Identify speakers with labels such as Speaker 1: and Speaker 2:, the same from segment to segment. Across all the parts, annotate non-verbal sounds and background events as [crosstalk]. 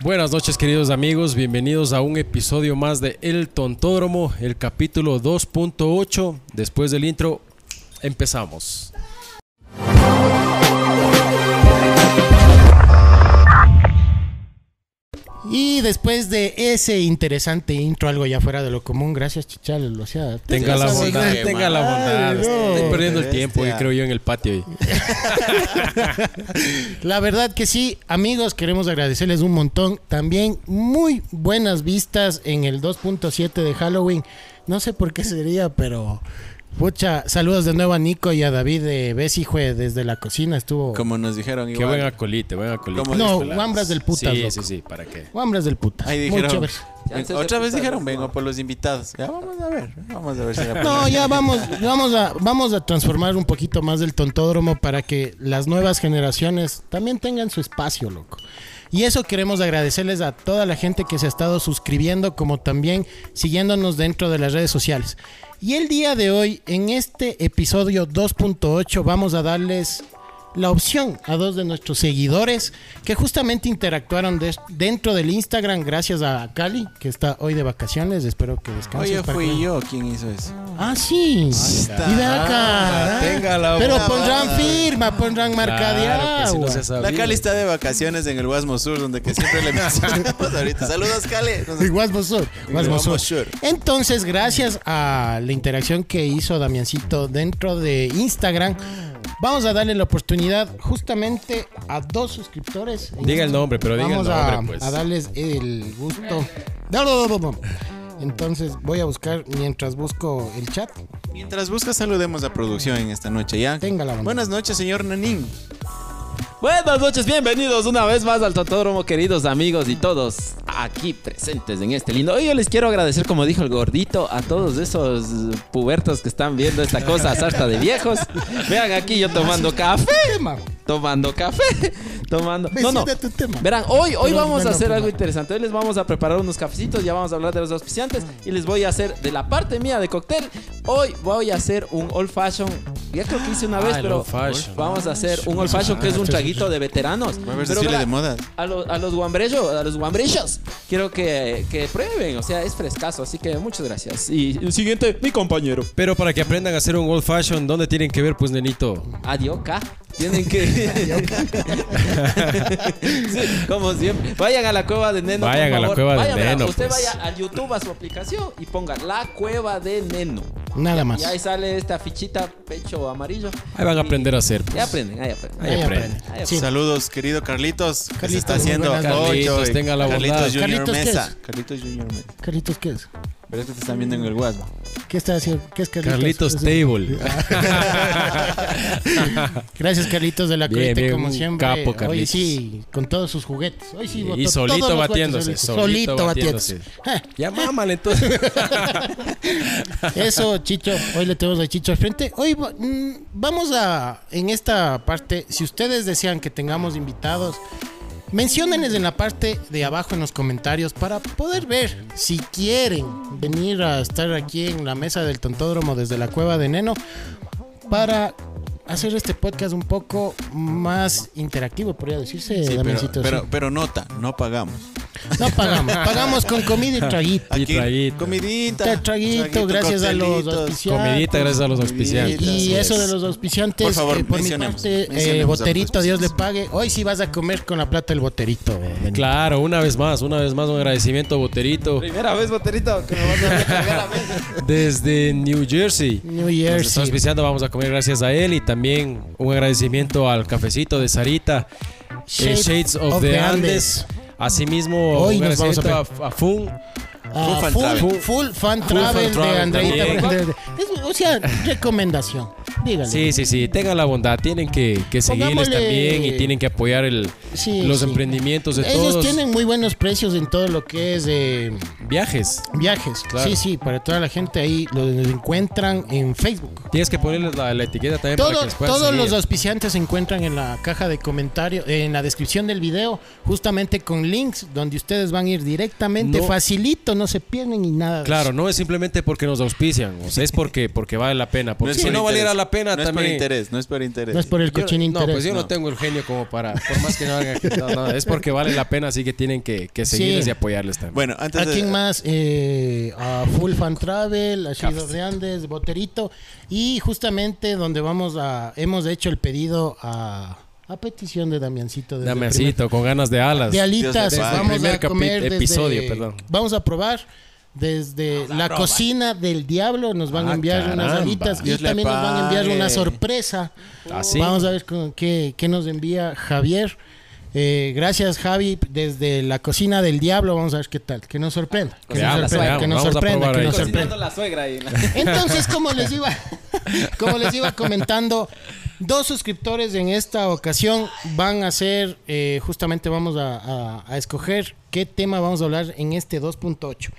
Speaker 1: Buenas noches queridos amigos, bienvenidos a un episodio más de El Tontódromo, el capítulo 2.8. Después del intro, empezamos.
Speaker 2: Y después de ese interesante intro, algo ya fuera de lo común, gracias Chichal, o sea,
Speaker 1: Tenga la
Speaker 3: Eso sí
Speaker 1: bondad,
Speaker 3: que
Speaker 1: tenga la bondad.
Speaker 2: madre,
Speaker 1: Estoy
Speaker 2: no.
Speaker 1: perdiendo el
Speaker 3: Bestia.
Speaker 1: tiempo, yo creo yo, en el patio. hoy.
Speaker 2: la verdad que sí, amigos, queremos agradecerles un montón. También muy buenas vistas en el 2.7 de Halloween. No sé por qué sería, pero pucha, saludos de nuevo a Nico y a David de Besijue desde la cocina, estuvo
Speaker 3: Como nos dijeron
Speaker 1: Qué
Speaker 3: igual.
Speaker 1: buen acolite, buen acolite.
Speaker 3: ¿Cómo
Speaker 2: No,
Speaker 3: desvelados.
Speaker 2: guambras del putas.
Speaker 1: Sí,
Speaker 2: loco.
Speaker 1: sí, sí, ¿para qué?
Speaker 2: Guambras del putas.
Speaker 3: Ahí
Speaker 2: Muy
Speaker 3: dijeron.
Speaker 2: chévere.
Speaker 3: ven-
Speaker 4: Ya
Speaker 3: Otra
Speaker 4: antes de
Speaker 3: vez dijeron,
Speaker 4: putas,
Speaker 3: vengo por los invitados. Ya vamos a ver. Vamos a ver [laughs] si la
Speaker 2: No,
Speaker 3: ponen.
Speaker 2: ya vamos, vamos a, vamos a transformar un poquito más del tontódromo para que las nuevas generaciones también tengan su espacio, loco. Y eso queremos agradecerles a toda la gente que se ha estado suscribiendo, como también siguiéndonos dentro de las redes sociales. Y el día de hoy, en este episodio 2.8, vamos a darles la opción a dos de nuestros seguidores que justamente interactuaron des- dentro del Instagram gracias a Cali, que está hoy de vacaciones. Espero que descanses.
Speaker 3: Oye,
Speaker 2: para
Speaker 3: fui
Speaker 2: que-
Speaker 3: yo quien hizo eso.
Speaker 2: Ah, sí.
Speaker 3: está.
Speaker 2: Y de
Speaker 3: Ah,
Speaker 2: acá.
Speaker 1: Tenga la
Speaker 2: Pero
Speaker 1: bondad.
Speaker 2: pondrán firma, pondrán marca de
Speaker 1: Claro, pues, si no
Speaker 2: agua.
Speaker 1: se sabe.
Speaker 3: La Cali está de vacaciones en el Guasmo Sur, donde que siempre le [laughs] mencionamos ahorita. Saludos, Cali. Nos-
Speaker 2: Y Guasmo Sur, Guasmo Sur.
Speaker 3: Guasmo Sur.
Speaker 2: Entonces, gracias a la interacción que hizo Damiancito dentro de Instagram, vamos a darle la oportunidad justamente a dos suscriptores.
Speaker 1: Diga el nombre, pero diga el
Speaker 2: Vamos a,
Speaker 1: nombre, pues.
Speaker 2: a darles el gusto. No, no, no, no. Entonces, voy a buscar mientras busco el chat.
Speaker 3: Mientras buscas, saludemos a producción en esta noche, ¿ya?
Speaker 2: Tenga la bondad.
Speaker 3: Buenas noches, señor Nanín.
Speaker 4: Buenas noches, bienvenidos una vez más al Totódromo, queridos amigos y todos aquí presentes en este lindo. Hoy yo les quiero agradecer, como dijo el gordito, a todos esos eh, pubertos que están viendo esta cosa sarta de viejos. Vean aquí yo tomando café,
Speaker 2: Tema.
Speaker 4: tomando café, tomando. No, no.
Speaker 2: Decide tu tema.
Speaker 4: Verán, hoy, hoy
Speaker 2: Pero
Speaker 4: vamos
Speaker 2: bueno,
Speaker 4: a hacer
Speaker 2: pues,
Speaker 4: algo
Speaker 2: no.
Speaker 4: interesante. Hoy les vamos a preparar unos cafecitos, ya vamos a hablar de los auspiciantes y les voy a hacer de la parte mía de cóctel. Hoy voy a hacer un old fashion. Ya creo que hice
Speaker 2: Ah,
Speaker 4: una vez,
Speaker 1: el
Speaker 4: pero
Speaker 1: old fashion.
Speaker 4: vamos a hacer un old fashion que
Speaker 2: [laughs]
Speaker 4: es un traguito de veteranos.
Speaker 3: Va a ver
Speaker 4: Pero
Speaker 3: desfile
Speaker 4: verá,
Speaker 3: de moda.
Speaker 4: A, los- a los guambrellos, a los guambrellos, quiero que, que prueben. O sea, es frescazo, así que muchas gracias. Y el siguiente, mi compañero.
Speaker 1: Pero para que aprendan a hacer un old fashion, ¿dónde tienen que ver, pues, nenito?
Speaker 4: Adioca. Tienen que. [laughs] Sí, como siempre. Vayan a la cueva de Neno.
Speaker 1: Vayan
Speaker 4: por
Speaker 1: a la
Speaker 4: favor.
Speaker 1: cueva de
Speaker 4: Vayan, verá,
Speaker 1: Neno,
Speaker 4: Usted
Speaker 1: pues.
Speaker 4: vaya a YouTube a su aplicación y ponga la cueva de Neno.
Speaker 2: Nada más.
Speaker 4: Y ahí sale esta fichita pecho amarillo.
Speaker 1: Ahí van a
Speaker 4: Y-
Speaker 1: aprender a hacer. pues.
Speaker 4: Ahí aprenden, ahí aprenden.
Speaker 1: Ahí
Speaker 2: Ahí
Speaker 1: aprende.
Speaker 2: aprende.
Speaker 4: Ahí
Speaker 2: Sí.
Speaker 3: Saludos, querido Carlitos. que se
Speaker 2: Carlitos,
Speaker 3: está
Speaker 2: muy
Speaker 3: haciendo
Speaker 2: buenas
Speaker 1: noches.
Speaker 3: ocho,
Speaker 1: Carlitos,
Speaker 3: y-
Speaker 1: tenga la
Speaker 3: Carlitos
Speaker 1: bondad.
Speaker 3: Junior
Speaker 2: Carlitos, ¿qué
Speaker 3: Mesa.
Speaker 2: es?
Speaker 3: Carlitos Junior Mesa.
Speaker 2: Carlitos, ¿qué es?
Speaker 3: Pero es que te están viendo en el Guasmo.
Speaker 2: ¿Qué está haciendo? ¿Qué es Carlitos?
Speaker 1: Carlitos Table.
Speaker 2: Gracias, Carlitos de la
Speaker 1: Bien,
Speaker 2: Corriente,
Speaker 1: bien,
Speaker 2: como
Speaker 1: un
Speaker 2: siempre.
Speaker 1: capo,
Speaker 2: Hoy
Speaker 1: Carlitos.
Speaker 2: sí, con todos sus juguetes. Hoy sí,
Speaker 1: Y
Speaker 2: botó
Speaker 1: solito
Speaker 2: todos los juguetes
Speaker 1: batiéndose,
Speaker 2: solitos.
Speaker 1: solito
Speaker 2: Solito,
Speaker 1: batiéndose.
Speaker 2: batiéndose.
Speaker 1: [laughs]
Speaker 2: Eh,
Speaker 1: ya mámale entonces.
Speaker 2: Eso, Chicho. Hoy le tenemos a Chicho al frente. Hoy va- mm, vamos a, en esta parte, si ustedes desean que tengamos invitados, menciónenles en la parte de abajo en los comentarios para poder ver si quieren venir a estar aquí en la mesa del tontódromo desde la cueva de Neno para hacer este podcast un poco más interactivo, podría decirse.
Speaker 3: Sí, pero,
Speaker 2: Damiancito,
Speaker 3: pero,
Speaker 2: sí.
Speaker 3: pero nota, no pagamos.
Speaker 2: No pagamos, pagamos con comida y traguito.
Speaker 1: Y traguito.
Speaker 3: comidita.
Speaker 2: Traguito, gracias a los
Speaker 3: coctelitos.
Speaker 2: auspiciantes.
Speaker 1: Comidita gracias a los auspiciantes.
Speaker 2: Y
Speaker 3: Así
Speaker 2: eso de
Speaker 3: es.
Speaker 2: los auspiciantes,
Speaker 3: Por
Speaker 2: por,
Speaker 3: favor,
Speaker 2: por mi
Speaker 3: mencionemos,
Speaker 2: parte, eh,
Speaker 3: mencionemos a los
Speaker 2: boterito, Dios le
Speaker 3: auspiciantes.
Speaker 2: pague. Hoy sí vas a comer con la plata el boterito. eh.
Speaker 1: Claro, una vez más, una vez más un agradecimiento Boterito
Speaker 4: Primera vez, boterito, que me vas a recargar a ver.
Speaker 1: desde New Jersey.
Speaker 2: New
Speaker 1: Nos está
Speaker 2: Jersey.
Speaker 1: auspiciando, vamos a comer gracias a él y también un agradecimiento al cafecito de Sarita, eh, Shades, of, the, Andes. Asimismo,
Speaker 2: Hoy
Speaker 1: un
Speaker 2: nos vamos a
Speaker 1: agradecimiento a, a Fun.
Speaker 2: Ah,
Speaker 3: Full fan
Speaker 2: full,
Speaker 3: travel.
Speaker 2: full fan
Speaker 1: Full
Speaker 2: travel
Speaker 1: fan travel
Speaker 2: de Andreita.
Speaker 1: también.
Speaker 2: Fernández. Es- o sea, recomendación. Dígale.
Speaker 1: Sí, sí, sí, tengan la bondad, tienen que, que seguirles
Speaker 2: Pongámosle-
Speaker 1: también y tienen que apoyar el,
Speaker 2: Sí,
Speaker 1: los
Speaker 2: sí.
Speaker 1: emprendimientos de
Speaker 2: Ellos
Speaker 1: todos.
Speaker 2: tienen muy buenos precios en todo lo que es eh,
Speaker 1: Viajes.
Speaker 2: viajes.
Speaker 1: Claro.
Speaker 2: Sí, sí, para toda la gente ahí lo encuentran en Facebook.
Speaker 1: Tienes que ponerles la, la etiqueta también para
Speaker 2: Todo-
Speaker 1: que les puedan
Speaker 2: todos
Speaker 1: seguir.
Speaker 2: los auspiciantes se encuentran en la caja de comentarios, en la descripción del video, justamente con links donde ustedes van a ir directamente,
Speaker 1: No.
Speaker 2: facilito, no se pierden ni nada. de
Speaker 1: Claro,
Speaker 2: eso.
Speaker 1: no es simplemente porque nos auspician, o sea, es porque, porque vale la pena. Porque
Speaker 3: es
Speaker 1: si
Speaker 3: por
Speaker 1: no
Speaker 3: interés,
Speaker 1: valiera la pena
Speaker 3: No es por
Speaker 1: también.
Speaker 3: interés, no es por interés.
Speaker 2: No es por el
Speaker 1: Yo-
Speaker 2: cochín interés.
Speaker 1: No, pues yo no. tengo el genio como para, por más que no haga, no, no, es porque vale la pena, así que tienen que, que
Speaker 2: Sí.
Speaker 1: seguirles y apoyarles también.
Speaker 3: Bueno, antes
Speaker 2: ¿A
Speaker 3: de-
Speaker 2: quién más? Eh, a Full Fan Travel, a Shido Hernández, Boterito. Y justamente donde vamos a. Hemos hecho el pedido a, a petición de Damiancito. desde el
Speaker 1: Dame
Speaker 2: primer-
Speaker 1: asito, con ganas de alas.
Speaker 2: de
Speaker 3: Dios
Speaker 2: alitas.
Speaker 3: del Padre.
Speaker 2: Vamos
Speaker 1: Primer
Speaker 2: a
Speaker 1: capi-
Speaker 2: comer desde-
Speaker 1: episodio, perdón.
Speaker 2: Vamos a probar desde la cocina del diablo. Nos van a
Speaker 1: Ah,
Speaker 2: enviar unas
Speaker 1: caramba.
Speaker 2: alitas
Speaker 3: Dios
Speaker 2: y
Speaker 3: le
Speaker 2: también nos van a enviar
Speaker 3: pague.
Speaker 2: una sorpresa.
Speaker 1: Ah, sí.
Speaker 2: Vamos a ver con qué, qué nos envía Javier. Eh, gracias Javi, desde la cocina del diablo vamos a ver qué tal, que nos sorprenda, que nos
Speaker 1: Veamos,
Speaker 2: sorprenda,
Speaker 1: veamos,
Speaker 2: que nos
Speaker 1: vamos a
Speaker 2: sorprenda,
Speaker 1: probar
Speaker 2: que nos
Speaker 1: ahí.
Speaker 2: sorprenda.
Speaker 4: la suegra ahí.
Speaker 2: Entonces, como les iba, [laughs] como les iba comentando, dos suscriptores en esta ocasión van a ser, eh, justamente vamos a, a- a escoger qué tema vamos a hablar en este 2.8.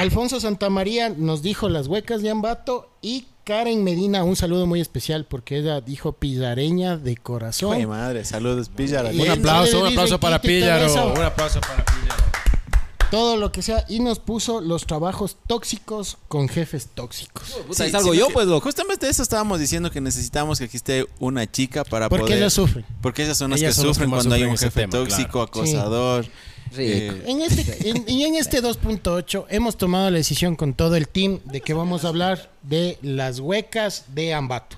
Speaker 2: Alfonso Santamaría nos dijo las huecas de Ambato y Karen Medina, un saludo muy especial porque ella dijo pillareña de corazón.
Speaker 3: Ay, madre, saludos, pilla la
Speaker 2: Y-
Speaker 1: un
Speaker 2: Bien,
Speaker 1: aplauso,
Speaker 2: dale,
Speaker 1: un aplauso
Speaker 2: dile,
Speaker 1: para
Speaker 2: quita y todo
Speaker 1: Píllaro.
Speaker 2: eso.
Speaker 1: Un aplauso para Píllaro.
Speaker 2: todo lo que sea, y nos puso los trabajos tóxicos con jefes tóxicos.
Speaker 4: [laughs] Puta, ahí
Speaker 3: Sí,
Speaker 4: salgo
Speaker 3: sino
Speaker 4: yo,
Speaker 3: que
Speaker 4: pues, loco.
Speaker 3: Justamente eso estábamos diciendo que necesitamos que aquí esté una chica para
Speaker 2: Porque
Speaker 3: poder.
Speaker 2: ellas sufren.
Speaker 3: Porque ellas son las
Speaker 1: Ellas
Speaker 3: que
Speaker 1: son las que
Speaker 3: sufren
Speaker 1: más
Speaker 3: cuando hay
Speaker 1: sufren
Speaker 3: un
Speaker 1: ese
Speaker 3: jefe
Speaker 1: tema,
Speaker 3: tóxico,
Speaker 1: claro.
Speaker 3: acosador.
Speaker 4: Rico.
Speaker 3: eh,
Speaker 2: En este, en- y en este 2.8 hemos tomado la decisión con todo el team de que vamos a hablar de las huecas de Ambato.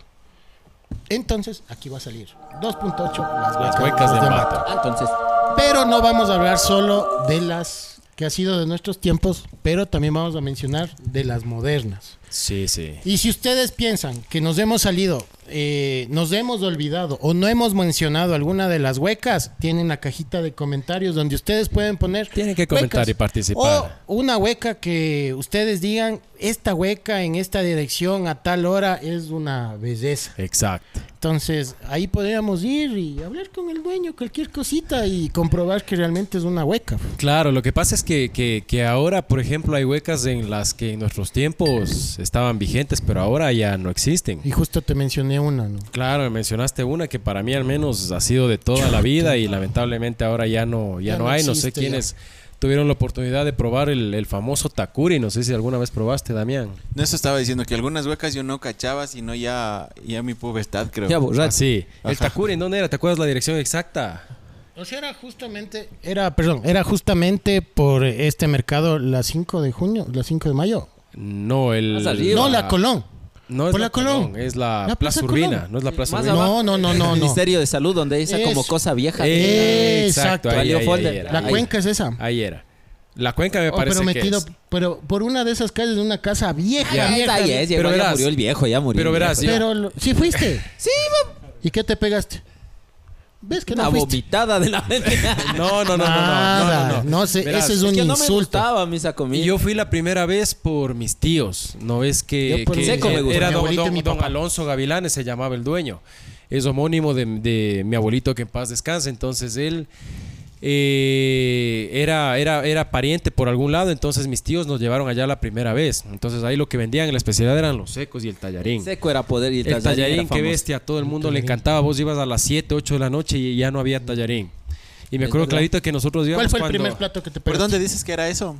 Speaker 2: Entonces, aquí va a salir 2.8 las huecas,
Speaker 1: Las huecas de Ambato.
Speaker 4: Ah, Entonces,
Speaker 2: Pero no vamos a hablar solo de las que ha sido de nuestros tiempos, pero también vamos a mencionar de las modernas.
Speaker 1: Sí, sí.
Speaker 2: Y si ustedes piensan que nos hemos salido, eh, nos hemos olvidado o no hemos mencionado alguna de las huecas, tienen la cajita de comentarios donde ustedes pueden poner.
Speaker 1: Tienen que comentar y participar.
Speaker 2: O una hueca que ustedes digan, esta hueca en esta dirección a tal hora es una belleza.
Speaker 1: Exacto.
Speaker 2: Entonces ahí podríamos ir y hablar con el dueño, cualquier cosita y comprobar que realmente es una hueca.
Speaker 1: Claro, lo que pasa es que, que- que ahora, por ejemplo, hay huecas en las que en nuestros tiempos estaban vigentes, pero ahora ya no existen.
Speaker 2: Y justo te mencioné una, ¿no?
Speaker 1: Claro, mencionaste una que para mí al menos ha sido de toda la vida y lamentablemente ahora ya no, ya
Speaker 2: Ya
Speaker 1: no,
Speaker 2: no
Speaker 1: hay. No sé
Speaker 2: existe
Speaker 1: quiénes tuvieron la oportunidad de probar el, el famoso Takuri. No sé si alguna vez probaste, Damián.
Speaker 3: no, eso estaba diciendo que algunas huecas yo no cachaba, sino ya, ya mi pubertad, creo.
Speaker 4: ya borracho.
Speaker 1: Ah, sí. El Takuri, ¿en dónde era? ¿Te acuerdas la dirección exacta?
Speaker 2: O sea, era justamente, era, perdón, era justamente por este mercado la 5 de junio, la 5 de mayo.
Speaker 1: No, el.
Speaker 4: Más arriba.
Speaker 2: No, la Colón.
Speaker 1: No es
Speaker 2: Por
Speaker 1: la
Speaker 2: la Colón.
Speaker 1: Colón, es la,
Speaker 2: La
Speaker 1: Plaza
Speaker 2: Plaza
Speaker 1: Urbina,
Speaker 2: Colón.
Speaker 1: no es la Plaza
Speaker 4: Más
Speaker 1: Urbina.
Speaker 2: No,
Speaker 1: [laughs]
Speaker 2: no, no, no,
Speaker 4: el
Speaker 2: no.
Speaker 4: Ministerio de Salud, donde esa como
Speaker 2: Eso.
Speaker 4: cosa vieja.
Speaker 1: Eh, Exacto,
Speaker 2: Exacto.
Speaker 1: ahí,
Speaker 4: Valió
Speaker 1: ahí,
Speaker 4: folder.
Speaker 1: ahí era,
Speaker 2: La
Speaker 1: ahí
Speaker 2: cuenca es esa.
Speaker 1: era. Ahí era. La cuenca me
Speaker 2: Oh,
Speaker 1: parece
Speaker 2: pero
Speaker 1: que
Speaker 2: metido,
Speaker 1: es.
Speaker 2: pero por una de esas calles de una casa vieja,
Speaker 4: Ya,
Speaker 2: vieja.
Speaker 4: está, ya es, ya
Speaker 1: Pero
Speaker 4: igual ya
Speaker 1: verás,
Speaker 4: murió el viejo, ya murió.
Speaker 1: pero
Speaker 4: el
Speaker 1: verás,
Speaker 4: viejo.
Speaker 2: Pero si fuiste. sí, ¿Y qué te pegaste? ¿Ves que
Speaker 4: una
Speaker 2: no fuiste?
Speaker 4: vomitada de la mente.
Speaker 1: No, no, no, no, no, no,
Speaker 2: Nada.
Speaker 1: no, no.
Speaker 2: sé,
Speaker 1: Verás,
Speaker 2: ese es un
Speaker 4: que no me
Speaker 2: insulto.
Speaker 4: gustaba a mí esa comida.
Speaker 1: Y yo fui la primera vez por mis tíos. No es que,
Speaker 2: Yo por
Speaker 1: que
Speaker 2: mi seco me gustó.
Speaker 1: era
Speaker 2: Mi
Speaker 1: don,
Speaker 2: abuelito y
Speaker 1: don-
Speaker 2: mi
Speaker 1: don
Speaker 2: papá.
Speaker 1: Alonso Gavilanes, se llamaba el dueño. Es homónimo de, de mi abuelito que en paz descanse. Entonces él eh, era, era, era pariente por algún lado. Entonces mis tíos nos llevaron allá la primera vez. Entonces ahí lo que vendían en la especialidad eran los secos y el tallarín.
Speaker 4: Seco era poder y el,
Speaker 1: El tallarín,
Speaker 4: era
Speaker 1: qué
Speaker 4: famoso.
Speaker 1: bestia, a todo el mundo le encantaba. Vos ibas a las 7, 8 de la noche y ya no había tallarín. Y me acuerdo
Speaker 4: verdad.
Speaker 1: clarito que nosotros íbamos
Speaker 2: ¿Cuál fue el
Speaker 1: cuando-
Speaker 2: primer plato que te
Speaker 3: ¿Por
Speaker 2: pegaste?
Speaker 3: dónde dices que era eso?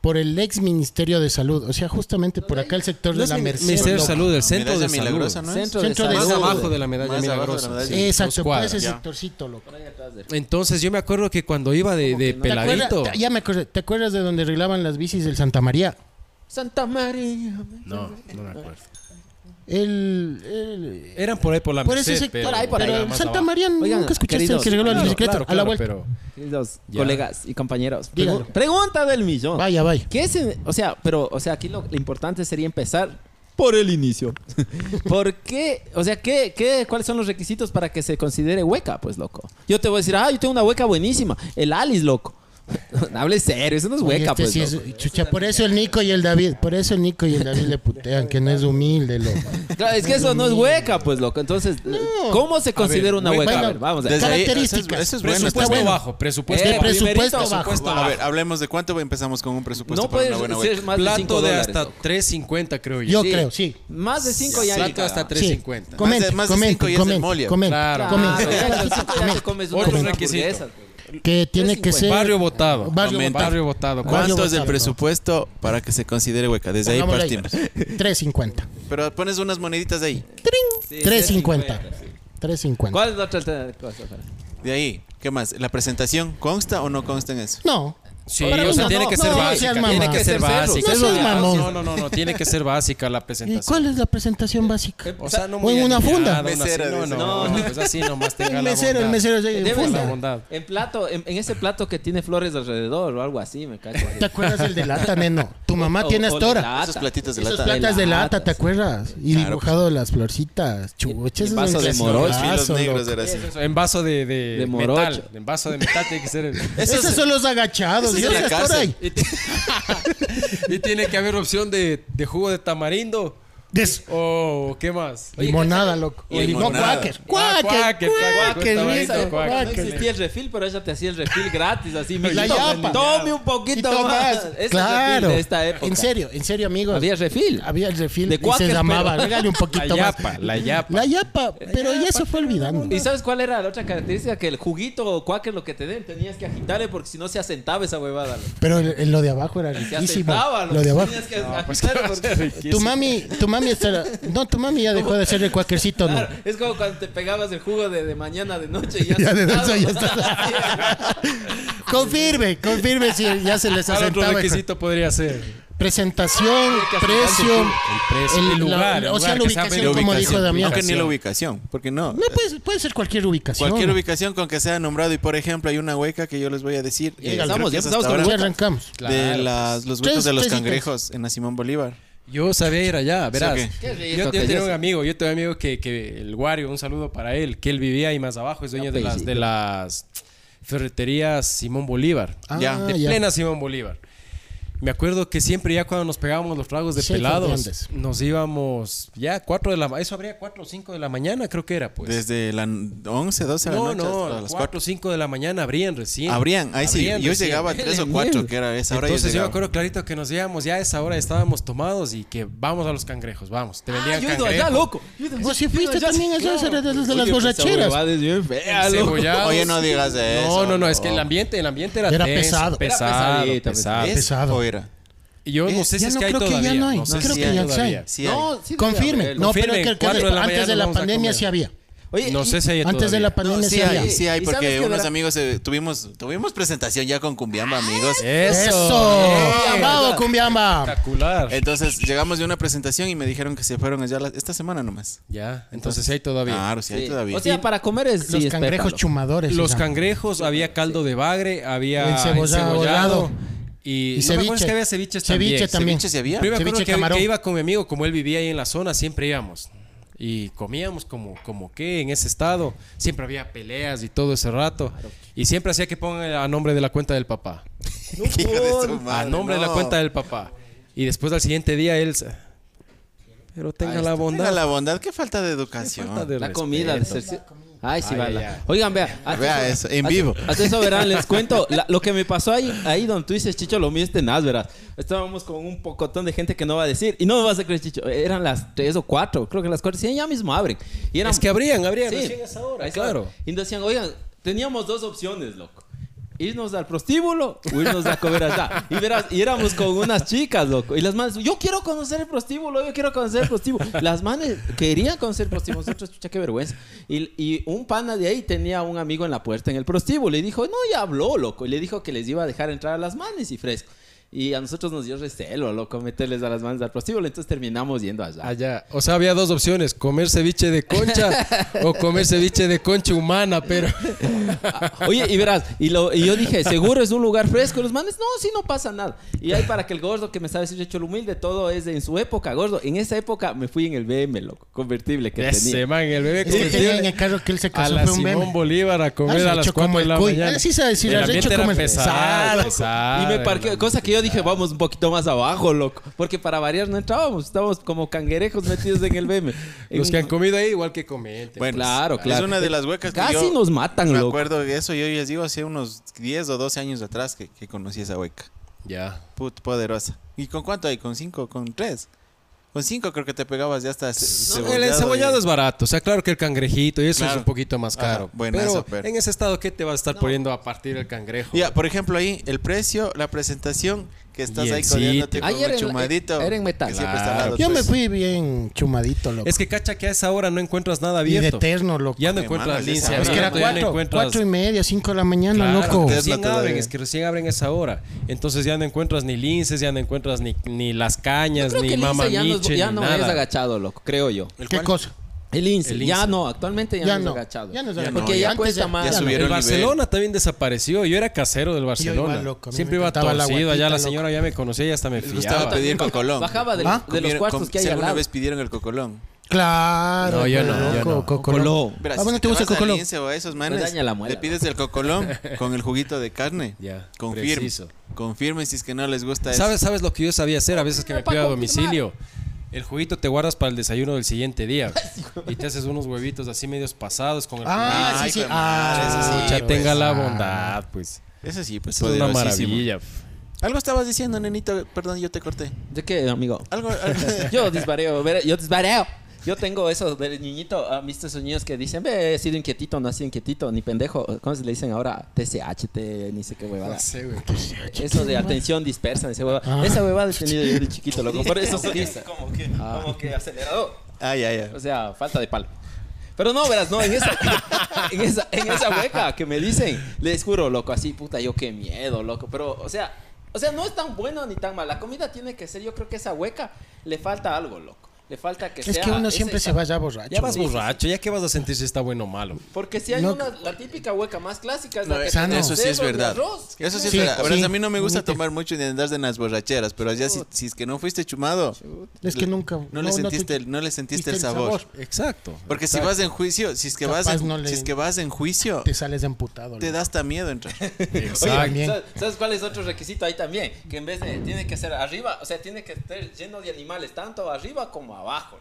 Speaker 2: Por el ex Ministerio de Salud, o sea, justamente por acá el sector
Speaker 1: No
Speaker 2: de
Speaker 1: es
Speaker 2: la
Speaker 1: mi-
Speaker 2: Merced.
Speaker 1: Ministerio de
Speaker 2: loco.
Speaker 1: Salud, el centro
Speaker 3: Medalla
Speaker 1: de salud.
Speaker 3: milagrosa, ¿no? es?
Speaker 4: Centro,
Speaker 2: Centro
Speaker 4: de,
Speaker 2: de
Speaker 1: Más
Speaker 2: salud.
Speaker 1: abajo de la medalla
Speaker 3: Más abajo de la
Speaker 1: milagrosa.
Speaker 3: medalla.
Speaker 1: sí,
Speaker 2: Exacto,
Speaker 1: dos
Speaker 2: por
Speaker 1: cuadras.
Speaker 2: ese
Speaker 3: ya.
Speaker 2: sectorcito, loco. ¿Te
Speaker 1: Entonces yo me acuerdo que cuando iba de, de
Speaker 2: acuerdas-
Speaker 1: peladito.
Speaker 2: Ya me acordé, ¿te acuerdas de donde arreglaban las bicis del Santa María?
Speaker 4: Santa María.
Speaker 1: No, no me acuerdo.
Speaker 2: El, el-
Speaker 1: Eran por ahí por la
Speaker 2: Eh, por ese
Speaker 1: Merced,
Speaker 2: sector,
Speaker 1: Ah, pero-
Speaker 4: Por ahí, por ahí.
Speaker 1: pero
Speaker 2: pero
Speaker 1: más
Speaker 2: Santa
Speaker 1: abajo.
Speaker 2: María
Speaker 4: Oigan,
Speaker 2: nunca escuchaste
Speaker 4: queridos,
Speaker 2: que regaló las
Speaker 1: Claro,
Speaker 2: bicicletas
Speaker 1: claro,
Speaker 2: a la Ah,
Speaker 1: claro,
Speaker 2: vuelta.
Speaker 1: pero-
Speaker 4: Queridos
Speaker 1: Ya.
Speaker 4: colegas y compañeros. pregu-
Speaker 2: Dígalo.
Speaker 4: Pregunta del millón.
Speaker 2: Vaya, vaya.
Speaker 4: ¿Qué es, en- o sea, pero, o sea, aquí lo, lo importante sería empezar por el inicio. [laughs] ¿Por qué? O sea, ¿qué, qué, ¿cuáles son los requisitos para que se considere hueca, pues, loco? Yo te voy a decir, ah, yo tengo una hueca buenísima. El Alice, loco. [laughs] Hable serio, eso no es
Speaker 2: Oye,
Speaker 4: hueca,
Speaker 2: este
Speaker 4: pues.
Speaker 2: sí es-
Speaker 4: loco.
Speaker 2: chucha, por eso el Nico y el David, por eso el Nico y el David le putean, que no es humilde, loco.
Speaker 4: Claro, es que eso no es hueca, pues, loco. Entonces, ¿cómo se considera una hueca?
Speaker 2: hueca-
Speaker 4: A ver, vamos a ver.
Speaker 3: Desde ahí-
Speaker 2: Características.
Speaker 3: eso es, eso es bueno.
Speaker 1: Presupuesto
Speaker 3: está bueno.
Speaker 1: bajo, pues presupuesto
Speaker 4: Eh,
Speaker 1: bajo.
Speaker 2: presupuesto
Speaker 4: primerito,
Speaker 2: bajo.
Speaker 4: presupuesto
Speaker 3: A ver, hablemos de cuánto empezamos con un presupuesto
Speaker 4: No
Speaker 3: para
Speaker 4: puedes
Speaker 3: una buena
Speaker 4: ser
Speaker 3: hueca.
Speaker 4: más de 5
Speaker 1: Plato de
Speaker 4: dólares.
Speaker 1: hasta
Speaker 4: loco.
Speaker 1: 3.50 creo yo.
Speaker 2: Yo creo, sí.
Speaker 4: Más de 5 ya.
Speaker 1: Plato hasta
Speaker 4: tres.
Speaker 1: 3.50.
Speaker 2: Comenta,
Speaker 3: Más de- más de
Speaker 2: comenta,
Speaker 3: cinco y es el
Speaker 2: comenta,
Speaker 3: molio.
Speaker 2: comenta,
Speaker 1: Claro.
Speaker 4: Ah,
Speaker 2: comenta.
Speaker 4: comes
Speaker 1: Otro
Speaker 4: unas
Speaker 1: requisito.
Speaker 4: hamburguesas, pues.
Speaker 2: Que tiene que ser
Speaker 1: Barrio votado.
Speaker 2: Barrio
Speaker 1: Comenta.
Speaker 2: votado.
Speaker 1: Barrio votado.
Speaker 2: Barrio
Speaker 3: ¿Cuánto es el
Speaker 2: votado.
Speaker 3: presupuesto para que se considere hueca? Desde ahí
Speaker 2: Pongámosle
Speaker 3: partimos.
Speaker 2: 350.
Speaker 3: Pero pones unas moneditas de ahí.
Speaker 4: Sí,
Speaker 2: 3.50.
Speaker 4: 3.50, sí.
Speaker 2: 3.50.
Speaker 4: ¿Cuál es la otra alter- cosa?
Speaker 3: De ahí. ¿Qué más? ¿La presentación consta o no consta en eso?
Speaker 2: No.
Speaker 1: Sí,
Speaker 2: Para
Speaker 1: o
Speaker 2: mí
Speaker 1: sea,
Speaker 2: no,
Speaker 1: tiene
Speaker 2: no,
Speaker 1: que ser
Speaker 2: no,
Speaker 1: básica.
Speaker 2: seas mamá.
Speaker 1: Tiene que ser
Speaker 4: No seas
Speaker 1: básica.
Speaker 2: mamón.
Speaker 1: No, no, no, no, tiene que ser básica la
Speaker 2: [laughs] ¿Y
Speaker 1: presentación.
Speaker 2: cuál es la presentación básica?
Speaker 1: O sea, no
Speaker 2: O
Speaker 1: muy
Speaker 2: en una
Speaker 1: aliviada,
Speaker 2: funda.
Speaker 1: una
Speaker 3: Mesera,
Speaker 1: así, no,
Speaker 3: dice.
Speaker 1: no, no, pues así nomás
Speaker 2: [laughs]
Speaker 1: tenga
Speaker 2: El
Speaker 1: la
Speaker 2: mesero, el
Speaker 1: bondad.
Speaker 2: mesero llega y
Speaker 4: Debe
Speaker 1: Tenga
Speaker 2: funda.
Speaker 1: la bondad.
Speaker 4: En plato, en, en ese plato que tiene flores alrededor o algo así, me cacho.
Speaker 2: ¿Te acuerdas del de lata, neno? Tu mamá
Speaker 4: O-
Speaker 2: tiene
Speaker 4: o de
Speaker 2: Astora.
Speaker 4: lata.
Speaker 3: Esos platitos de
Speaker 2: Esas
Speaker 3: lata.
Speaker 2: placas de lata, ¿te
Speaker 4: latas.
Speaker 2: acuerdas? Y
Speaker 3: Claro,
Speaker 2: dibujado las florcitas. Chuches.
Speaker 4: el vaso de morocho.
Speaker 3: Los filos negros era así.
Speaker 1: Eso, En vaso de, de
Speaker 4: De morocho.
Speaker 1: metal. En vaso de metal tiene que ser. el-
Speaker 3: Eso
Speaker 2: Esos
Speaker 3: es-
Speaker 2: son los agachados.
Speaker 3: eso es
Speaker 2: Yo
Speaker 3: de la
Speaker 2: sé, Astora,
Speaker 3: cárcel.
Speaker 2: y-
Speaker 1: [laughs] y tiene que haber opción de, de jugo de tamarindo.
Speaker 2: de eso.
Speaker 1: O qué
Speaker 2: [laughs]
Speaker 1: más.
Speaker 2: Limonada, loco.
Speaker 3: Y
Speaker 2: No,
Speaker 3: limonada.
Speaker 2: cuáquer.
Speaker 3: Ah,
Speaker 2: Cuáquer,
Speaker 1: cuáquer, cuáquer,
Speaker 2: cuáquer,
Speaker 1: cuáquer,
Speaker 2: risa,
Speaker 1: cuáquer.
Speaker 4: No
Speaker 2: cuáquer.
Speaker 4: existía el refil, pero ella te hacía el refil gratis, así.
Speaker 2: La
Speaker 4: mijito,
Speaker 2: yapa.
Speaker 4: Tome un
Speaker 2: Y
Speaker 4: poquito más.
Speaker 2: tomás.
Speaker 4: Ese es el
Speaker 2: Claro.
Speaker 4: refil de esta época.
Speaker 2: En serio, en serio, amigos.
Speaker 4: Había refil.
Speaker 2: Había el refil
Speaker 4: De
Speaker 2: y
Speaker 4: cuáquer,
Speaker 2: se llamaba.
Speaker 4: pero-
Speaker 2: Regale un poquito
Speaker 1: La
Speaker 2: más.
Speaker 1: yapa, la yapa.
Speaker 2: La yapa, pero ya se fue olvidando.
Speaker 4: ¿Y sabes cuál era la otra característica? Que el juguito o cuáquer lo que te den tenías que agitarle porque si no se asentaba esa huevada. loco.
Speaker 2: Pero el- el- lo de abajo era
Speaker 4: Se
Speaker 2: riquísimo.
Speaker 4: asentaba, loco.
Speaker 2: Lo de abajo.
Speaker 4: Tenías que
Speaker 1: pues
Speaker 4: agitarle porque-
Speaker 2: Tu mami, tu mami estará- No, tu mami ya dejó de ser el cuáquercito, no.
Speaker 4: Claro, es como cuando te pegabas el jugo de, de mañana, de noche y ya,
Speaker 2: [laughs] Ya de
Speaker 4: sentado.
Speaker 2: noche ya
Speaker 4: [laughs]
Speaker 2: Confirme, confirme si ya se les
Speaker 1: ¿Cuál otro
Speaker 2: asentaba.
Speaker 1: requisito podría ser?
Speaker 2: Presentación,
Speaker 4: que
Speaker 2: precio,
Speaker 1: precio, el lugar,
Speaker 2: la-
Speaker 1: el
Speaker 2: o sea,
Speaker 1: lugar
Speaker 2: la
Speaker 1: que sea
Speaker 2: ubicación,
Speaker 1: medio
Speaker 2: como
Speaker 1: ubicación.
Speaker 2: dijo Damián.
Speaker 3: Aunque ni la ubicación, porque no.
Speaker 2: No, puede, puede ser cualquier ubicación.
Speaker 3: Cualquier ubicación con que sea nombrado. Y por ejemplo, hay una hueca que yo les voy a decir. eh,
Speaker 4: Empezamos,
Speaker 3: creo que
Speaker 4: ya
Speaker 3: es
Speaker 4: empezamos
Speaker 3: hasta
Speaker 4: con
Speaker 2: Ya
Speaker 3: ahora,
Speaker 2: arrancamos.
Speaker 3: De
Speaker 1: Claro.
Speaker 3: las- los huecos
Speaker 2: Tres-
Speaker 3: de los
Speaker 2: tres
Speaker 3: cangrejos en la Simón Bolívar.
Speaker 1: Yo sabía ir allá, verás.
Speaker 3: ¿Sí
Speaker 4: o qué?
Speaker 1: yo, yo
Speaker 4: Qué rico,
Speaker 1: tenía un
Speaker 4: Callazo.
Speaker 1: amigo, yo tenía un amigo que, que el Wario, un saludo para él, que él vivía ahí más abajo, es dueño de las, de las ferreterías Simón Bolívar.
Speaker 2: Ah,
Speaker 3: Ya,
Speaker 1: de plena Simón Bolívar. Me acuerdo que siempre ya cuando nos pegábamos los tragos de
Speaker 2: Sí, Fernández.
Speaker 1: pelados, nos íbamos ya 4 de la ma- eso habría 4 o 5 de la mañana, creo que era, pues.
Speaker 3: Desde las 11, 12 de la
Speaker 1: no,
Speaker 3: noche hasta
Speaker 1: no,
Speaker 3: las
Speaker 1: 4
Speaker 3: 4.
Speaker 1: o 5 de la mañana abrían recién.
Speaker 3: Abrían, ahí sí.
Speaker 1: Abrían
Speaker 3: Yo
Speaker 1: recién.
Speaker 3: llegaba a 3
Speaker 1: [laughs]
Speaker 3: o 4, que era esa hora. yo
Speaker 1: Entonces yo, me
Speaker 3: llegaba.
Speaker 1: acuerdo clarito que nos íbamos ya a esa hora, estábamos tomados y que vamos a los cangrejos, vamos. Te vendían
Speaker 4: Ah, yo he ido
Speaker 1: cangrejos. [laughs]
Speaker 4: allá, loco. Yo he ido
Speaker 2: Vos sí
Speaker 4: yo he ido
Speaker 2: fuiste
Speaker 4: allá,
Speaker 2: también a
Speaker 4: claro.
Speaker 2: esas de, de- de las
Speaker 4: Oye, pues, esa
Speaker 2: borracheras.
Speaker 4: huevada es bien fea, loco.
Speaker 1: Cebollados.
Speaker 3: Oye, no digas eso.
Speaker 1: No, no, no, es que el
Speaker 3: loco.
Speaker 1: ambiente, el ambiente era,
Speaker 2: Era
Speaker 1: tenso,
Speaker 2: pesado. Era
Speaker 1: Pesado,
Speaker 4: pesadito,
Speaker 1: Ah, pesado.
Speaker 3: ¿Es
Speaker 2: pesado.
Speaker 3: o era?
Speaker 1: Y Yo no
Speaker 3: Eh,
Speaker 1: sé si
Speaker 2: ya
Speaker 1: es
Speaker 2: no
Speaker 1: que hay
Speaker 2: creo que ya
Speaker 1: todavía.
Speaker 2: no hay,
Speaker 1: sé
Speaker 2: no
Speaker 1: si
Speaker 2: creo que
Speaker 1: hay
Speaker 2: ya
Speaker 1: todavía.
Speaker 2: hay.
Speaker 3: Sí, hay.
Speaker 4: No, sí debe
Speaker 2: Confirme.
Speaker 4: haber,
Speaker 2: No,
Speaker 4: loco.
Speaker 2: pero
Speaker 1: Confirme,
Speaker 2: que- que
Speaker 1: cuatro de la
Speaker 2: antes de
Speaker 1: mañana
Speaker 2: la
Speaker 1: vamos a
Speaker 2: pandemia
Speaker 1: comer.
Speaker 2: sí había.
Speaker 4: Oye,
Speaker 1: No
Speaker 4: y-
Speaker 1: sé si hay
Speaker 2: Antes de
Speaker 1: todavía.
Speaker 2: la pandemia
Speaker 3: sí,
Speaker 2: sí había.
Speaker 3: hay, sí hay,
Speaker 4: ¿Y sabes
Speaker 3: porque
Speaker 4: qué,
Speaker 3: unos
Speaker 4: verdad?
Speaker 3: amigos eh, tuvimos, tuvimos presentación ya con Cumbiamba, amigos.
Speaker 1: Eso.
Speaker 2: Eso. Bravo, Cumbiamba.
Speaker 1: Espectacular.
Speaker 3: Entonces llegamos de una presentación y me dijeron que se fueron allá la- esta semana nomás.
Speaker 1: Ya, entonces sí hay todavía.
Speaker 3: Claro, sí, hay
Speaker 4: Sí.
Speaker 3: todavía.
Speaker 4: O sea, para comer es
Speaker 2: Los
Speaker 4: sí, es
Speaker 2: cangrejos
Speaker 4: pétalo.
Speaker 2: chumadores. se
Speaker 1: Los
Speaker 2: llaman.
Speaker 1: cangrejos, había caldo de bagre, había
Speaker 2: Encebollado.
Speaker 1: encebollado. Y,
Speaker 2: Y
Speaker 1: no me acuerdo,
Speaker 2: ceviche.
Speaker 1: es que había ceviches
Speaker 2: Ceviche
Speaker 1: también.
Speaker 2: también.
Speaker 3: Ceviche sí había.
Speaker 1: Yo me acuerdo
Speaker 2: Ceviche
Speaker 1: que- que,
Speaker 2: camarón.
Speaker 1: iba con mi amigo, como él vivía ahí en la zona, siempre íbamos. Y comíamos como, como que en ese estado. Siempre había peleas y todo ese rato. Y siempre hacía que pongan a nombre de la cuenta del papá.
Speaker 3: [laughs] Hijo de su
Speaker 1: a
Speaker 3: madre,
Speaker 1: nombre de la
Speaker 3: no.
Speaker 1: cuenta del papá. Y después al siguiente día él... se- Pero tenga
Speaker 3: Ahí
Speaker 1: la
Speaker 3: está.
Speaker 1: bondad.
Speaker 3: Tenga la bondad, qué falta de educación.
Speaker 1: falta de
Speaker 4: La
Speaker 1: respeto.
Speaker 4: comida. de cerci- Ay, sí,
Speaker 1: Ay,
Speaker 4: va.
Speaker 1: ay,
Speaker 4: la-
Speaker 1: ay.
Speaker 4: Oigan, vea. antes-
Speaker 3: Vea eso, en
Speaker 4: antes-
Speaker 3: vivo.
Speaker 4: Antes eso, verán, les cuento. la- lo que me pasó ahí, ahí donde tú dices, Chicho, lo mío es tenaz, verás. Estábamos con un pocotón de gente que no va a decir. Y no me vas a creer, Chicho. Eran las tres o cuatro. Creo que las cuatro. Sí, ya mismo abren. Y eran,
Speaker 1: Es que abrían, abrían.
Speaker 4: Sí.
Speaker 1: recién a esa hora,
Speaker 4: Ahí está.
Speaker 1: claro.
Speaker 4: Y nos decían, oigan, teníamos dos opciones, loco. Irnos al prostíbulo o irnos a comer allá. Y, verás, y éramos con unas chicas, loco. Y las manes, yo quiero conocer el prostíbulo, yo quiero conocer el prostíbulo. Las manes querían conocer el prostíbulo. Nosotros, chucha, qué vergüenza. Y, y un pana de ahí tenía un amigo en la puerta en el prostíbulo. Y dijo, no, ya habló, loco. Y le dijo que les iba a dejar entrar a las manes y fresco. Y a nosotros nos dio recelo, loco, meterles a las manes al prostíbulo. Entonces terminamos yendo allá.
Speaker 1: Allá. O sea, había dos opciones, comer ceviche de concha [laughs] o comer ceviche de concha humana, pero...
Speaker 4: Ah, Oye, y verás, y, lo, y yo dije, seguro es un lugar fresco. Los manes, no, sí, no pasa nada. Y ahí para que el gordo que me sabe decir, hecho el humilde, todo es en su época, gordo. En esa época me fui en el BM, loco, convertible que
Speaker 1: Ese
Speaker 4: tenía.
Speaker 1: man, el bebé
Speaker 2: Es que
Speaker 1: convertido
Speaker 2: tenía en el carro que él se
Speaker 1: a
Speaker 2: casó
Speaker 1: la
Speaker 2: fue un
Speaker 1: Simón
Speaker 2: meme.
Speaker 1: Bolívar a comer
Speaker 2: Has
Speaker 1: a las
Speaker 2: hecho como
Speaker 1: 4 de
Speaker 2: el
Speaker 1: la
Speaker 2: cuy.
Speaker 1: mañana.
Speaker 2: Ah, sí sabes decir,
Speaker 1: El
Speaker 2: has
Speaker 1: ambiente
Speaker 2: hecho
Speaker 1: era
Speaker 2: como el-
Speaker 1: pesado,
Speaker 4: Y
Speaker 1: pesado,
Speaker 4: me parqué,
Speaker 1: hermano.
Speaker 4: cosa que yo dije, vamos un poquito más abajo, loco. Porque para variar no entrábamos, estábamos como canguerejos metidos en el BM.
Speaker 1: [laughs]
Speaker 4: En
Speaker 1: Los que
Speaker 4: un-
Speaker 1: han comido ahí, igual que comenten.
Speaker 3: Bueno,
Speaker 4: Claro,
Speaker 3: Es
Speaker 4: claro.
Speaker 3: una de las huecas que
Speaker 4: Casi
Speaker 3: yo
Speaker 4: nos matan,
Speaker 3: Me
Speaker 4: loco.
Speaker 3: acuerdo de eso, yo les digo, hace unos 10 o 12 años atrás que, que conocí esa hueca.
Speaker 1: ya.
Speaker 3: Put, poderosa. ¿Y con cuánto hay? ¿Con 5? ¿Con 3? Con 5 creo que te pegabas ya hasta ce-
Speaker 1: el encebollado
Speaker 3: y-
Speaker 1: es barato, o sea, claro que el cangrejito y eso
Speaker 3: Claro.
Speaker 1: es un poquito más
Speaker 3: Ajá,
Speaker 1: caro. pero,
Speaker 3: buenazo, pero-
Speaker 1: en ese estado, ¿qué te vas a estar poniendo a partir el cangrejo?
Speaker 3: Ya, por ejemplo, ahí el precio, la presentación, que estás
Speaker 1: Y
Speaker 3: ahí
Speaker 1: el
Speaker 3: codeándote
Speaker 1: City.
Speaker 3: con
Speaker 4: Ayer
Speaker 3: un
Speaker 4: en-
Speaker 3: chumadito.
Speaker 4: era en Metal.
Speaker 3: que siempre está al lado,
Speaker 2: Yo me
Speaker 3: pues.
Speaker 2: fui bien chumadito, loco.
Speaker 1: Es que cacha que a esa hora no encuentras nada
Speaker 2: y de
Speaker 1: abierto.
Speaker 2: eterno, loco.
Speaker 1: Ya no
Speaker 3: Me
Speaker 1: encuentras
Speaker 3: mandas esa
Speaker 1: lince
Speaker 3: hora.
Speaker 2: es que era
Speaker 1: abierto, ya no
Speaker 2: cuatro,
Speaker 1: encuentras-
Speaker 2: cuatro y media, cinco de la mañana,
Speaker 1: Claro,
Speaker 2: loco.
Speaker 3: Tesla
Speaker 1: Recién
Speaker 3: todavía.
Speaker 1: abren, es que recién abren esa hora. Entonces ya no encuentras ni linces, ya no encuentras ni, ni las cañas,
Speaker 4: Creo que
Speaker 1: ni
Speaker 4: el
Speaker 1: mamá
Speaker 4: Ince ya no,
Speaker 1: miche,
Speaker 4: ya
Speaker 1: ni
Speaker 4: no es
Speaker 1: nada.
Speaker 4: agachado, loco, creo yo.
Speaker 3: ¿El
Speaker 2: ¿Qué
Speaker 3: cual?
Speaker 2: cosa?
Speaker 4: El Ince,
Speaker 1: El
Speaker 4: ya
Speaker 1: Ince.
Speaker 4: no, actualmente ya,
Speaker 2: Ya
Speaker 4: no es
Speaker 2: no.
Speaker 4: agachado.
Speaker 2: Ya no es
Speaker 3: Ya
Speaker 2: agachado.
Speaker 4: Porque
Speaker 3: no,
Speaker 4: ya
Speaker 3: antes
Speaker 4: cuesta
Speaker 2: ya-
Speaker 4: más.
Speaker 2: ya
Speaker 4: no.
Speaker 3: subieron.
Speaker 1: El
Speaker 3: nivel.
Speaker 1: Barcelona también desapareció. Yo era casero del Barcelona.
Speaker 2: loco, a mí
Speaker 1: Siempre
Speaker 2: me
Speaker 1: iba
Speaker 2: encantaba la
Speaker 1: torcido. Ya
Speaker 2: guatita,
Speaker 1: la señora ya me conocía y hasta me
Speaker 3: Les gustaba
Speaker 1: fiaba.
Speaker 3: pedir cocolón.
Speaker 4: Bajaba de,
Speaker 2: ¿Ah?
Speaker 4: de los
Speaker 3: Comieron-
Speaker 4: cuartos
Speaker 3: com-
Speaker 4: que hay
Speaker 3: si
Speaker 4: al
Speaker 3: alguna
Speaker 4: lado.
Speaker 3: vez pidieron el cocolón.
Speaker 2: Claro.
Speaker 1: No, yo
Speaker 2: pero,
Speaker 1: no, yo
Speaker 2: loco,
Speaker 1: no.
Speaker 2: Cocolón.
Speaker 1: Cocolón.
Speaker 3: Verás,
Speaker 4: Ah,
Speaker 2: ¿A dónde
Speaker 3: si
Speaker 2: te gusta el
Speaker 3: vas al
Speaker 2: cocolón?
Speaker 3: Lince o a esos manes,
Speaker 4: daña la muela,
Speaker 3: le pides el
Speaker 4: [laughs]
Speaker 3: cocolón con el juguito de carne.
Speaker 1: Ya,
Speaker 3: Confirme.
Speaker 1: preciso.
Speaker 3: Confirme si es que no les gusta eso.
Speaker 1: ¿Sabes, ¿Sabes lo que yo sabía hacer a veces que me
Speaker 4: Para
Speaker 1: pido a
Speaker 4: confirmar.
Speaker 1: domicilio? El juguito te guardas para el desayuno del siguiente día. y te haces unos huevitos así medios pasados con el
Speaker 2: Ah,
Speaker 3: Ay,
Speaker 2: sí, sí.
Speaker 3: hijo de madre, eso
Speaker 2: Ah,
Speaker 1: juguito.
Speaker 3: sí,
Speaker 1: Pucha,
Speaker 3: pues.
Speaker 1: tenga la bondad, pues.
Speaker 3: Eso sí, pues
Speaker 1: Es una
Speaker 3: poderosísimo.
Speaker 1: maravilla.
Speaker 3: Algo estabas diciendo, nenito. Perdón, yo te corté.
Speaker 4: ¿De qué, amigo?
Speaker 3: Algo. algo- [laughs]
Speaker 4: [laughs] Yo dispareo, ver- yo dispareo. Yo tengo eso del niñito, ah, ¿viste esos niños que dicen, ve, he sido inquietito, no he sido inquietito, ni pendejo? ¿Cómo se le dicen ahora? TCHT, ni sé qué huevada. Eso de atención dispersa, esa huevada.
Speaker 2: Ah.
Speaker 4: Esa huevada he tenido yo de chiquito, loco. Por eso soy
Speaker 5: Como que,
Speaker 4: Ah.
Speaker 5: como que acelerado.
Speaker 3: Ay, ay, ay.
Speaker 4: O sea, falta de palo. Pero no, verás, no, en esa, [laughs] en esa, en esa hueca que me dicen, les juro, loco, así, puta, yo qué miedo, loco. Pero, o sea, o sea, no es tan bueno ni tan mal. La comida tiene que ser, yo creo que esa hueca le falta algo, loco. Le falta que sea.
Speaker 2: Es que uno
Speaker 4: ese-
Speaker 2: siempre se va ya borracho.
Speaker 1: Ya vas
Speaker 2: loco.
Speaker 1: borracho, ya que vas a sentir si está bueno o malo.
Speaker 4: Porque si hay
Speaker 2: No.
Speaker 4: una, la típica hueca más clásica es la
Speaker 3: No,
Speaker 4: que
Speaker 3: eso
Speaker 2: sano.
Speaker 4: tiene
Speaker 3: sí es
Speaker 4: cerdo y
Speaker 3: verdad.
Speaker 4: arroz.
Speaker 3: Eso sí es
Speaker 2: Sí,
Speaker 3: verdad. Verás,
Speaker 2: sí.
Speaker 3: a mí no me gusta
Speaker 2: Ni te-
Speaker 3: tomar mucho ni andar de las borracheras, pero ya si, si es que no fuiste chumado,
Speaker 2: Es que nunca.
Speaker 3: no, le sentiste, el, no le sentiste el sabor.
Speaker 1: Exacto.
Speaker 3: Porque si
Speaker 1: exacto.
Speaker 3: vas en juicio, si es que vas,
Speaker 2: Capaz
Speaker 3: en,
Speaker 2: no le-
Speaker 3: si es que vas en juicio,
Speaker 2: Te sales emputado.
Speaker 3: te
Speaker 2: loco.
Speaker 3: da hasta
Speaker 2: [laughs]
Speaker 3: miedo entrar. [laughs]
Speaker 4: Oye,
Speaker 1: Exacto.
Speaker 2: También.
Speaker 4: ¿sabes, sabes cuál es otro requisito ahí también? Que en vez de, tiene que ser arriba, o sea, tiene que estar lleno de animales, tanto arriba como abajo.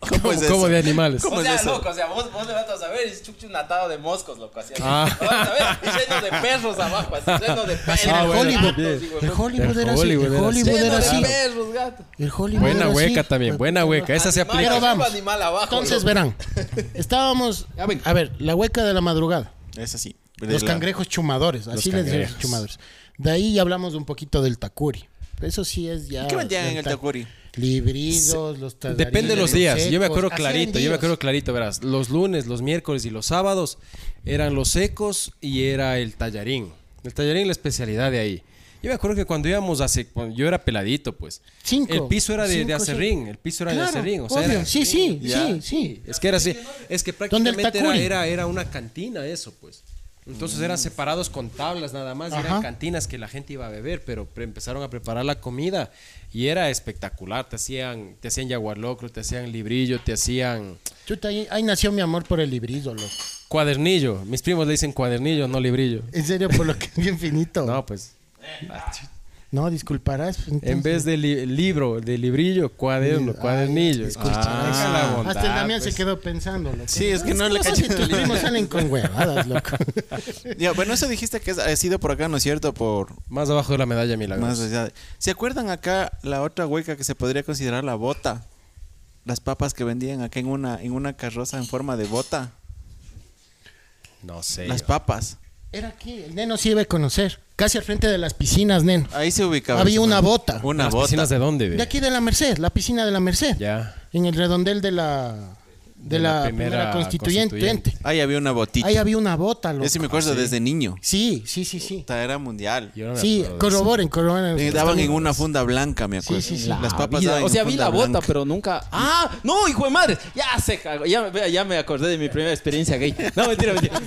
Speaker 3: ¿Cómo,
Speaker 1: ¿Cómo,
Speaker 3: es eso?
Speaker 1: cómo de animales?
Speaker 3: ¿Cómo
Speaker 4: o
Speaker 3: es
Speaker 4: sea,
Speaker 3: eso?
Speaker 4: loco, o sea, vos, vos le vas a saber y es chuchu un atado de moscos, loco, así. así.
Speaker 1: Ah.
Speaker 4: Vas a ver, y lleno de perros abajo, así, lleno de perros.
Speaker 3: Ah,
Speaker 2: Así era el
Speaker 1: bueno,
Speaker 2: Hollywood.
Speaker 1: también.
Speaker 2: El Hollywood
Speaker 1: El
Speaker 2: era así.
Speaker 1: Hollywood
Speaker 2: El
Speaker 1: era así.
Speaker 2: Hollywood
Speaker 4: Lleno
Speaker 2: era
Speaker 4: de
Speaker 2: así.
Speaker 4: perros, gato.
Speaker 2: El Hollywood
Speaker 1: Buena
Speaker 2: era así.
Speaker 1: hueca también, buena hueca. Esa se
Speaker 4: Animal
Speaker 1: aplica.
Speaker 2: Pero vamos.
Speaker 4: animal abajo.
Speaker 2: Entonces,
Speaker 4: loco.
Speaker 2: verán. Estábamos. A ver, la hueca de la madrugada.
Speaker 3: Es así.
Speaker 2: Los cangrejos chumadores, así les decimos
Speaker 1: cangrejos.
Speaker 2: chumadores. De ahí ya hablamos un poquito del takuri. Eso sí es ya.
Speaker 3: ¿Qué vendían en el
Speaker 2: ta-
Speaker 3: Takuri?
Speaker 2: Libridos, los tallarines.
Speaker 1: Depende de los días. Yo me acuerdo
Speaker 2: secos. Así
Speaker 1: clarito, yo
Speaker 2: vendidos.
Speaker 1: me acuerdo clarito, verás. Los lunes, los miércoles y los sábados eran los secos y era el tallarín. El tallarín la especialidad de ahí. Yo me acuerdo que cuando íbamos a sec- cuando yo era peladito, pues.
Speaker 2: Cinco.
Speaker 1: El piso era de, de
Speaker 2: Cinco,
Speaker 1: acerrín, el piso era
Speaker 2: Claro,
Speaker 1: de acerrín, o sea,
Speaker 2: obvio.
Speaker 1: era-
Speaker 2: sí, sí,
Speaker 3: Ya.
Speaker 2: sí, sí.
Speaker 1: es que era así, es que
Speaker 2: ¿Dónde el
Speaker 1: prácticamente era,
Speaker 2: Takuri? Mm.
Speaker 1: era, era una cantina eso, pues. Entonces eran separados con tablas nada más, y
Speaker 2: Ajá.
Speaker 1: eran cantinas que la gente iba a beber, pero pre- empezaron a preparar la comida y era espectacular, te hacían te hacían yaguarlocro, te hacían librillo, te hacían
Speaker 2: Chuta, ahí, ahí nació mi amor por el librido, loco.
Speaker 1: cuadernillo, mis primos le dicen cuadernillo, no librillo.
Speaker 2: En serio, por lo que es bien finito.
Speaker 1: No,
Speaker 2: No,
Speaker 1: pues
Speaker 2: disculparás. pues,
Speaker 1: en vez de li- libro, de librillo, cuaderno, cuadernillo. Ah, la bondad,
Speaker 2: Hasta el Damián
Speaker 1: pues.
Speaker 2: se quedó pensando, loco.
Speaker 3: Sí, es que no le
Speaker 2: No sé
Speaker 3: caché
Speaker 2: si tus primos salen con
Speaker 1: [laughs]
Speaker 2: huevadas, loco.
Speaker 3: [laughs] Ya, bueno, eso dijiste que es- ha sido por acá, ¿no es cierto? Por
Speaker 1: Más abajo de la medalla milagrosa.
Speaker 3: más allá. de- ¿Se acuerdan acá la otra hueca que se podría considerar la bota? Las papas que vendían acá en una, en una carroza en forma de bota.
Speaker 1: No sé.
Speaker 3: Las
Speaker 1: yo.
Speaker 3: papas.
Speaker 2: Era aquí, el neno sí iba a conocer. Casi al frente de las piscinas, neno.
Speaker 3: Ahí se ubicaba.
Speaker 2: Había
Speaker 3: esa
Speaker 2: una
Speaker 3: madre.
Speaker 2: bota.
Speaker 3: Una
Speaker 1: ¿Las
Speaker 3: bota.
Speaker 1: piscinas de dónde? ve?
Speaker 2: De aquí de la Merced, la piscina de la Merced.
Speaker 1: Ya.
Speaker 2: En el redondel de la, de
Speaker 1: De
Speaker 2: la, primera, constituyente.
Speaker 3: Ahí había una botita.
Speaker 2: Ahí había una bota, loco.
Speaker 3: Yo sí me acuerdo desde niño.
Speaker 2: Sí, sí, sí, sí.
Speaker 3: Puta, Era mundial.
Speaker 1: Yo no me
Speaker 2: Sí,
Speaker 1: acuerdo de eso.
Speaker 2: corroboren, corroboren.
Speaker 3: Eh, daban en una funda blanca, me acuerdo.
Speaker 2: Sí, sí, sí.
Speaker 3: Las
Speaker 4: La
Speaker 3: papas
Speaker 4: vida.
Speaker 3: daban
Speaker 4: O
Speaker 3: en
Speaker 4: sea, vi
Speaker 3: funda
Speaker 4: la bota,
Speaker 3: blanca.
Speaker 4: pero nunca. ¡Ah! ¡No, hijo de madre! Ya se cagó. Ya, me- ya me acordé de mi primera experiencia gay. No, mentira, mentira.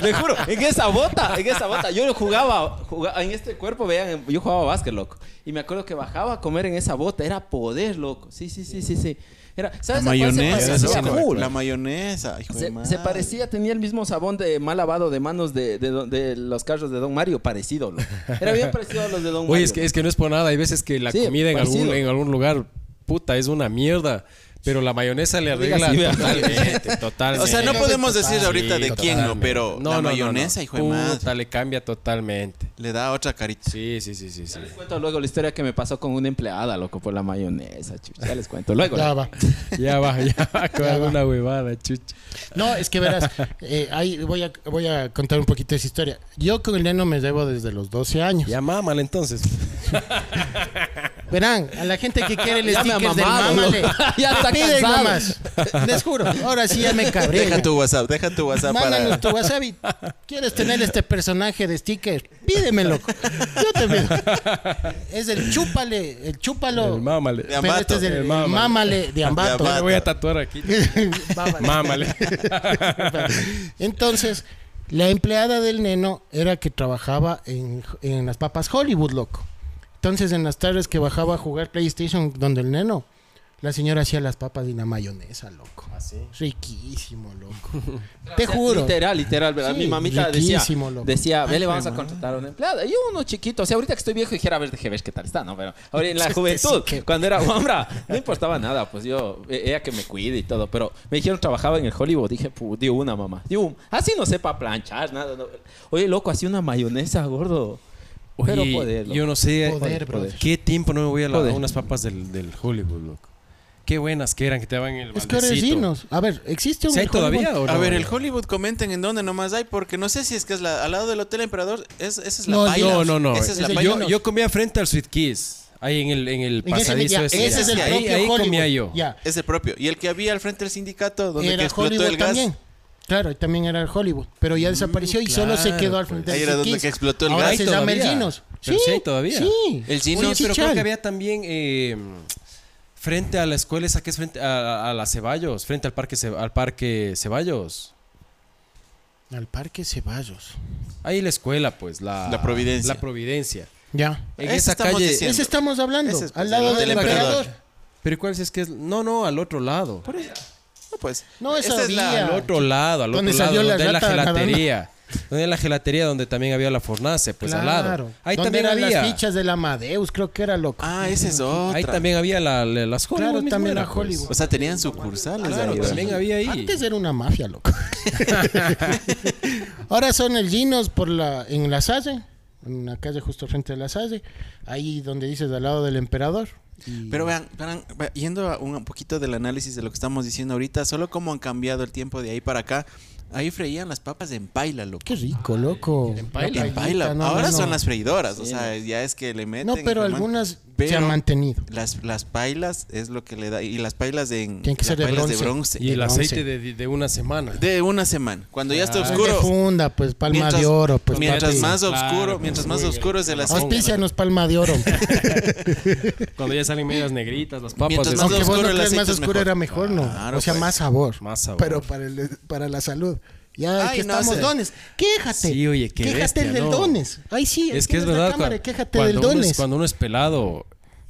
Speaker 4: [laughs] Le juro, en esa bota, en esa bota. Yo jugaba, jugaba- en este cuerpo, vean, yo jugaba básquet, loco. Y me acuerdo que bajaba a comer en esa bota. Era poder, loco. Sí, sí, sí, sí, sí. Era, ¿Sabes
Speaker 3: La
Speaker 4: a cuál se
Speaker 3: mayonesa,
Speaker 4: parecía?
Speaker 1: sí me
Speaker 3: loco.
Speaker 1: acuerdo.
Speaker 3: La mayonesa, hijo de
Speaker 4: Se,
Speaker 3: madre.
Speaker 4: se parecía, tenía el mismo sabón de mal lavado de manos de, de don- de los carros de Don Mario, parecido. loco. Era bien parecido a los de Don Mario.
Speaker 1: Oye, es que, es que no es por nada. Hay veces que la
Speaker 4: Sí,
Speaker 1: comida en algún,
Speaker 4: parecido.
Speaker 1: en algún lugar, puta, es una mierda. Pero la mayonesa le
Speaker 4: digas
Speaker 1: arregla
Speaker 4: así, vea.
Speaker 1: totalmente, [laughs] totalmente.
Speaker 3: O sea, no podemos decir
Speaker 1: Sí,
Speaker 3: ahorita de quién, no,
Speaker 1: totalmente.
Speaker 3: pero
Speaker 1: No,
Speaker 3: la
Speaker 1: no, no,
Speaker 3: mayonesa,
Speaker 1: no.
Speaker 3: hijo de madre.
Speaker 1: Puta, le cambia totalmente.
Speaker 3: Le da otra carita.
Speaker 1: Sí, sí, sí, sí. sí.
Speaker 4: Les cuento luego la historia que me pasó con una empleada, loco, por la mayonesa, chucha. Ya les cuento. Luego.
Speaker 2: Ya va.
Speaker 1: Ya va, ya va con
Speaker 2: Ya va.
Speaker 1: alguna huevada, chucha.
Speaker 2: No, es que verás, eh, ahí voy a, voy a contar un poquito de esa historia. Yo con el neno me debo desde los 12 años.
Speaker 1: Ya mámala entonces.
Speaker 2: Verán, a la gente que quiere el
Speaker 4: Ya me ha
Speaker 2: sticker del
Speaker 4: mamado,
Speaker 2: mámale,
Speaker 4: ¿no? Ya está
Speaker 2: piden
Speaker 4: cansado.
Speaker 2: nomás. Les juro, ahora sí ya me cabré.
Speaker 3: Deja tu WhatsApp, deja tu WhatsApp
Speaker 2: Mándanos
Speaker 3: para.
Speaker 2: tu WhatsApp y quieres tener este personaje de sticker, pídeme loco. Yo te pido. Es el chúpale, el chúpalo.
Speaker 1: El mámale.
Speaker 2: Pero
Speaker 3: Ambato.
Speaker 2: este es el,
Speaker 1: El mámale.
Speaker 2: mámale de Ambato.
Speaker 1: Me voy a tatuar aquí.
Speaker 2: Mámale.
Speaker 1: Mámale.
Speaker 2: [laughs] Entonces, la empleada del neno era que trabajaba en, en las papas Hollywood, loco. Entonces, en las tardes que bajaba a jugar PlayStation donde el neno, la señora hacía las papas y la mayonesa, loco. Riquísimo, loco. Te juro.
Speaker 4: Literal, literal, ¿verdad?
Speaker 2: Sí,
Speaker 4: Mi mamita decía,
Speaker 2: riquísimo, loco.
Speaker 4: decía, ve, le vamos a contratar a un empleado. Y uno chiquito, o sea, ahorita que estoy viejo dijera, a ver, déjeme ver qué tal está, ¿no? Pero ahora en la
Speaker 2: [laughs] Sí,
Speaker 4: juventud,
Speaker 2: sí, que-
Speaker 4: cuando era guambra, no importaba nada, pues yo, eh, ella que me cuide y todo. Pero me dijeron, trabajaba en el Hollywood, dije, "Pu, dio una mamá, dio un- así no sepa planchar, nada. no". Oye, loco, hacía una mayonesa, gordo. Pero
Speaker 1: Oye,
Speaker 4: poder, loco.
Speaker 1: yo no sé
Speaker 2: Poder,
Speaker 1: eh,
Speaker 2: brother.
Speaker 1: qué tiempo no me voy a la, a
Speaker 4: Poder.
Speaker 1: unas papas del, del Hollywood, loco. Qué buenas que eran, que te daban el
Speaker 2: Es que ahora
Speaker 1: baldecito.
Speaker 2: dinos. A ver, ¿existe un
Speaker 1: Este ¿Sí hay
Speaker 2: Hollywood?
Speaker 1: todavía o no?
Speaker 3: A ver, el Hollywood comenten en dónde nomás hay, porque no sé si es que es la- al lado del Hotel Emperador. Es, esa es la
Speaker 2: No,
Speaker 3: paila.
Speaker 1: No, no, no.
Speaker 3: Esa es la
Speaker 2: Ese
Speaker 3: paila.
Speaker 1: yo, yo comía frente al Sweet Kiss. Ahí en el, en el
Speaker 2: En ese-
Speaker 1: pasadizo
Speaker 2: ya,
Speaker 1: ese.
Speaker 2: ese es el
Speaker 1: Ya, ahí,
Speaker 2: propio
Speaker 1: ahí
Speaker 2: Hollywood.
Speaker 1: comía yo.
Speaker 2: Ya.
Speaker 3: Es el propio. Y el que había al frente del sindicato, donde que
Speaker 2: Era
Speaker 3: explotó
Speaker 2: Hollywood
Speaker 3: el gas.
Speaker 2: también. Claro, y también era el Hollywood. Pero ya desapareció y solo se
Speaker 1: Mm, claro,
Speaker 2: quedó al frente
Speaker 3: pues. Ahí
Speaker 2: del
Speaker 3: era donde
Speaker 2: Kiss.
Speaker 3: que explotó el
Speaker 2: Ahora
Speaker 1: gas.
Speaker 2: se
Speaker 1: Hay
Speaker 2: llama el
Speaker 1: todavía.
Speaker 2: Ginos.
Speaker 1: Pero sí hay todavía.
Speaker 2: Sí.
Speaker 3: El Ginos,
Speaker 1: Oye, pero
Speaker 2: Oye,
Speaker 1: creo
Speaker 2: Chichal.
Speaker 1: que había también eh, frente a la escuela esa que es frente a, a la Ceballos, frente al parque, Ce- al parque Ceballos.
Speaker 2: Al Parque Ceballos.
Speaker 1: Ahí la escuela, pues, la,
Speaker 3: La Providencia.
Speaker 1: La Providencia.
Speaker 2: Ya.
Speaker 1: En
Speaker 3: Ese
Speaker 1: esa
Speaker 3: estamos
Speaker 1: calle.
Speaker 3: diciendo.
Speaker 2: Ese estamos hablando.
Speaker 3: Ese es, pues,
Speaker 2: al lado
Speaker 3: el
Speaker 2: del
Speaker 3: Hotel
Speaker 2: emperador.
Speaker 3: Emperador.
Speaker 1: Pero cuál es que es. No, no, al otro lado.
Speaker 3: Por eso. No, pues.
Speaker 2: No, esa
Speaker 3: Esta es
Speaker 2: vía.
Speaker 3: la.
Speaker 1: Al otro lado, al
Speaker 2: Donde
Speaker 1: otro lado,
Speaker 2: salió la
Speaker 1: donde hay la
Speaker 2: rata nadando.
Speaker 1: gelatería. Donde hay la gelatería donde también había la fornace, pues al lado. Ahí
Speaker 2: Donde
Speaker 1: también
Speaker 2: eran
Speaker 1: había.
Speaker 2: las fichas de la Amadeus, creo que era loco.
Speaker 3: Ah, esa es otra.
Speaker 1: Ahí también había la, la- las Hollywood.
Speaker 2: Claro,
Speaker 1: mismo
Speaker 2: también
Speaker 1: era,
Speaker 2: la
Speaker 1: pues.
Speaker 2: Hollywood.
Speaker 3: O sea, tenían sucursales
Speaker 1: Claro,
Speaker 3: ahí.
Speaker 1: también había ahí.
Speaker 2: Antes era una
Speaker 1: [laughs]
Speaker 2: mafia, loco. Ahora son el Ginos por la, en La Salle, en la calle justo frente a La Salle, ahí donde dices al lado del emperador. Y-
Speaker 3: Pero vean, vean, ve- yendo a un un poquito del análisis de lo que estamos diciendo ahorita, solo cómo han cambiado el tiempo de ahí para acá. Ahí freían las papas en paila, loco.
Speaker 2: Qué rico, loco.
Speaker 1: paila.
Speaker 2: La
Speaker 3: En
Speaker 2: pailita,
Speaker 3: paila.
Speaker 2: no,
Speaker 3: Ahora
Speaker 2: no,
Speaker 3: son
Speaker 2: no.
Speaker 3: las freidoras, o sea, ya es que le meten.
Speaker 2: No,
Speaker 3: y
Speaker 2: pero
Speaker 3: ferman-
Speaker 2: algunas se
Speaker 3: Pero
Speaker 2: han mantenido.
Speaker 3: Las, las pailas es lo que le da. Y las pailas de, en-
Speaker 2: Tienen que
Speaker 3: las
Speaker 2: ser de
Speaker 3: pailas
Speaker 2: bronce.
Speaker 1: Y el
Speaker 2: El
Speaker 1: aceite
Speaker 2: once.
Speaker 1: de, de una semana.
Speaker 2: [laughs]
Speaker 3: De una semana. Cuando ya está
Speaker 1: Ah.
Speaker 2: Es
Speaker 3: oscuro.
Speaker 2: de funda, pues palma de oro, pues
Speaker 3: mientras
Speaker 2: papi.
Speaker 3: más
Speaker 1: Claro,
Speaker 3: oscuro,
Speaker 1: pues,
Speaker 3: mientras más
Speaker 1: güey,
Speaker 3: oscuro es el
Speaker 1: más
Speaker 3: asunto.
Speaker 2: Auspícianos palma de
Speaker 3: [laughs]
Speaker 2: oro.
Speaker 1: Cuando ya salen medias negritas, las papas.
Speaker 3: Mientras
Speaker 1: de-
Speaker 3: más
Speaker 2: Aunque vos
Speaker 3: oscuro
Speaker 2: no
Speaker 3: el
Speaker 2: creas,
Speaker 3: aceite
Speaker 2: más
Speaker 3: es
Speaker 2: oscuro
Speaker 3: mejor.
Speaker 2: era mejor, ¿no?
Speaker 3: Claro,
Speaker 2: o sea,
Speaker 3: pues.
Speaker 2: más sabor.
Speaker 1: Más sabor.
Speaker 2: Pero para, el- para la salud. Ya
Speaker 3: Ay,
Speaker 2: que
Speaker 3: no
Speaker 2: estamos
Speaker 3: sé.
Speaker 2: dones. Quéjate.
Speaker 1: Sí, oye, qué
Speaker 2: Quéjate
Speaker 1: bestia,
Speaker 2: del
Speaker 1: ¿no?
Speaker 2: dones. Ay, sí.
Speaker 1: es que es
Speaker 2: tienes la
Speaker 1: verdad.
Speaker 2: cámara,
Speaker 1: cua-
Speaker 2: quéjate del
Speaker 1: uno es-
Speaker 2: dones.
Speaker 1: cuando uno es pelado,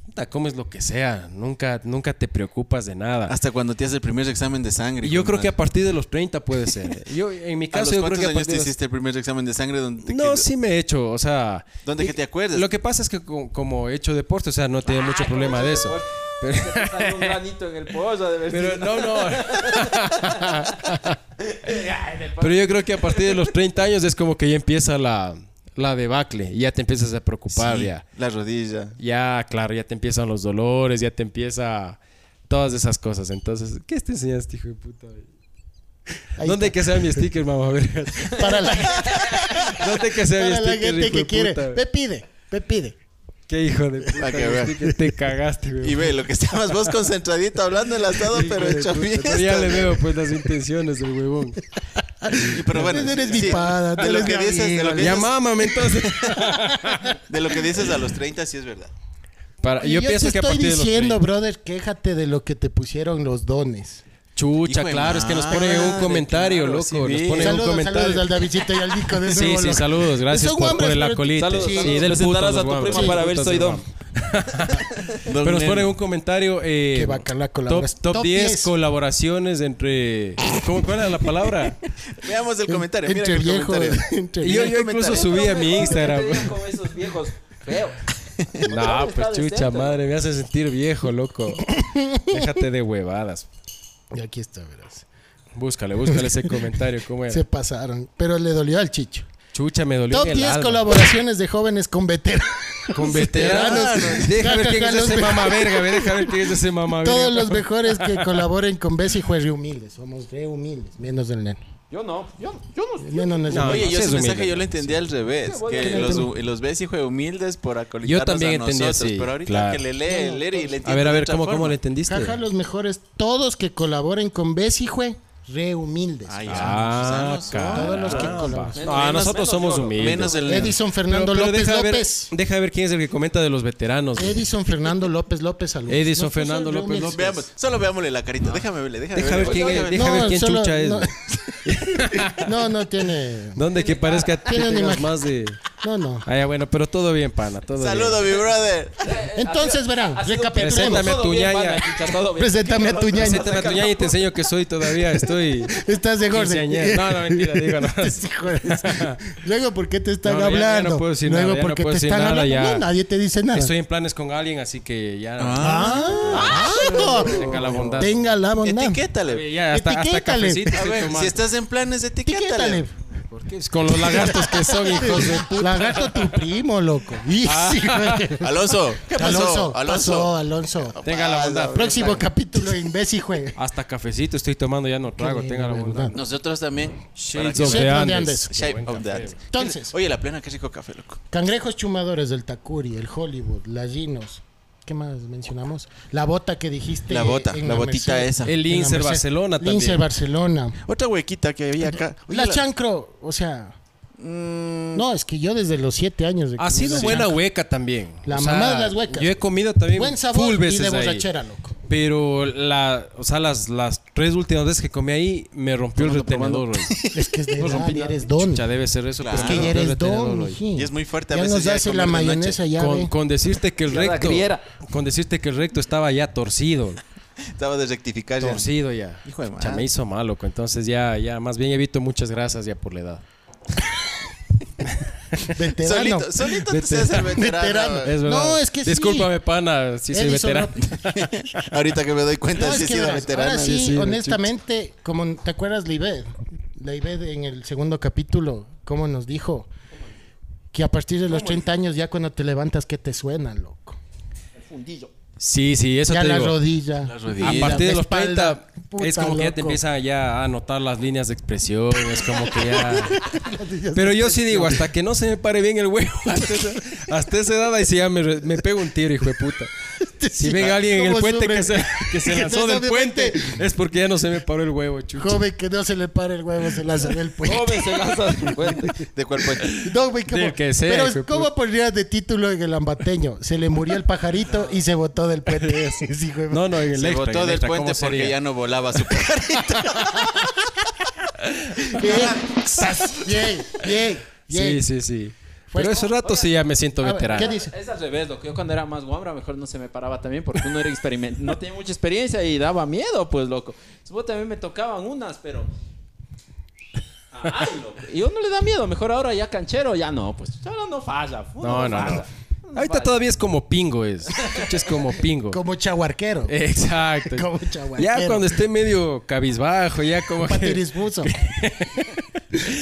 Speaker 1: puta, comes lo que sea. Nunca, nunca te preocupas de nada.
Speaker 3: Hasta cuando te haces el primer examen de sangre.
Speaker 1: Y yo creo que a
Speaker 3: compadre.
Speaker 1: partir de los 30 puede ser. Yo, en mi
Speaker 3: ¿A los
Speaker 1: caso, yo creo
Speaker 3: cuántos
Speaker 1: que a
Speaker 3: años
Speaker 1: partir
Speaker 3: te
Speaker 1: de los-
Speaker 3: hiciste el primer examen de sangre? Donde
Speaker 1: No,
Speaker 3: que-
Speaker 1: sí me he hecho, o sea...
Speaker 3: Donde
Speaker 1: y-
Speaker 3: que te acuerdes.
Speaker 1: Lo que pasa es que co- como he hecho deporte, o sea, no tenía mucho problema de eso. Pero,
Speaker 4: Te sale un granito en el pollo, de ver
Speaker 1: pero
Speaker 4: si-
Speaker 1: no,
Speaker 2: [laughs]
Speaker 1: no. pero yo creo que a partir de los 30 años es como que ya empieza la, la debacle. Y ya te empiezas a preocupar,
Speaker 3: Sí,
Speaker 1: ya.
Speaker 3: La rodilla.
Speaker 1: Ya, claro, ya te empiezan los dolores, ya te empieza... Todas esas cosas. Entonces, ¿qué te enseñaste, hijo de puta?
Speaker 2: Ahí
Speaker 1: ¿Dónde hay
Speaker 2: está.
Speaker 1: que sea mi sticker, mamá? [laughs] A ver,
Speaker 2: Para la,
Speaker 1: ¿Dónde hay que sea mi
Speaker 2: para la
Speaker 1: sticker, hijo
Speaker 2: gente
Speaker 1: de
Speaker 2: que quiere.
Speaker 1: puta?
Speaker 2: Ve, pide. Ve, pide.
Speaker 1: Qué hijo de puta.
Speaker 3: Ah, que vea.
Speaker 1: güey, que te cagaste, güey.
Speaker 3: Y ve, lo que estabas vos concentradito hablando el asado,
Speaker 1: Hijo
Speaker 3: pero
Speaker 1: de
Speaker 3: hecho
Speaker 1: puta.
Speaker 3: fiesta.
Speaker 1: No, ya le veo pues las intenciones del huevón.
Speaker 3: Pero bueno,
Speaker 2: Tú eres
Speaker 3: sí,
Speaker 2: mi pada, tú
Speaker 3: de lo
Speaker 2: eres
Speaker 3: que
Speaker 2: mi
Speaker 3: dices, de lo que
Speaker 1: Ya
Speaker 3: dices-
Speaker 1: mámame
Speaker 3: [laughs]
Speaker 1: entonces.
Speaker 3: de lo que dices a los 30 sí es verdad.
Speaker 1: Para, yo,
Speaker 2: te
Speaker 1: pienso que a
Speaker 2: estoy
Speaker 1: partir
Speaker 2: diciendo,
Speaker 1: de los
Speaker 2: brother, quéjate de lo que te pusieron los dones.
Speaker 1: Chucha,
Speaker 3: Hijo de
Speaker 1: claro, es que nos pone
Speaker 3: madre,
Speaker 1: un comentario,
Speaker 3: claro,
Speaker 1: loco.
Speaker 3: sí,
Speaker 1: nos
Speaker 3: vi.
Speaker 1: pone
Speaker 2: saludos,
Speaker 1: un comentario.
Speaker 2: saludos al Davidito y al
Speaker 1: [laughs]
Speaker 2: Nico de
Speaker 1: sí,
Speaker 2: nuevo,
Speaker 1: sí,
Speaker 2: loco.
Speaker 1: saludos. Gracias
Speaker 2: Son
Speaker 1: por,
Speaker 2: guambras,
Speaker 1: por el
Speaker 2: pero-
Speaker 1: acolite.
Speaker 4: Saludos,
Speaker 1: sí, del
Speaker 4: saludos.
Speaker 1: puto,
Speaker 4: Presentarás
Speaker 1: los
Speaker 4: a tu
Speaker 1: guambras.
Speaker 4: prima para
Speaker 1: Sí,
Speaker 4: ver
Speaker 1: putas
Speaker 4: soy
Speaker 1: de
Speaker 4: dom.
Speaker 1: guambras. Pero nos ponen un comentario. Eh,
Speaker 2: Qué bacala
Speaker 1: top,
Speaker 2: colaboras-
Speaker 1: top
Speaker 2: top
Speaker 1: 10
Speaker 2: 10.
Speaker 1: colaboraciones entre. ¿Cómo, ¿Cuál era la
Speaker 2: [laughs]
Speaker 1: palabra?
Speaker 3: Veamos el comentario. Mira
Speaker 2: Entre
Speaker 3: el
Speaker 2: viejo.
Speaker 3: comentario.
Speaker 2: [laughs] Entre
Speaker 1: yo,
Speaker 2: viejo.
Speaker 1: yo incluso subí a mi Instagram.
Speaker 4: Con esos viejos feos.
Speaker 1: [laughs] No,
Speaker 4: Está
Speaker 1: pues chucha
Speaker 4: decente,
Speaker 1: madre, me hace sentir viejo, loco. Déjate de huevadas.
Speaker 2: Y aquí está, verás.
Speaker 1: Búscale, búscale ese comentario, ¿cómo era?
Speaker 2: Se pasaron. Pero le dolió al chicho.
Speaker 1: Chucha, me dolió
Speaker 2: Top
Speaker 1: en el
Speaker 2: 10
Speaker 1: alma.
Speaker 2: colaboraciones de jóvenes con veteranos.
Speaker 1: Con veteranos.
Speaker 2: [laughs]
Speaker 1: Deja ver quién es ese mamá verga, ver, deja ver quién es ese mamá verga.
Speaker 2: pues, Todos los mejores que colaboren con Bessie y Juez Humildes. Somos re humildes, menos del neno.
Speaker 4: Yo no, yo, yo no.
Speaker 2: Neno no es
Speaker 1: No,
Speaker 2: humilde.
Speaker 1: no,
Speaker 3: Oye, yo
Speaker 1: sí
Speaker 3: ese
Speaker 1: es humilde.
Speaker 3: mensaje yo lo entendí al revés.
Speaker 4: Sí, bueno,
Speaker 3: que
Speaker 4: yo
Speaker 3: los, los ves, hijo de humildes, por acolitarnos
Speaker 1: Yo también
Speaker 3: a
Speaker 1: entendí
Speaker 3: nosotros.
Speaker 1: así,
Speaker 3: Pero ahorita
Speaker 1: claro.
Speaker 3: que le lee, lee y le
Speaker 1: [laughs]
Speaker 3: entiende
Speaker 1: A ver, a
Speaker 3: de
Speaker 1: ver,
Speaker 3: otra
Speaker 1: ¿cómo, cómo
Speaker 3: forma.
Speaker 1: le entendiste?
Speaker 2: Jaja, los mejores, todos que colaboren con Bessie, jue, re humildes.
Speaker 3: Ay,
Speaker 1: Ah,
Speaker 3: sanos, sanos,
Speaker 1: caramba.
Speaker 2: Todos los que
Speaker 1: No,
Speaker 3: Menos-
Speaker 1: nosotros
Speaker 3: menos
Speaker 1: somos
Speaker 3: yo,
Speaker 1: humildes.
Speaker 3: Menos el
Speaker 2: Edison Fernando
Speaker 1: Pero- pero
Speaker 2: López
Speaker 1: deja de ver-
Speaker 2: López.
Speaker 1: deja de ver quién es el que comenta de los veteranos. güey.
Speaker 2: Edison Fernando López López saludos.
Speaker 1: Edison
Speaker 2: No, pues,
Speaker 1: Fernando
Speaker 2: son re
Speaker 1: López
Speaker 2: humildes.
Speaker 1: López.
Speaker 3: Veamos, solo veámosle la carita. Déjame verle, déjame
Speaker 1: Deja
Speaker 3: verle.
Speaker 1: ver quién,
Speaker 3: Oye,
Speaker 1: es- deja
Speaker 2: No,
Speaker 1: ver quién
Speaker 2: solo-
Speaker 1: chucha es.
Speaker 2: no.
Speaker 1: güey.
Speaker 2: No, no tiene.
Speaker 1: Donde que parezca que
Speaker 2: [laughs] Tiene una
Speaker 1: tengas
Speaker 2: imagen.
Speaker 1: más de.
Speaker 2: No, no.
Speaker 1: Ah, ya, bueno, pero todo bien, pana. Todo bien.
Speaker 3: Saludo, mi brother.
Speaker 2: Entonces verán,
Speaker 1: Preséntame
Speaker 2: recapitulemos.
Speaker 1: tu ñaña.
Speaker 2: Preséntame a tu ñaño.
Speaker 1: Preséntame a tu ñaña y Pues te enseño que soy todavía.
Speaker 2: [laughs]
Speaker 1: Estoy.
Speaker 2: Estás de gordo.
Speaker 1: quinceañero. No, no, mentira,
Speaker 2: [laughs]
Speaker 1: digo, no.
Speaker 2: Hijo de- Luego, ¿por qué te están
Speaker 1: No, no, ya- ya no
Speaker 2: hablando?
Speaker 1: puedo decir
Speaker 2: Luego,
Speaker 1: nada, ya
Speaker 2: ¿por
Speaker 1: no
Speaker 2: qué
Speaker 1: puedo
Speaker 2: te
Speaker 1: decir
Speaker 2: están
Speaker 1: nada,
Speaker 2: hablando?
Speaker 1: ya.
Speaker 2: No, nadie te dice nada.
Speaker 1: Estoy en planes con alguien, así que ya.
Speaker 2: Ah, no.
Speaker 1: Tenga la bondad.
Speaker 2: Tenga la bondad.
Speaker 1: Este,
Speaker 3: Etiquétale.
Speaker 1: Ya, hasta, hasta
Speaker 2: Etiquétale.
Speaker 1: cafecito
Speaker 3: A
Speaker 1: estoy
Speaker 3: ver,
Speaker 1: tomando.
Speaker 3: si estás en planes, etiquétale.
Speaker 2: Etiquétale.
Speaker 1: ¿Por qué? Con los lagartos que
Speaker 2: [laughs]
Speaker 1: son, hijos de puta. Ah.
Speaker 2: Lagarto tu primo, loco. Y- sí, güey.
Speaker 3: Alonso, ¿qué pasó?
Speaker 2: Alonso,
Speaker 3: Alonso.
Speaker 2: pasó, Alonso.
Speaker 1: Tenga la bondad.
Speaker 2: Próximo capítulo, imbécil, juez.
Speaker 1: Hasta cafecito estoy tomando, ya no trago. Tenga la bondad.
Speaker 3: Nosotros también.
Speaker 1: Shades
Speaker 3: Para
Speaker 1: of
Speaker 2: que-
Speaker 1: the
Speaker 2: Shades of the
Speaker 1: Andes.
Speaker 2: Andes.
Speaker 1: Qué
Speaker 3: Shape
Speaker 1: buen
Speaker 3: of
Speaker 1: café,
Speaker 3: that.
Speaker 1: güey.
Speaker 2: Entonces.
Speaker 3: Oye, la plena, qué rico café, loco.
Speaker 2: Cangrejos chumadores del Takuri, el Hollywood, las Ginos. ¿Qué más mencionamos? La bota que dijiste.
Speaker 3: La bota,
Speaker 2: en
Speaker 3: la botita
Speaker 2: Merced.
Speaker 3: esa.
Speaker 1: El
Speaker 2: En la
Speaker 1: Inser
Speaker 2: Merced.
Speaker 1: Barcelona también.
Speaker 2: Lince Barcelona.
Speaker 3: Otra huequita que había acá. Oye,
Speaker 2: la, chancro, o sea.
Speaker 3: Mm,
Speaker 2: No, es que yo desde los siete años. de
Speaker 1: Ha
Speaker 2: que
Speaker 1: sido
Speaker 2: me
Speaker 1: buena
Speaker 2: chancro.
Speaker 1: hueca también.
Speaker 2: La mamá de las huecas.
Speaker 1: Yo he comido también
Speaker 2: Buen sabor
Speaker 1: full
Speaker 2: y
Speaker 1: veces
Speaker 2: de
Speaker 1: ahí.
Speaker 2: borrachera, loco.
Speaker 1: Pero la, o sea, las, las tres últimas veces que comí ahí me rompió el retenedor.
Speaker 2: [laughs]
Speaker 1: güey. [laughs]
Speaker 2: Es que es de
Speaker 1: No
Speaker 2: edad,
Speaker 1: rompí
Speaker 2: ya
Speaker 1: nada.
Speaker 2: eres don.
Speaker 1: Ya debe ser eso.
Speaker 3: Claro.
Speaker 1: pero
Speaker 2: Es
Speaker 1: me
Speaker 2: que ya
Speaker 1: rompió el
Speaker 2: eres
Speaker 1: retenedor,
Speaker 2: don,
Speaker 1: güey.
Speaker 2: mijín.
Speaker 3: Y es muy fuerte a
Speaker 2: Ya
Speaker 3: veces
Speaker 2: nos
Speaker 3: ya
Speaker 2: hace
Speaker 3: comer
Speaker 2: la
Speaker 3: de noche.
Speaker 2: mayonesa ya,
Speaker 1: Con,
Speaker 2: ve.
Speaker 1: con decirte que el
Speaker 4: Ya la
Speaker 1: recto,
Speaker 4: griera.
Speaker 1: con decirte que el recto estaba ya torcido,
Speaker 3: estaba de rectificar ya.
Speaker 1: torcido ya.
Speaker 3: Hijo de madre.
Speaker 1: Ya me hizo mal, loco. Entonces ya, ya más bien evito muchas grasas ya por la edad.
Speaker 2: Veterano.
Speaker 3: Solito, solito tú seas el veterano.
Speaker 2: Veterano.
Speaker 3: güey.
Speaker 1: Es verdad.
Speaker 2: No, es que sí.
Speaker 1: Discúlpame, pana, si soy
Speaker 2: Edison
Speaker 1: veterano.
Speaker 3: Ahorita que me doy cuenta
Speaker 2: No,
Speaker 3: si he
Speaker 2: es que
Speaker 3: sido
Speaker 2: verás,
Speaker 3: veterano. [laughs]
Speaker 2: Ahora sí,
Speaker 1: sí, era
Speaker 2: honestamente, como te acuerdas la Ived, la Ived en el segundo capítulo, cómo nos dijo que a partir de los 30 años ya cuando te levantas ¿qué te suena, loco.
Speaker 1: [laughs] Sí, sí, eso
Speaker 2: ya
Speaker 1: te
Speaker 2: la
Speaker 1: digo.
Speaker 2: rodilla.
Speaker 1: A
Speaker 3: Sí,
Speaker 1: partir de los
Speaker 2: espalda,
Speaker 1: 30
Speaker 2: puta,
Speaker 1: es como que ya te
Speaker 2: loco. [laughs]
Speaker 1: empiezan ya a notar las líneas de expresión, es como que
Speaker 2: [laughs]
Speaker 1: ya... Pero yo sí digo, hasta que no se me pare bien el huevo, [laughs] hasta esa, hasta esa edad ahí sí ya me, re- me pego un tiro, hijo de puta. Si ven a alguien en el
Speaker 2: ¿Cómo
Speaker 1: puente
Speaker 2: sufre?
Speaker 1: que se, que se
Speaker 2: ah, [laughs] Que
Speaker 1: lanzó
Speaker 2: no
Speaker 1: del
Speaker 2: sabe
Speaker 1: puente, es porque ya no se me paró el huevo, chucho.
Speaker 2: Joven que no se le para el huevo, se lanza del puente.
Speaker 4: Joven
Speaker 1: [laughs]
Speaker 4: se lanza del puente.
Speaker 3: ¿De cuál puente?
Speaker 2: No, güey, ¿cómo?
Speaker 1: Del que sea, hijo de
Speaker 2: Pero ¿cómo pondrías de título en el ambateño? Se le murió el pajarito y se botó del puente.
Speaker 1: [laughs]
Speaker 2: Sí, sí, güey.
Speaker 1: No, no, en el extra,
Speaker 3: Se
Speaker 1: en
Speaker 3: botó
Speaker 1: el
Speaker 3: del
Speaker 1: extra,
Speaker 3: puente
Speaker 1: ¿cómo
Speaker 3: porque
Speaker 1: sería? [laughs]
Speaker 3: ya no volaba su
Speaker 2: Bien, [laughs] bien, bien,
Speaker 1: Sí,
Speaker 2: bien.
Speaker 1: sí, sí.
Speaker 2: Fue-
Speaker 1: Pero esos ratos sí ya me siento
Speaker 2: A ver,
Speaker 1: veterano.
Speaker 2: ¿Qué dice?
Speaker 4: Es al revés, loco. Yo cuando era más guambra, mejor no se me paraba también porque uno era experimento. No tenía mucha experiencia y daba miedo, pues, loco. Supongo también me tocaban unas, pero. Ay, loco. Y uno le da miedo. Mejor ahora ya canchero, ya no, pues. Ahora no falla. uno
Speaker 1: No, no, no.
Speaker 4: falla. Uno no
Speaker 1: Ahorita
Speaker 4: falla.
Speaker 1: todavía es como pingo, es. Chucho, Es como pingo.
Speaker 2: Como chahuarquero.
Speaker 1: [laughs] Eh, Exacto.
Speaker 2: Como chaguarquero.
Speaker 1: Ya cuando esté medio cabizbajo, ya como que...
Speaker 2: patirisbuzo.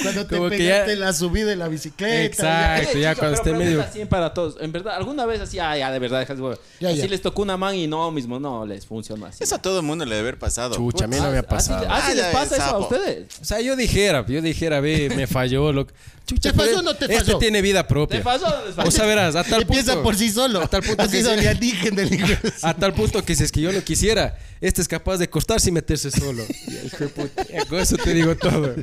Speaker 2: Cuando te
Speaker 1: Como que
Speaker 2: pegaste
Speaker 1: ya-
Speaker 2: la subida de la bicicleta.
Speaker 1: Exacto.
Speaker 2: [laughs]
Speaker 4: Oye,
Speaker 1: Ah, ya cuando
Speaker 4: Chicho, pero
Speaker 1: esté
Speaker 4: pregunta
Speaker 1: medio-
Speaker 4: así para todos. En verdad, alguna vez así, ah, ya, de verdad, dejas de huevo.
Speaker 2: Ya,
Speaker 4: así
Speaker 2: ya.
Speaker 4: les tocó una man y no, mismo, no les funcionó
Speaker 3: [laughs]
Speaker 4: así.
Speaker 3: Eso a todo el mundo le debe haber
Speaker 1: [laughs]
Speaker 3: pasado.
Speaker 1: Chucha, a mí
Speaker 2: Ah,
Speaker 1: no me ha pasado.
Speaker 4: Así, así les
Speaker 3: Vaya,
Speaker 4: pasa eso a
Speaker 3: sapo.
Speaker 4: ustedes.
Speaker 1: O sea, yo dijera, yo dijera, ve, me falló. Lo... Chucha,
Speaker 2: ¿Te
Speaker 1: pero
Speaker 2: falló o no te
Speaker 1: Este
Speaker 2: falló?
Speaker 1: tiene vida
Speaker 4: ¿Te
Speaker 1: propia.
Speaker 4: pasó o no les pasó?
Speaker 1: O sea, verás, a tal
Speaker 2: Empieza
Speaker 1: punto...
Speaker 2: por sí solo.
Speaker 1: A tal punto
Speaker 2: Así
Speaker 1: que
Speaker 2: son
Speaker 1: sí. Ah,
Speaker 2: de origen del inglés.
Speaker 1: [laughs] A tal punto que si es que yo lo quisiera, este es capaz de costarse y meterse
Speaker 4: [laughs]
Speaker 1: solo. Ya, hijo de puta, ya, Con eso te digo todo.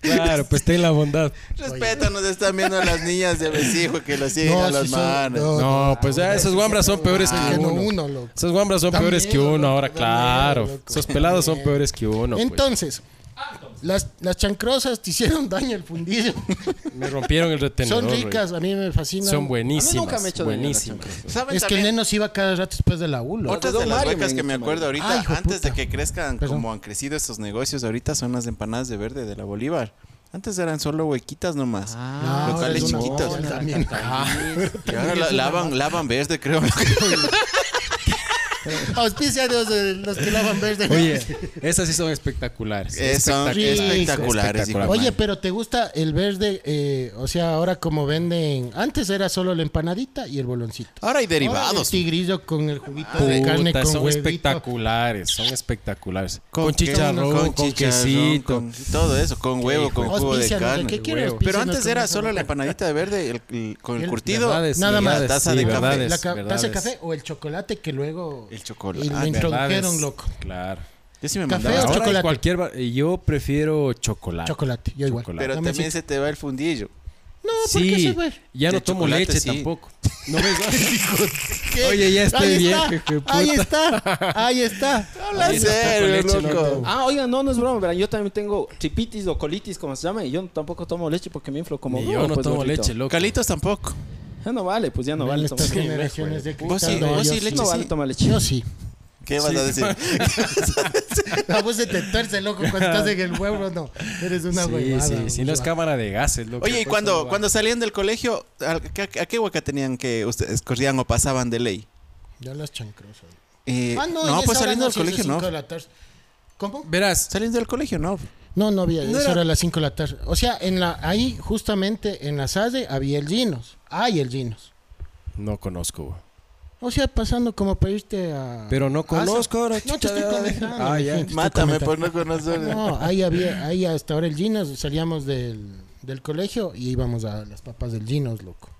Speaker 1: Claro, pues ten la bondad.
Speaker 3: Respeta, nos están viendo las niñas de Besijo que lo siguen
Speaker 2: No,
Speaker 3: a los
Speaker 2: sí son-
Speaker 3: manes.
Speaker 2: no.
Speaker 1: No, pues ya esos guambras son peores
Speaker 2: Ah,
Speaker 1: que
Speaker 2: no,
Speaker 1: uno.
Speaker 2: uno, loco.
Speaker 1: Esos guambras son
Speaker 2: Da
Speaker 1: peores que
Speaker 2: miedo,
Speaker 1: uno
Speaker 2: loco,
Speaker 1: ahora,
Speaker 2: da
Speaker 1: claro.
Speaker 2: miedo, loco.
Speaker 1: Esos pelados son peores que uno. pues.
Speaker 2: Entonces, las, las chancrosas te hicieron daño el fundillo.
Speaker 1: Me rompieron el retenedor.
Speaker 2: Son
Speaker 1: güey.
Speaker 2: ricas, a mí me fascinan.
Speaker 1: Son buenísimas.
Speaker 4: A mí nunca me he hecho daño la
Speaker 1: buenísimas.
Speaker 4: chancla.
Speaker 3: ¿Saben
Speaker 2: Es que el
Speaker 3: también?
Speaker 2: neno se iba cada rato después de la U. loco.
Speaker 3: Otras
Speaker 4: Don
Speaker 3: de las
Speaker 4: Mario,
Speaker 3: huecas
Speaker 4: man,
Speaker 3: que me
Speaker 4: hijo de
Speaker 3: acuerdo
Speaker 4: madre.
Speaker 3: ahorita,
Speaker 2: Ay, hijo de
Speaker 3: antes de
Speaker 2: puta.
Speaker 3: que crezcan
Speaker 2: Perdón.
Speaker 3: como han crecido estos negocios ahorita, son las empanadas de verde de la Bolívar. Antes eran solo huequitas nomás,
Speaker 2: No,
Speaker 3: locales
Speaker 2: Ah, es una
Speaker 3: chiquitos. [laughs]
Speaker 2: bola [laughs] también.
Speaker 3: Y ahora la- lavan, lavan verde, creo.
Speaker 2: Auspiciados de los que lavan verde.
Speaker 1: Oye, esas sí son espectaculares.
Speaker 3: Eh, son
Speaker 2: Espectacular.
Speaker 3: espectaculares. hijo de
Speaker 2: Oye,
Speaker 3: madre.
Speaker 2: pero ¿te gusta el verde? eh, o sea, ahora como venden. Antes era solo la empanadita y el boloncito.
Speaker 3: ahora hay
Speaker 2: Ahora el
Speaker 3: derivados.
Speaker 2: tigrillo con el juguito de
Speaker 1: Ah, Puta,
Speaker 2: carne con
Speaker 1: son
Speaker 2: huevito.
Speaker 1: espectaculares, son espectaculares. Con,
Speaker 3: qué?
Speaker 1: chicharrón, con,
Speaker 3: chicharrón,
Speaker 1: quesito.
Speaker 3: con todo eso, con huevo, con jugo de
Speaker 2: Auspícianos, ¿de
Speaker 3: carne.
Speaker 2: ¿Qué quiere
Speaker 1: huevo.
Speaker 3: Pero
Speaker 2: auspícianos
Speaker 3: antes
Speaker 2: con
Speaker 3: era
Speaker 2: esa
Speaker 3: solo la
Speaker 2: marca?
Speaker 3: empanadita de verde el- el- con el
Speaker 1: El-
Speaker 3: curtido.
Speaker 1: verdades,
Speaker 2: Nada más.
Speaker 1: verdades,
Speaker 3: Taza
Speaker 1: sí,
Speaker 3: de café.
Speaker 1: verdades,
Speaker 2: La ca- taza de
Speaker 1: verdades.
Speaker 2: café o el chocolate que luego
Speaker 3: El chocolate,
Speaker 2: y lo
Speaker 3: verdades.
Speaker 2: introdujeron, loco.
Speaker 1: Claro.
Speaker 3: Yo sí me
Speaker 2: Café
Speaker 3: mandaba.
Speaker 2: o
Speaker 1: Ahora
Speaker 2: chocolate.
Speaker 1: hay cualquier ba- yo prefiero chocolate.
Speaker 2: Chocolate, yo
Speaker 1: Ah,
Speaker 2: igual.
Speaker 1: Chocolate.
Speaker 3: Pero
Speaker 2: Dame
Speaker 3: también
Speaker 2: así.
Speaker 3: se te va el fundillo.
Speaker 2: No, ¿por qué
Speaker 1: sí,
Speaker 2: se ve?
Speaker 1: ya no
Speaker 3: De
Speaker 1: tomo
Speaker 3: chocolate,
Speaker 1: leche
Speaker 3: sí. [laughs]
Speaker 1: tampoco. No
Speaker 2: [laughs]
Speaker 1: me
Speaker 2: ¿Qué?
Speaker 1: Oye, ya estoy
Speaker 2: Ahí
Speaker 1: bien,
Speaker 2: está,
Speaker 1: hijo de
Speaker 2: Ahí
Speaker 1: puta.
Speaker 2: está, ahí está.
Speaker 1: [laughs]
Speaker 3: Habla
Speaker 1: Oye, serio, tampoco leche, loco.
Speaker 4: Ah, oigan, no, no es broma, verán, yo también tengo tripitis o colitis, como se llama, y yo tampoco tomo leche porque me inflo como
Speaker 1: Y
Speaker 4: gordo,
Speaker 1: yo no
Speaker 4: pues,
Speaker 1: tomo
Speaker 4: gordito.
Speaker 1: leche, loco.
Speaker 3: Calitos tampoco.
Speaker 4: Ya no vale, pues ya no
Speaker 2: Vean
Speaker 4: vale tomar
Speaker 2: estas
Speaker 4: leche.
Speaker 2: generaciones de
Speaker 3: Vos sí,
Speaker 2: cristal.
Speaker 3: vos
Speaker 2: No,
Speaker 3: sí,
Speaker 2: yo
Speaker 3: leche
Speaker 4: No
Speaker 3: sí.
Speaker 4: vale tomar leche.
Speaker 2: Yo sí.
Speaker 3: ¿Qué vas a decir?
Speaker 2: La voz de te tuerce, loco, cuando estás en el pueblo, no. Eres una
Speaker 1: Sí,
Speaker 2: huevada.
Speaker 1: sí, si no es
Speaker 2: huevada.
Speaker 1: cámara de gases, loco.
Speaker 3: Oye, y cuando, cuando salían del colegio, ¿a qué, a qué hueca tenían que ustedes corrían o pasaban de ley?
Speaker 2: Ya las chancrosas.
Speaker 3: Eh,
Speaker 2: Ah, no,
Speaker 3: no,
Speaker 2: y esa
Speaker 3: pues
Speaker 2: hora no,
Speaker 3: saliendo del
Speaker 2: sí es de
Speaker 3: colegio no.
Speaker 2: cinco de la tarde. ¿Cómo?
Speaker 1: Verás,
Speaker 3: Saliendo del colegio no.
Speaker 2: No, no había, eso
Speaker 1: era-
Speaker 2: era a las 5 de la tarde. O sea, en la, ahí justamente en la SADE había el Ginos. Hay el Ginos.
Speaker 1: no conozco. güey.
Speaker 2: O sea, pasando como para irte a...
Speaker 1: Pero no
Speaker 2: a-
Speaker 1: conozco ahora,
Speaker 2: No te
Speaker 1: chucha,
Speaker 2: estoy
Speaker 1: de-
Speaker 2: comentando.
Speaker 1: Ah,
Speaker 2: mi
Speaker 1: ya.
Speaker 2: gente, estoy
Speaker 3: Mátame por
Speaker 2: comentando.
Speaker 3: no conocer.
Speaker 2: No, ahí había, ahí hasta ahora el Ginos, salíamos del, del colegio y íbamos a las papas del Ginos, loco.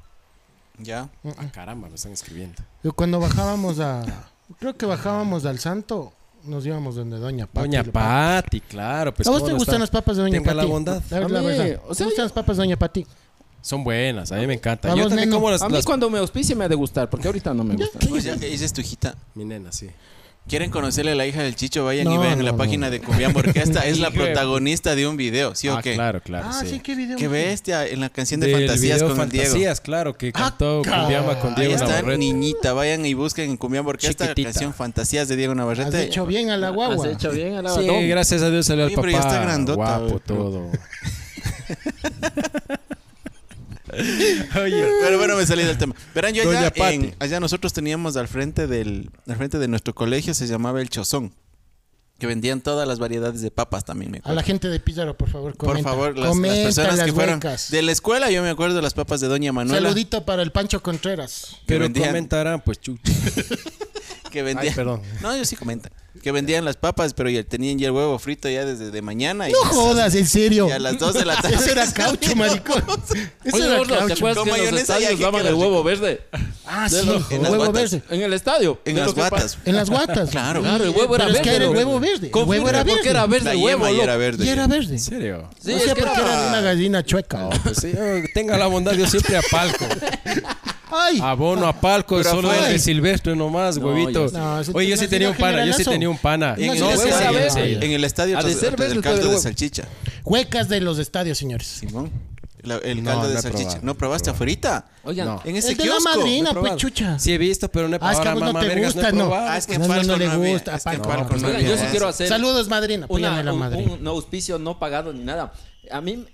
Speaker 3: Ya.
Speaker 1: Ah, caramba, me están escribiendo.
Speaker 2: Y cuando bajábamos a... Creo que bajábamos al Santo, nos íbamos donde Doña Pati.
Speaker 1: Doña
Speaker 2: lo-
Speaker 1: Pati, claro. Pues,
Speaker 2: ¿A vos
Speaker 1: ¿cómo
Speaker 2: te
Speaker 1: no
Speaker 2: gustan
Speaker 1: está?
Speaker 2: las papas de Doña
Speaker 1: Tenga
Speaker 2: Pati?
Speaker 1: la bondad.
Speaker 2: La, la
Speaker 4: A mí,
Speaker 2: verdad.
Speaker 4: o sea,
Speaker 2: ¿Te gustan las papas de Doña Pati?
Speaker 1: Son buenas, a mí me encantan.
Speaker 2: Vamos,
Speaker 1: Yo también
Speaker 2: nena.
Speaker 1: como las,
Speaker 4: A mí
Speaker 1: las-
Speaker 4: cuando me auspicie me ha de gustar, porque ahorita no me gusta.
Speaker 3: Pues ya, ella es tu hijita.
Speaker 1: Mi nena, sí.
Speaker 3: ¿Quieren conocerle a la hija del Chicho? Vayan y
Speaker 2: No,
Speaker 3: vean la
Speaker 2: no,
Speaker 3: página
Speaker 2: no.
Speaker 3: de Cumbiambo Orquesta. es la
Speaker 1: [laughs] Hijo de-
Speaker 3: protagonista de un video, ¿sí o
Speaker 1: ah,
Speaker 3: qué?
Speaker 1: claro, claro,
Speaker 2: Ah, sí,
Speaker 1: sí.
Speaker 2: qué video.
Speaker 3: Qué bestia en la canción de
Speaker 1: Del
Speaker 3: Fantasías
Speaker 1: video
Speaker 3: con el Diego.
Speaker 1: Fantasías, claro, que cantó
Speaker 2: caray.
Speaker 1: Cumbiamba con
Speaker 3: Ahí
Speaker 1: Diego
Speaker 3: está,
Speaker 1: Navarrete.
Speaker 3: niñita. Vayan y busquen en Cumbiambo Orquesta
Speaker 1: Chiquitita.
Speaker 3: la canción Fantasías de Diego
Speaker 2: Has
Speaker 3: Navarrete.
Speaker 2: hecho bien a la guagua.
Speaker 4: Has hecho bien a la
Speaker 1: Sí, gracias a Dios salió al
Speaker 3: Oye, pero
Speaker 1: papá.
Speaker 3: ya está grandota,
Speaker 1: guapo
Speaker 3: güey.
Speaker 1: todo. Oye,
Speaker 3: Pero bueno, me salí del tema. Verán, yo
Speaker 1: Doña
Speaker 3: allá,
Speaker 1: Pati.
Speaker 3: en- allá nosotros teníamos al frente del, al frente de nuestro colegio, se llamaba El Chozón, que vendían todas las variedades de papas también, me
Speaker 2: A
Speaker 3: acuerdo.
Speaker 2: la gente de Píllaro, por favor,
Speaker 3: Por
Speaker 2: comenta.
Speaker 3: favor, las, las
Speaker 2: Comenta
Speaker 3: personas
Speaker 2: las
Speaker 3: que fueron
Speaker 2: huecas.
Speaker 3: de la escuela, yo me acuerdo de las papas de Doña Manuela.
Speaker 2: Saludito para el Pancho Contreras.
Speaker 1: pero
Speaker 3: vendían-
Speaker 1: comentarán, pues chucha.
Speaker 3: Que vendían,
Speaker 1: Ay, perdón.
Speaker 3: [laughs] No, yo sí comenta. Que vendían las papas, pero ya tenían ya el huevo frito ya desde de mañana. y
Speaker 2: No
Speaker 3: ya-
Speaker 2: jodas, en serio.
Speaker 3: Y a las
Speaker 2: [laughs]
Speaker 3: 2 de la tarde.
Speaker 2: Eso era caucho, maricón. Eso
Speaker 4: Oye,
Speaker 2: era
Speaker 4: gordo, ¿te
Speaker 2: caucho.
Speaker 3: Con
Speaker 4: acuerdas que en los
Speaker 3: mayonesa y
Speaker 4: estadios
Speaker 3: ají
Speaker 4: daban
Speaker 3: queda
Speaker 4: el
Speaker 3: rico.
Speaker 4: huevo verde?
Speaker 2: Ah, sí,
Speaker 4: De los-
Speaker 3: en las
Speaker 2: huevo
Speaker 3: guatas.
Speaker 2: verde.
Speaker 4: En el estadio.
Speaker 3: En
Speaker 4: De
Speaker 3: las
Speaker 4: lo que pa-
Speaker 3: guatas.
Speaker 2: En las guatas.
Speaker 3: [laughs] Claro.
Speaker 4: Claro, el huevo era
Speaker 2: Pero es que
Speaker 4: verde,
Speaker 2: era el
Speaker 4: loco.
Speaker 2: huevo verde. El
Speaker 4: Confirma,
Speaker 2: huevo era
Speaker 4: porque era
Speaker 2: verde.
Speaker 4: verde
Speaker 3: La
Speaker 4: el huevo,
Speaker 3: yema ya
Speaker 4: loco.
Speaker 3: era verde.
Speaker 2: Y era verde.
Speaker 1: ¿En serio?
Speaker 4: Sí,
Speaker 2: o
Speaker 4: es
Speaker 2: sea,
Speaker 4: que
Speaker 2: porque
Speaker 4: era-
Speaker 2: era una gallina chueca.
Speaker 1: No, pues sí, yo tenga la bondad, yo siempre a palco.
Speaker 2: Ay,
Speaker 1: Abono a palco,
Speaker 3: Pero
Speaker 1: solo el
Speaker 2: ay.
Speaker 1: de Silvestre nomás,
Speaker 4: No,
Speaker 1: huevito.
Speaker 4: yo sí.
Speaker 2: No, ese
Speaker 1: Oye, yo
Speaker 2: tenía
Speaker 1: sí tenía
Speaker 2: sido
Speaker 1: un pana, yo sí
Speaker 2: generalazo.
Speaker 1: tenía un pana.
Speaker 3: En, el
Speaker 2: No,
Speaker 1: sí,
Speaker 4: huevo era
Speaker 3: estadio,
Speaker 1: sí,
Speaker 4: verde.
Speaker 1: sí.
Speaker 3: en el estadio
Speaker 4: Ha de
Speaker 3: tras-
Speaker 4: ser
Speaker 3: tras el
Speaker 4: verde,
Speaker 3: caldo
Speaker 4: pero-
Speaker 3: de salchicha.
Speaker 2: huecas de los estadios, señores.
Speaker 3: Simón. La- el
Speaker 1: No,
Speaker 3: caldo de
Speaker 1: no he
Speaker 3: salchicha.
Speaker 1: probado,
Speaker 3: ¿No
Speaker 1: no he
Speaker 3: probaste afuerita?
Speaker 4: Oigan,
Speaker 1: No.
Speaker 3: En ese
Speaker 2: El de la
Speaker 3: kiosco.
Speaker 1: No
Speaker 2: madrina,
Speaker 1: he
Speaker 2: pues
Speaker 1: probado.
Speaker 2: chucha.
Speaker 1: Sí, he visto, pero no he
Speaker 2: Ah, es que
Speaker 1: ahora,
Speaker 2: a vos no
Speaker 1: mamá,
Speaker 2: te
Speaker 1: vergas,
Speaker 2: gusta, no.
Speaker 1: probado.
Speaker 3: Ah, es que
Speaker 2: No, no,
Speaker 3: Falcon
Speaker 2: no le
Speaker 3: había,
Speaker 2: gusta,
Speaker 3: es que
Speaker 2: Falcon.
Speaker 3: Falcon
Speaker 1: No,
Speaker 3: no
Speaker 4: Oigan,
Speaker 3: había.
Speaker 4: yo sí quiero hacer
Speaker 2: Saludos, madrina.
Speaker 4: una-
Speaker 2: Píllame la
Speaker 4: un,
Speaker 2: madrina.
Speaker 4: un auspicio no pagado ni nada. A mí...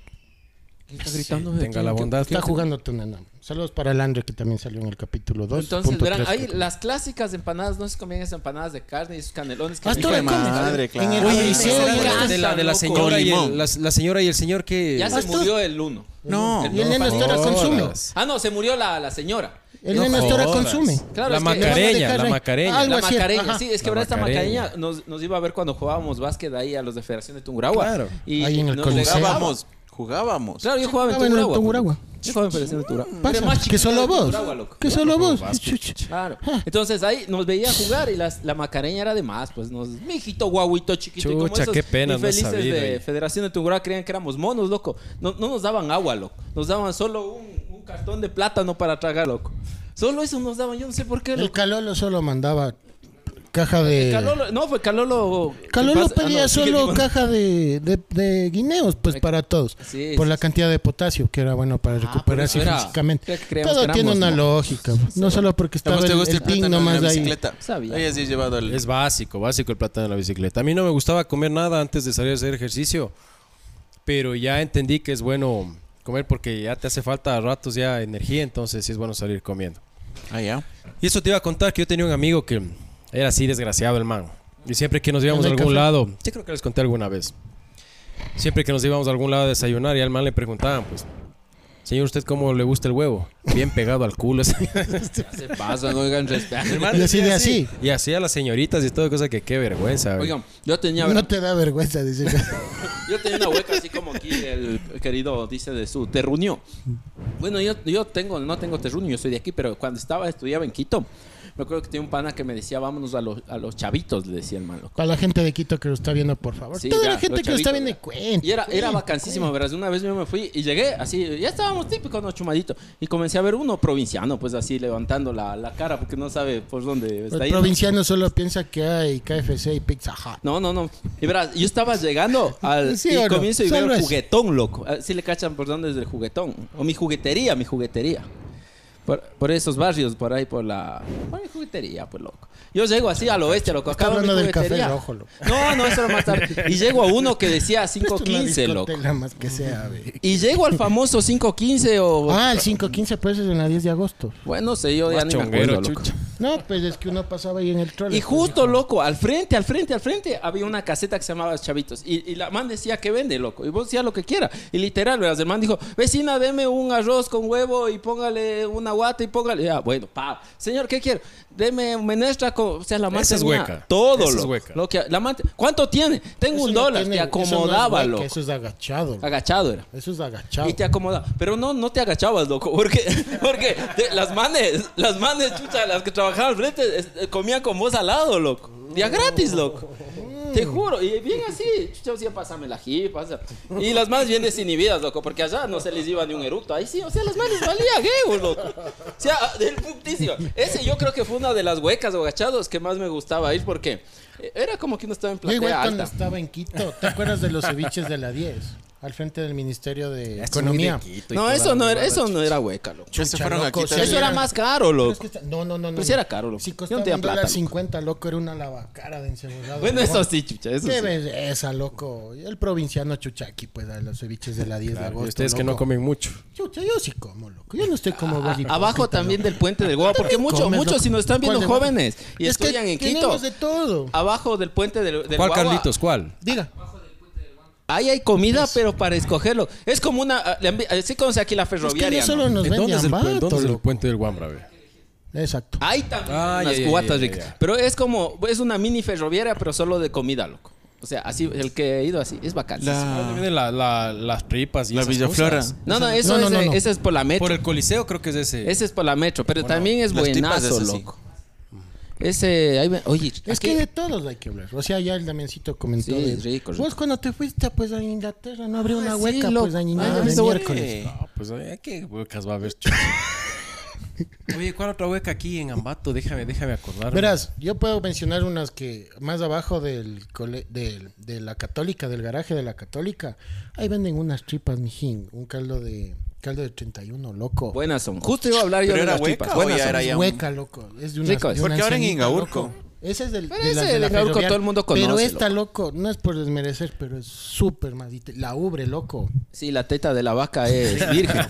Speaker 4: ¿Qué está gritando?
Speaker 1: Tenga la bondad.
Speaker 2: Está jugando tu nena. Saludos para el Andre, que también salió en el capítulo 2.
Speaker 4: Entonces, verán, hay las clásicas empanadas, no se comían esas empanadas de carne y esos canelones que
Speaker 2: Ah,
Speaker 4: se
Speaker 2: tú
Speaker 3: Hijo de
Speaker 2: le comes.
Speaker 3: madre,
Speaker 2: En el
Speaker 3: claro.
Speaker 1: Oye,
Speaker 2: Ay,
Speaker 1: ¿y
Speaker 2: sí,
Speaker 1: si era
Speaker 2: oye,
Speaker 1: la, de la, de la
Speaker 4: loco.
Speaker 1: señora y
Speaker 3: Con
Speaker 1: el, la, la señora y el señor que...
Speaker 4: Ya se
Speaker 2: ¿Haz tú?
Speaker 4: murió el uno.
Speaker 3: No.
Speaker 2: Y el neno
Speaker 1: No
Speaker 2: Estora
Speaker 1: jodas.
Speaker 2: consume.
Speaker 4: Ah, no, se murió la, la señora.
Speaker 2: El
Speaker 1: No
Speaker 2: neno Estora
Speaker 1: jodas.
Speaker 2: consume.
Speaker 4: Claro,
Speaker 1: la
Speaker 4: es
Speaker 2: Lo
Speaker 4: que-
Speaker 2: van a
Speaker 1: macareña,
Speaker 2: dejar
Speaker 1: la
Speaker 2: ahí.
Speaker 1: macareña.
Speaker 2: Algo
Speaker 4: La
Speaker 2: así,
Speaker 4: Macareña,
Speaker 2: ajá.
Speaker 4: sí, es que
Speaker 1: La
Speaker 4: ahora esta
Speaker 1: Macareña.
Speaker 4: Macareña nos, nos iba a ver cuando jugábamos básquet ahí a los de Federación de Tungurahua.
Speaker 1: Claro.
Speaker 4: Y
Speaker 2: Ahí en el
Speaker 4: nos
Speaker 2: Coliseo.
Speaker 4: regalaba-
Speaker 3: Jugábamos. Jugábamos.
Speaker 4: Claro, yo jugaba en
Speaker 2: Estaba en el
Speaker 4: Tungurahua.
Speaker 2: Tungurahua.
Speaker 4: Yo jugaba en Federación de Tungurahua.
Speaker 2: Pasa,
Speaker 4: Era más
Speaker 2: que
Speaker 4: chiquito
Speaker 2: solo
Speaker 4: de
Speaker 2: vos.
Speaker 4: Tungurahua, loco.
Speaker 2: Que solo vos.
Speaker 1: básquet.
Speaker 2: Chuch.
Speaker 4: Claro. Entonces ahí nos veía jugar y las- la Macareña era de más, pues nos, mijito guaguito chiquito y como
Speaker 1: Chucha,
Speaker 4: esos
Speaker 1: qué pena, no he
Speaker 4: infelices
Speaker 1: sabido,
Speaker 4: de
Speaker 1: oye.
Speaker 4: Federación de Tungurahua creían que éramos monos, loco. No, no nos daban agua, loco. Nos daban solo un, un cartón de plátano para tragar, loco. Solo eso nos daban, yo no sé por qué,
Speaker 2: El
Speaker 4: loco.
Speaker 2: Calolo solo mandaba caja de...
Speaker 4: Calolo, no, fue Calolo.
Speaker 2: Calolo
Speaker 4: Ah, no,
Speaker 2: pedía
Speaker 4: sigue
Speaker 2: solo
Speaker 4: [laughs] vivo.
Speaker 2: caja de, de- de guineos, pues para todos.
Speaker 4: Sí,
Speaker 2: por
Speaker 4: sí,
Speaker 2: la
Speaker 4: sí.
Speaker 2: cantidad de potasio, que era bueno para recuperarse
Speaker 4: por eso era.
Speaker 2: físicamente.
Speaker 4: Creo que creíamos
Speaker 2: Todo
Speaker 4: que
Speaker 2: tiene
Speaker 4: éramos
Speaker 2: una
Speaker 4: mo-
Speaker 2: lógica. pues. No solo porque
Speaker 3: ¿A
Speaker 2: estaba
Speaker 3: vos
Speaker 2: el,
Speaker 3: te gusta
Speaker 2: el
Speaker 3: el
Speaker 2: pin
Speaker 3: plátano en
Speaker 2: nomás
Speaker 3: la
Speaker 2: ahí.
Speaker 3: bicicleta?
Speaker 4: Sabía.
Speaker 3: Ahí así llevado el...
Speaker 1: Es básico, básico el plátano en la bicicleta. A mí no me gustaba comer nada antes de salir a hacer ejercicio, pero ya entendí que es bueno comer porque ya te hace falta a ratos ya energía, entonces sí es bueno salir comiendo.
Speaker 3: Ah, ya.
Speaker 1: Y eso te iba a contar que yo tenía un amigo que Era así desgraciado el man. Y siempre que nos íbamos a
Speaker 2: ¿Dónde hay
Speaker 1: algún
Speaker 2: café?
Speaker 1: lado, yo creo que les conté alguna vez. Siempre que nos íbamos a algún lado a desayunar y al man le preguntaban, pues, señor, ¿usted cómo le gusta el huevo? Bien pegado al culo. [laughs] ese-
Speaker 4: Se pasan, oigan,
Speaker 1: [laughs]
Speaker 4: respeto.
Speaker 1: man
Speaker 2: Y así de
Speaker 1: decía
Speaker 2: así.
Speaker 1: Y así a las señoritas y todo, cosa que qué vergüenza. güey.
Speaker 4: Oigan, yo tenía,
Speaker 2: No te da vergüenza decir
Speaker 4: yo tenía una hueca así como aquí el querido dice de su terruño. Bueno, yo, yo tengo, no tengo terruño, yo soy de aquí, pero cuando estaba, estudiaba en Quito, me acuerdo que tenía un pana que me decía, vámonos a los, a los chavitos, le decía el malo.
Speaker 2: Para la gente de Quito que lo está viendo, por favor.
Speaker 4: Sí,
Speaker 2: Toda
Speaker 4: ya,
Speaker 2: la gente
Speaker 4: los
Speaker 2: que lo está
Speaker 4: chavitos,
Speaker 2: viendo,
Speaker 4: ya.
Speaker 2: cuenta.
Speaker 4: Y era, era vacancísimo, verás. Una vez yo me fui y llegué así, ya estábamos típicos, no chumadito. Y comencé a ver uno provinciano, pues así levantando la, la cara porque no sabe por dónde está
Speaker 2: El
Speaker 4: yendo.
Speaker 2: provinciano solo piensa que hay KFC y Pizza Hut.
Speaker 4: No, no, no. Y verás, yo estaba llegando al
Speaker 2: ¿Sí
Speaker 4: y
Speaker 2: o no?
Speaker 4: comienzo y veo
Speaker 2: Solo
Speaker 4: el
Speaker 2: eso.
Speaker 4: juguetón, loco. Si le cachan por dónde es el juguetón. O mi juguetería, mi juguetería. Por, por esos barrios, por ahí, por la. Por mi juguetería, pues loco. Yo llego así al oeste, loco.
Speaker 2: Está
Speaker 4: acabo mi
Speaker 2: hablando del café
Speaker 4: juguetería.
Speaker 2: rojo, loco.
Speaker 4: No, no, eso era más tarde. Y llego a uno que
Speaker 2: [laughs]
Speaker 4: decía
Speaker 2: Esto es una
Speaker 4: 515, loco.
Speaker 2: discoteca más que sea, ve.
Speaker 4: Y llego al famoso 515 o...
Speaker 2: Ah, el 515 pesos en la 10 de agosto.
Speaker 4: Bueno, no sé, yo ya
Speaker 1: Más
Speaker 4: ni me
Speaker 1: chonguero,
Speaker 4: acuerdo, loco.
Speaker 1: chucha.
Speaker 2: No, pues es que uno pasaba ahí en el pues, troll.
Speaker 4: Y
Speaker 1: pues,
Speaker 4: justo, loco, al frente, al frente, al frente, había una caseta que se llamaba Chavitos. Y, y la man decía que vende, loco. Y vos decías lo que quiera. Y literal, verás, el man dijo, vecina, deme un arroz con huevo y póngale una guata y póngale... Ya, bueno, pa. Señor, ¿qué quiero? Deme menestra con... O sea, la man
Speaker 1: Esa es
Speaker 4: tenía
Speaker 1: hueca.
Speaker 4: todo,
Speaker 1: Esa es
Speaker 4: loco.
Speaker 1: hueca.
Speaker 4: Lo que, la man- ¿Cuánto tiene? Tengo un dólar. te acomodaba,
Speaker 2: lo
Speaker 4: loco.
Speaker 2: Eso es agachado. loco.
Speaker 4: Agachado era.
Speaker 2: Eso es agachado.
Speaker 4: Y te acomodaba. Pero no, no te agachabas, loco. Porque, [laughs] porque te- las manes, las manes, chucha, las que trabajaban al frente, es- eh, comían con vos al lado, loco. Ya gratis, loco. Te juro. Y bien así, chucha, decía, pásame la jipa. pasa". Y las manes bien desinhibidas, loco. Porque allá no se les iba ni un eructo. Ahí sí, o sea, las manes valía gay, loco. O sea, del putísimo. Ese yo creo que fue una de las huecas o agachados que más me gustaba ir porque eh, era como que uno estaba en
Speaker 2: Yo igual
Speaker 4: platea
Speaker 2: cuando
Speaker 4: alta.
Speaker 2: estaba en Quito, ¿te acuerdas de los ceviches de la 10? Al frente del Ministerio de
Speaker 1: Es muy de
Speaker 2: Economía.
Speaker 1: Quito y
Speaker 4: No,
Speaker 1: toda
Speaker 4: eso
Speaker 1: la
Speaker 4: no era,
Speaker 1: huevada,
Speaker 4: eso no era hueca, loco.
Speaker 3: Ya se fueron
Speaker 2: loco,
Speaker 3: aquí
Speaker 2: o sea,
Speaker 4: Eso
Speaker 3: también.
Speaker 4: era más caro,
Speaker 2: Pero
Speaker 4: loco.
Speaker 2: es que está- No, no, no. no.
Speaker 4: Pues era caro, loco.
Speaker 2: Si
Speaker 4: Yo no
Speaker 2: costaba
Speaker 4: tenía
Speaker 2: un
Speaker 4: plata,
Speaker 2: dólar
Speaker 4: loco.
Speaker 2: 50, loco, era una lavacara de encebollado.
Speaker 4: Bueno,
Speaker 2: huevón.
Speaker 4: eso sí, chucha, eso
Speaker 2: Qué
Speaker 4: sí.
Speaker 2: belleza, loco. Y El provinciano chuchaqui, pues, a los ceviches de la 10 de
Speaker 1: Claro,
Speaker 2: agosto.
Speaker 1: y ustedes que no
Speaker 2: loco.
Speaker 1: comen mucho.
Speaker 2: Chucha, yo sí como, loco. Yo no estoy como vos,
Speaker 4: A-
Speaker 2: hipócrita,
Speaker 4: Abajo también del puente del Guava, porque
Speaker 2: loco.
Speaker 4: muchos,
Speaker 2: Comes,
Speaker 4: muchos,
Speaker 2: loco.
Speaker 4: si nos están viendo
Speaker 2: ¿Cuál de-
Speaker 4: jóvenes y
Speaker 2: Es que
Speaker 4: estudian en Quito,
Speaker 2: tenemos de todo.
Speaker 4: abajo del puente del, del
Speaker 1: ¿Cuál,
Speaker 4: Guagua,
Speaker 1: Carlitos? ¿Cuál?
Speaker 2: Diga.
Speaker 4: Ahí hay comida, pero para escogerlo. Es como una. ah, le envi- Así conoce aquí la
Speaker 2: Es que
Speaker 4: ferroviaria.
Speaker 2: no solo
Speaker 4: ¿no?
Speaker 2: nos
Speaker 1: ¿En ¿Dónde
Speaker 2: venden
Speaker 1: es el, puen- dónde
Speaker 2: vato,
Speaker 1: es el
Speaker 2: loco.
Speaker 1: puente del Guambra, ve?
Speaker 2: Exacto.
Speaker 4: Hay también
Speaker 1: Ah, ya,
Speaker 4: unas
Speaker 1: ya,
Speaker 4: cuatas
Speaker 1: ya, ya,
Speaker 4: ricas.
Speaker 1: ya.
Speaker 4: Pero es como. Es una mini ferroviaria, pero solo de comida, loco. O sea, así, el que he ido así. Es bacán.
Speaker 2: Ah.
Speaker 1: ¿De
Speaker 3: La,
Speaker 1: ¿Dónde vienen la- la- las tripas y
Speaker 3: la
Speaker 1: esas
Speaker 3: Villaflora.
Speaker 1: cosas?
Speaker 4: No, no, eso
Speaker 2: No, no,
Speaker 4: es,
Speaker 2: no,
Speaker 4: de-
Speaker 2: no.
Speaker 4: ese es por la metro.
Speaker 1: Por el Coliseo creo que es ese.
Speaker 4: Ese es por la metro, pero también es
Speaker 3: las tipas de
Speaker 4: buenazo,
Speaker 3: esas, sí.
Speaker 4: loco. Ese, ahí ve- oye,
Speaker 2: Es
Speaker 4: aquí-
Speaker 2: que de todos hay que hablar. O sea, ya el Damencito comentó.
Speaker 4: Sí,
Speaker 2: de-
Speaker 4: rico, rico.
Speaker 2: Vos cuando te fuiste pues a Inglaterra no abrió una
Speaker 4: Ah, sí,
Speaker 2: hueca
Speaker 4: loco.
Speaker 2: pues a Inglaterra
Speaker 4: Ah,
Speaker 2: de
Speaker 4: esa hueca.
Speaker 2: miércoles.
Speaker 1: No, pues eh, qué huecas va a haber. chucha? [laughs] Oye, ¿cuál otra hueca aquí en Ambato? Déjame, déjame acordar.
Speaker 2: Verás, yo puedo mencionar unas que más abajo del, cole- del- de la Católica, del garaje de la Católica, ahí venden unas tripas, mijín, un caldo de caldo de 31, loco.
Speaker 4: Buenas son. Justo iba a hablar yo
Speaker 3: ¿Pero
Speaker 4: de
Speaker 3: era
Speaker 4: las
Speaker 3: hueca
Speaker 4: tripas.
Speaker 3: o
Speaker 4: Buenas
Speaker 3: ya
Speaker 4: son.
Speaker 3: era ya un-
Speaker 2: Hueca, loco. Es de una,
Speaker 4: Rico es.
Speaker 2: de una
Speaker 3: Porque ahora en
Speaker 2: ancianita,
Speaker 3: Ingaurco.
Speaker 2: loco. Ese es del
Speaker 4: Pero
Speaker 2: de
Speaker 4: ese
Speaker 2: las de
Speaker 4: del
Speaker 2: la
Speaker 4: Ingaurco
Speaker 2: ferroviaria.
Speaker 4: todo el mundo conoce,
Speaker 2: Pero esta, loco, no es por desmerecer, pero es súper maldita. La ubre, loco.
Speaker 4: Sí, la teta de la vaca
Speaker 2: [laughs]
Speaker 4: es virgen.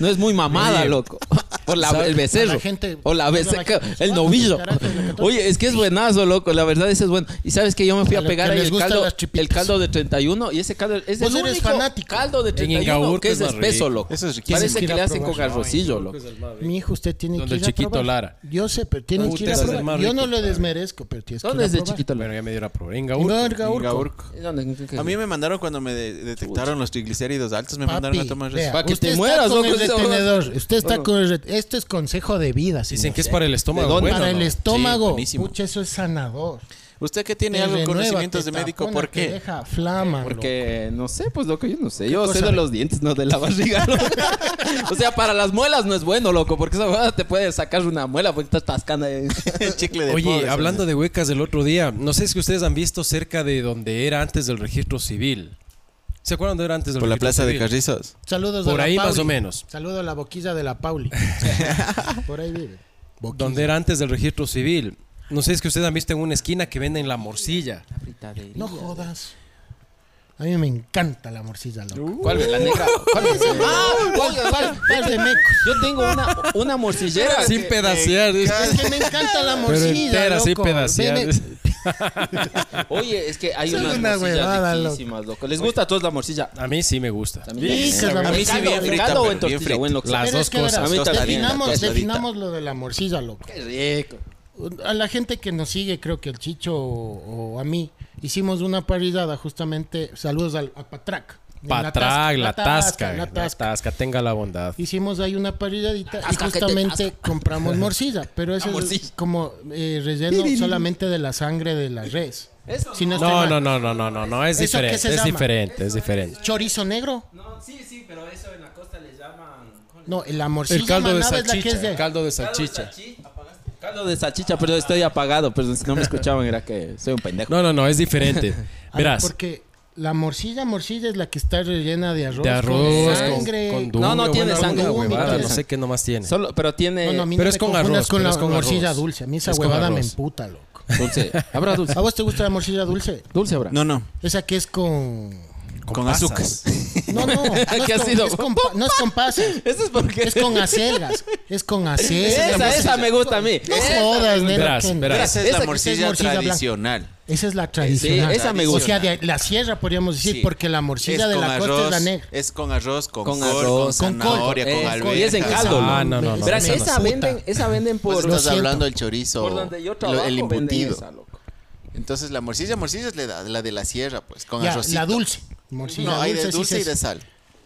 Speaker 4: No es muy mamada,
Speaker 1: Oye,
Speaker 4: loco. [laughs] O la,
Speaker 1: ¿sabes?
Speaker 4: el becerro.
Speaker 2: La gente-
Speaker 4: o la
Speaker 2: la
Speaker 4: becerra.
Speaker 2: vaca-
Speaker 4: El
Speaker 2: Ah,
Speaker 4: novillo.
Speaker 2: carajo, la catorce.
Speaker 4: Oye, es que es buenazo, loco. La verdad, ese es bueno. Y sabes que yo me fui
Speaker 2: A
Speaker 4: a,
Speaker 2: los
Speaker 4: pegar
Speaker 2: que
Speaker 4: ahí
Speaker 2: les
Speaker 4: el
Speaker 2: gustan
Speaker 4: caldo,
Speaker 2: las tripitas.
Speaker 4: el caldo de 31. Y ese caldo es el
Speaker 2: Vos eres
Speaker 4: único
Speaker 2: fanático.
Speaker 4: caldo de
Speaker 1: En
Speaker 4: 31
Speaker 1: Ingaurco
Speaker 4: que
Speaker 1: es
Speaker 4: es
Speaker 1: más
Speaker 4: espeso,
Speaker 1: rico.
Speaker 4: loco.
Speaker 3: Eso es riquísimo.
Speaker 4: Parece que
Speaker 2: Quiero
Speaker 4: le hacen con
Speaker 2: probar.
Speaker 4: garrocillo, loco.
Speaker 2: Mi hijo, usted tiene
Speaker 1: Donde
Speaker 2: que ir
Speaker 1: el
Speaker 2: a
Speaker 1: chiquito
Speaker 2: probar.
Speaker 1: Lara.
Speaker 2: Yo sé, pero tiene
Speaker 1: Puta,
Speaker 2: que ir a
Speaker 1: ese es el
Speaker 2: probar.
Speaker 1: más
Speaker 2: Yo
Speaker 1: rico,
Speaker 2: no lo
Speaker 1: padre.
Speaker 2: desmerezco, pero tienes que ir
Speaker 4: ¿Dónde
Speaker 2: a
Speaker 4: es de
Speaker 2: probar.
Speaker 4: chiquito? loco?
Speaker 1: Pero ya me dio la prueba. En Gaúcho.
Speaker 2: Ingaurco.
Speaker 3: Ingaurco.
Speaker 4: ¿Dónde?
Speaker 3: A mí me mandaron cuando me de- detectaron los triglicéridos altos, me mandaron a
Speaker 2: Papi,
Speaker 3: tomar Oh.
Speaker 2: vea,
Speaker 3: res-
Speaker 4: Pa' que
Speaker 2: usted
Speaker 4: te
Speaker 2: está
Speaker 4: mueras,
Speaker 2: con
Speaker 4: loco,
Speaker 2: el
Speaker 4: esa
Speaker 2: detenedor.
Speaker 4: huevada.
Speaker 2: Usted está con el ret- Esto es consejo de vida.
Speaker 1: Dicen
Speaker 2: señor.
Speaker 1: que es para el estómago.
Speaker 4: dónde?
Speaker 1: bueno,
Speaker 2: para
Speaker 1: ¿no?
Speaker 2: el estómago.
Speaker 3: buenísimo.
Speaker 2: Pucha, eso es sanador.
Speaker 3: Usted que tiene
Speaker 2: Te
Speaker 3: algo
Speaker 2: renueva,
Speaker 3: conocimientos
Speaker 2: te
Speaker 3: de médico,
Speaker 2: tapona,
Speaker 3: ¿por
Speaker 2: te
Speaker 3: qué?
Speaker 2: deja flama. loco.
Speaker 4: Porque no sé, pues loco, yo no sé. Yo
Speaker 2: cosa
Speaker 4: sé de
Speaker 2: de-
Speaker 4: los dientes, no de la
Speaker 2: [laughs]
Speaker 4: barriga. loco. o sea, para las muelas no es bueno, loco, porque esa huevada te puede sacar una muela porque estás tascando ahí.
Speaker 3: [laughs] El chicle de
Speaker 1: Oye,
Speaker 3: pobres,
Speaker 1: hablando de huecas del otro día, no sé si ustedes han visto cerca de donde era antes del registro civil. ¿Se acuerdan dónde era antes del
Speaker 3: Por la
Speaker 1: registro
Speaker 3: plaza de
Speaker 1: civil?
Speaker 3: Carrizos.
Speaker 2: Saludos
Speaker 1: Por
Speaker 2: a la
Speaker 1: ahí
Speaker 2: Pauli.
Speaker 1: más o menos.
Speaker 2: Saludo a la boquilla de la
Speaker 3: [laughs]
Speaker 2: Pauli. Por ahí vive.
Speaker 1: Donde era antes del registro civil. No sé si es que ustedes han visto en una esquina que venden la morcilla.
Speaker 2: No jodas. A mí me encanta la morcilla, loco.
Speaker 4: ¿Cuál es la negra? ¿Cuál es la
Speaker 2: Ah,
Speaker 4: negra?
Speaker 2: Pal- pal- pal de mecos.
Speaker 4: Yo tengo una, una morcillera.
Speaker 1: Sin
Speaker 4: que-
Speaker 1: pedacear. dice.
Speaker 2: Es que me encanta la
Speaker 1: Pero
Speaker 2: morcilla,
Speaker 1: entera,
Speaker 2: loco.
Speaker 1: sin pedacear.
Speaker 2: Ven,
Speaker 1: dice.
Speaker 4: Oye, es que hay
Speaker 2: Son
Speaker 4: unas
Speaker 2: una
Speaker 4: morcillas
Speaker 2: huevada, loco.
Speaker 4: riquísimas, loco. ¿Les gusta a todos la morcilla?
Speaker 1: A mí sí me gusta.
Speaker 4: A mí
Speaker 2: Sí,
Speaker 4: también.
Speaker 2: que la
Speaker 4: ¿En
Speaker 2: morcilla
Speaker 4: caldo-
Speaker 2: bien
Speaker 4: en
Speaker 3: frita,
Speaker 4: caldo o
Speaker 3: pero
Speaker 4: en tortilla,
Speaker 3: bien
Speaker 4: o en lo que sea?
Speaker 1: Las
Speaker 2: Pero
Speaker 1: dos
Speaker 2: es que verás,
Speaker 1: cosas.
Speaker 4: A mí también,
Speaker 2: Definamos,
Speaker 3: tostadita.
Speaker 2: definamos lo de la morcilla, loco.
Speaker 4: Qué rico.
Speaker 2: A la gente que nos sigue, creo que el Chicho o, o a mí, hicimos una parrillada justamente. Saludos al, a Patrac. En la
Speaker 1: Patrag,
Speaker 2: tasca,
Speaker 1: la tasca.
Speaker 2: La tasca.
Speaker 1: tenga la bondad.
Speaker 2: Hicimos ahí una parilladita y
Speaker 4: Asca, que te
Speaker 2: justamente
Speaker 1: [laughs]
Speaker 2: compramos morcilla, pero eso
Speaker 4: morcilla.
Speaker 2: es como eh, relleno solamente de la sangre de la res.
Speaker 4: Eso
Speaker 2: Si no estoy
Speaker 1: No,
Speaker 2: mal.
Speaker 1: no, no, no, no, no, no, es
Speaker 2: ¿Eso qué
Speaker 1: diferente,
Speaker 2: se
Speaker 1: es
Speaker 2: llama?
Speaker 1: diferente, es diferente.
Speaker 2: ¿Chorizo negro?
Speaker 4: No, sí, sí, pero eso en la costa le llaman...
Speaker 2: No, la morcilla
Speaker 1: El caldo de
Speaker 2: manaba es la que
Speaker 1: salchicha,
Speaker 2: es de-
Speaker 1: el caldo de salchicha.
Speaker 4: Caldo de salchicha, pero estoy apagado. Pero si no me escuchaban, era que soy un pendejo.
Speaker 1: No, no, no, es [laughs] diferente.
Speaker 2: A ver,
Speaker 1: Verás,
Speaker 2: Porque la morcilla, morcilla es la que está rellena de arroz.
Speaker 1: de arroz,
Speaker 2: con
Speaker 1: con,
Speaker 2: sangre.
Speaker 1: con
Speaker 4: No, no
Speaker 1: dumio,
Speaker 4: tiene
Speaker 1: bueno,
Speaker 4: sangre,
Speaker 1: alguna
Speaker 2: dumio,
Speaker 1: huevada,
Speaker 2: tiene
Speaker 1: no sé
Speaker 2: sangre.
Speaker 1: qué nomás tiene.
Speaker 4: Solo, pero tiene
Speaker 2: No, no, a mí
Speaker 1: Pero
Speaker 2: no
Speaker 1: es
Speaker 2: me
Speaker 1: con
Speaker 2: confundas
Speaker 1: arroz,
Speaker 2: con
Speaker 1: pero
Speaker 2: la
Speaker 1: es con
Speaker 2: morcilla
Speaker 1: arroz.
Speaker 2: dulce. A mí esa
Speaker 1: Es con
Speaker 2: huevada
Speaker 1: arroz.
Speaker 2: me emputa, loco.
Speaker 4: dulce. Habrá dulce.
Speaker 2: ¿A vos te gusta la morcilla dulce?
Speaker 4: Dulce habrá.
Speaker 3: No, no.
Speaker 2: Esa que es con...
Speaker 3: Con,
Speaker 1: pasas.
Speaker 3: azúcar. [laughs]
Speaker 1: [laughs]
Speaker 2: No, no. no es
Speaker 4: ¿Qué ha
Speaker 2: con-
Speaker 4: sido?
Speaker 2: es con pa- no es con pasas.
Speaker 4: Eso es porque...
Speaker 2: Es con acelgas. Es con
Speaker 4: Esa,
Speaker 2: acelgas.
Speaker 4: esa, me gusta a mí.
Speaker 2: No jodas, nena,
Speaker 1: Verás,
Speaker 2: que-
Speaker 1: verás.
Speaker 3: Esa es
Speaker 2: Esa
Speaker 3: la
Speaker 2: que
Speaker 3: morcilla
Speaker 2: morcilla blanca.
Speaker 3: tradicional.
Speaker 2: Esa es la tradicional.
Speaker 4: esa me
Speaker 2: O
Speaker 4: gusta.
Speaker 2: sea, de la sierra podríamos decir,
Speaker 3: Sí.
Speaker 2: porque la morcilla
Speaker 3: Es
Speaker 2: de
Speaker 3: con
Speaker 2: la costa
Speaker 3: arroz,
Speaker 2: es la negra.
Speaker 3: Es con arroz, con,
Speaker 4: Con
Speaker 3: col,
Speaker 4: arroz,
Speaker 3: con
Speaker 2: con col.
Speaker 3: zanahoria, con,
Speaker 4: Eh,
Speaker 3: alberjas.
Speaker 4: y es en caldo.
Speaker 1: Ah, no, no, no.
Speaker 4: Verás,
Speaker 1: Esa
Speaker 4: esa
Speaker 2: me
Speaker 4: venden,
Speaker 2: puta.
Speaker 4: esa venden
Speaker 3: Pues
Speaker 4: por,
Speaker 2: lo
Speaker 3: estás
Speaker 2: siento.
Speaker 3: hablando del chorizo,
Speaker 4: por donde yo trabajo.
Speaker 3: lo- el
Speaker 4: venden
Speaker 3: embutido.
Speaker 4: esa, loco.
Speaker 3: Entonces la morcilla, morcilla es la, la de la sierra, pues, con
Speaker 2: Ya,
Speaker 3: arrocito.
Speaker 2: la dulce. Morcilla
Speaker 3: no, hay de
Speaker 2: sí
Speaker 3: dulce
Speaker 2: se-
Speaker 3: y de sal.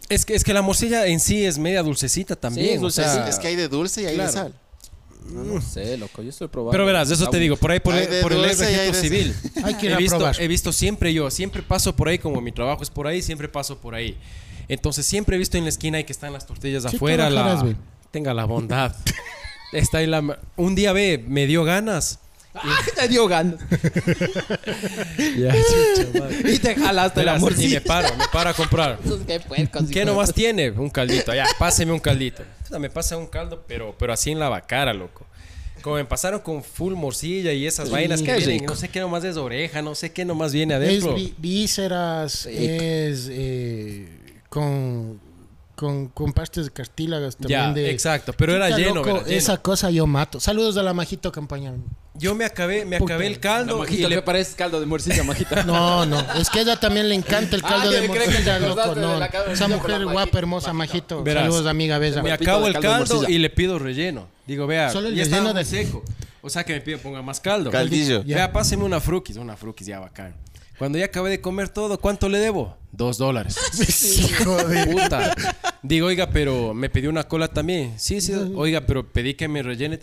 Speaker 1: Es que, es que la morcilla en sí es media dulcecita también.
Speaker 4: es
Speaker 1: o
Speaker 2: Ah.
Speaker 1: sea,
Speaker 4: dulcecita.
Speaker 3: Es que hay de dulce y hay
Speaker 1: Claro.
Speaker 3: de sal. [laughs]
Speaker 4: No sé, loco, yo estoy probando.
Speaker 1: Pero verás, eso te digo,
Speaker 4: [laughs]
Speaker 1: por ahí por,
Speaker 3: Hay
Speaker 1: el-
Speaker 3: de
Speaker 1: por el
Speaker 3: dulce y hay
Speaker 1: registro
Speaker 3: de-
Speaker 1: civil.
Speaker 2: [laughs] Hay que ir
Speaker 1: he
Speaker 2: a
Speaker 1: visto,
Speaker 2: probar.
Speaker 1: he visto siempre yo, siempre paso por ahí, como mi trabajo es por ahí, siempre paso por ahí. Entonces siempre he visto en la esquina ahí que están las tortillas
Speaker 2: Sí
Speaker 1: afuera. la-
Speaker 2: trabajarás, güey.
Speaker 1: tenga la bondad. [laughs] Está ahí la, un día ve, me dio ganas.
Speaker 4: ¡Ah, te dio ganas!
Speaker 1: [laughs] Ya, chucha, madre.
Speaker 4: Y te jalaste la
Speaker 1: Verás, y me
Speaker 4: morcilla. [laughs]
Speaker 1: paro, me paro a
Speaker 2: [laughs]
Speaker 1: comprar.
Speaker 4: ¡Qué puercos, hijo
Speaker 1: ¿Qué
Speaker 4: de
Speaker 1: nomás tiene? Un caldito. Ya, páseme un caldito. Puta, Me pasa un caldo, pero, pero así en la bacara, loco. Como me pasaron con full morcilla y esas vainas que
Speaker 4: qué
Speaker 1: vienen.
Speaker 4: rico.
Speaker 1: No sé qué nomás es oreja, no sé qué nomás viene
Speaker 2: Es
Speaker 1: adentro.
Speaker 2: vi- vísceras, es eh, con, con, con partes de cartílagos también.
Speaker 1: Ya,
Speaker 2: de-
Speaker 1: exacto, pero era
Speaker 2: Puta,
Speaker 1: lleno,
Speaker 2: loco,
Speaker 1: verás, lleno.
Speaker 2: Esa cosa yo mato. Saludos a la Majito Campaña.
Speaker 1: Yo me acabé, me
Speaker 2: Puta.
Speaker 1: acabé el
Speaker 4: No,
Speaker 1: caldo y
Speaker 4: majito,
Speaker 1: le
Speaker 4: ¿qué parece caldo de
Speaker 1: [laughs]
Speaker 4: morcilla, majita?
Speaker 2: No, no, es que a ella también le encanta el caldo
Speaker 4: Ah,
Speaker 2: de
Speaker 4: yo creí que te
Speaker 2: morcilla,
Speaker 4: acordaste
Speaker 2: loco.
Speaker 4: de
Speaker 2: No.
Speaker 4: la caldo de
Speaker 2: Esa
Speaker 4: morcilla con la
Speaker 2: mujer
Speaker 4: Majito.
Speaker 2: guapa, hermosa, Majito.
Speaker 1: Verás.
Speaker 2: Saludos, amiga bella.
Speaker 1: me
Speaker 4: palpito
Speaker 1: acabo
Speaker 4: de
Speaker 1: el
Speaker 4: caldo de
Speaker 1: caldo
Speaker 4: morcilla.
Speaker 1: y le pido relleno. Digo, vea,
Speaker 2: Solo el
Speaker 1: ya
Speaker 2: relleno
Speaker 1: está de
Speaker 2: de-
Speaker 1: seco. O sea que me pide ponga más caldo.
Speaker 3: Caldillo.
Speaker 1: Ya. Vea, páseme una fruquis, una fruquis ya bacán. Cuando ya acabé de comer todo, ¿cuánto le debo? Dos
Speaker 2: [laughs]
Speaker 1: dólares.
Speaker 2: Hijo de-
Speaker 1: Puta. Digo, oiga, pero me pidió una cola también. Sí, sí. Oiga, pero pedí que me rellene.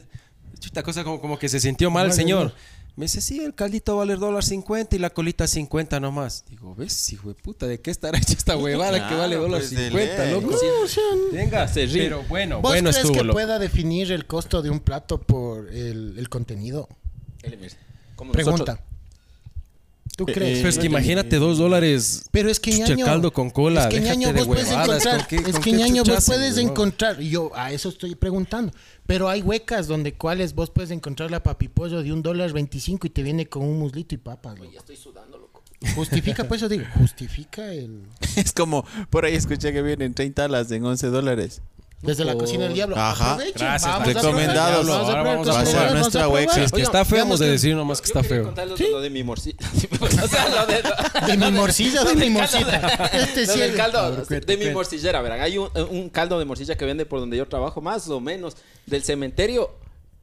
Speaker 1: Chuta cosa como, como que se sintió mal el
Speaker 2: Vale,
Speaker 1: señor. Me dice, sí, el caldito vale el dólar 50 y la colita 50 nomás. Digo, ves, hijo de puta, ¿de qué estará hecha esta huevada que
Speaker 3: Claro,
Speaker 1: vale dólar
Speaker 3: pues, de
Speaker 1: 50,
Speaker 3: ley.
Speaker 1: loco?
Speaker 2: O sea,
Speaker 1: Venga,
Speaker 4: se ríe.
Speaker 1: pero bueno,
Speaker 2: ¿Vos
Speaker 1: bueno
Speaker 2: crees
Speaker 1: estuvo,
Speaker 2: que
Speaker 1: loco.
Speaker 2: pueda definir el costo de un plato por el, el contenido?
Speaker 4: Como
Speaker 2: Pregunta.
Speaker 4: nosotros.
Speaker 2: ¿Tú
Speaker 3: Eh,
Speaker 2: crees?
Speaker 1: Pero es que imagínate dos dólares.
Speaker 2: Pero es que
Speaker 1: Chucha,
Speaker 2: ñaño.
Speaker 1: caldo con cola,
Speaker 2: Es que
Speaker 1: déjate
Speaker 2: ñaño
Speaker 1: de
Speaker 2: vos puedes
Speaker 1: huevadas,
Speaker 2: encontrar.
Speaker 1: ¿con qué-
Speaker 2: es
Speaker 1: con
Speaker 2: que
Speaker 1: qué
Speaker 2: ñaño vos
Speaker 1: chuchas,
Speaker 2: puedes
Speaker 1: huevón?
Speaker 2: encontrar. y Yo a eso estoy preguntando. Pero hay huecas donde cuáles vos puedes encontrar la papipollo de un dólar veinticinco y te viene con un muslito y papas. loco.
Speaker 4: Estoy sudando, loco.
Speaker 2: Justifica, pues eso
Speaker 4: [laughs]
Speaker 2: digo. Justifica el.
Speaker 3: Es como, por ahí escuché que vienen 30 alas en 11 dólares.
Speaker 2: Desde la cocina del diablo.
Speaker 3: Ajá.
Speaker 2: Aprovechen,
Speaker 1: Gracias,
Speaker 2: vamos a probar,
Speaker 3: recomendados.
Speaker 2: vamos a
Speaker 1: Ahora
Speaker 2: probar,
Speaker 1: vamos a
Speaker 2: vamos a
Speaker 1: probar
Speaker 2: probar,
Speaker 3: nuestra
Speaker 2: vamos a
Speaker 3: hueca.
Speaker 1: Si
Speaker 2: probar.
Speaker 1: es que está feo,
Speaker 2: veamos
Speaker 1: hemos de
Speaker 2: que-
Speaker 1: decir nomás que está feo.
Speaker 4: Contarles lo de
Speaker 2: [laughs]
Speaker 4: mi [laughs] morcilla. o sea, lo de... [laughs]
Speaker 2: De mi morcilla, de mi morcilla. Este
Speaker 4: Lo
Speaker 2: sí
Speaker 4: del
Speaker 2: es.
Speaker 4: caldo
Speaker 1: cuente,
Speaker 4: de mi
Speaker 1: cuente.
Speaker 4: morcillera, verán. Hay un, un caldo de morcilla que vende por donde yo trabajo, más o menos, del cementerio.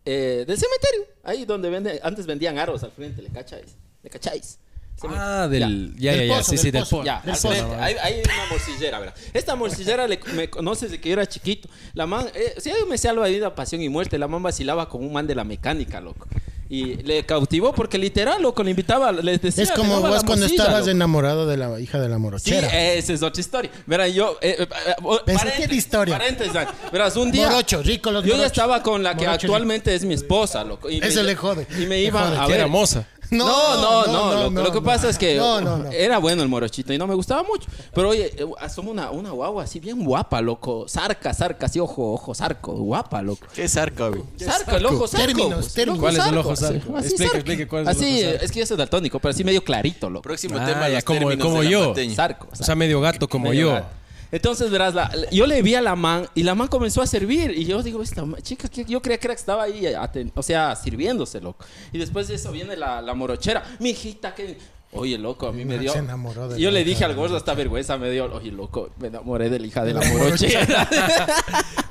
Speaker 4: eh, del cementerio, ahí donde vende, antes vendían aros al frente, ¿le cacháis? ¿Le cacháis? Cemen-
Speaker 1: Ah, del. Ya, ya,
Speaker 2: Del
Speaker 1: ya.
Speaker 2: pozo,
Speaker 1: Sí, sí,
Speaker 2: del
Speaker 1: del
Speaker 2: pozo.
Speaker 1: pozo.
Speaker 4: Ya,
Speaker 2: Del
Speaker 4: al
Speaker 2: pozo.
Speaker 4: frente. Hay, hay una morcillera, ¿verdad? Esta morcillera le- me conoce desde que yo era chiquito. La man, eh, si yo me sé algo ahí de pasión y muerte, la man vacilaba con un man de la mecánica, loco. Y le cautivó porque literal, loco, le invitaba, le decía...
Speaker 2: Es como
Speaker 4: "Tengo la
Speaker 2: vos cuando
Speaker 4: morcilla,
Speaker 2: estabas
Speaker 4: loco".
Speaker 2: enamorado de la hija de la
Speaker 4: Sí,
Speaker 1: eh,
Speaker 2: morochera.
Speaker 4: esa es otra historia. Verá, yo... eh, eh, eh,
Speaker 2: Pensé
Speaker 4: paréntesis,
Speaker 2: que era historia.
Speaker 4: paréntesis, ah, verás, un día...
Speaker 2: Morocho, rico los
Speaker 4: Yo ya
Speaker 2: morochos.
Speaker 4: estaba con la que
Speaker 2: Morocho,
Speaker 4: actualmente es mi esposa, loco. y me-
Speaker 2: Ese le jode,
Speaker 4: Y me
Speaker 2: le
Speaker 4: iba
Speaker 2: jode.
Speaker 4: a
Speaker 1: Que
Speaker 4: ver...
Speaker 1: era moza.
Speaker 4: No, no, no. lo, lo que pasa es que
Speaker 2: No, no, no.
Speaker 4: era bueno el morochito y no me gustaba mucho. Pero oye, eh, asoma una, una guagua así bien guapa, loco. Zarca, zarca, así ojo, ojo, zarco. Guapa, loco.
Speaker 3: Qué zarco, güey.
Speaker 4: Zarco, el ojo, zarco.
Speaker 2: Términos,
Speaker 4: pues,
Speaker 2: términos.
Speaker 4: loco,
Speaker 1: ¿Cuál es el ojo
Speaker 4: así,
Speaker 1: zarco?
Speaker 4: así,
Speaker 1: Explique,
Speaker 4: zarca.
Speaker 1: explique cuál es el ojo
Speaker 4: Así,
Speaker 1: zarco.
Speaker 4: es que yo soy daltónico, pero así medio clarito, loco.
Speaker 3: Próximo
Speaker 1: Ah,
Speaker 3: tema,
Speaker 1: ya,
Speaker 3: los
Speaker 1: como-
Speaker 3: términos
Speaker 1: como
Speaker 3: de la
Speaker 1: yo.
Speaker 3: mateña.
Speaker 4: Zarco.
Speaker 1: O sea, medio gato como yo.
Speaker 4: Entonces, verás, la- la- yo le vi a la man y la man comenzó a servir. Y yo digo, esta ma- chica, que yo creía que era que estaba ahí, aten- o sea, sirviéndose, loco. Y después de eso viene la, la morochera. Mi hijita, que. Oye, loco, a mí me
Speaker 2: man
Speaker 4: dio.
Speaker 2: se enamoró de
Speaker 4: yo
Speaker 2: la
Speaker 4: le
Speaker 2: hija
Speaker 4: dije
Speaker 2: de
Speaker 4: al
Speaker 2: la
Speaker 4: gordo, esta vergüenza me dio. Oye, loco, me enamoré de la hija de la morochera.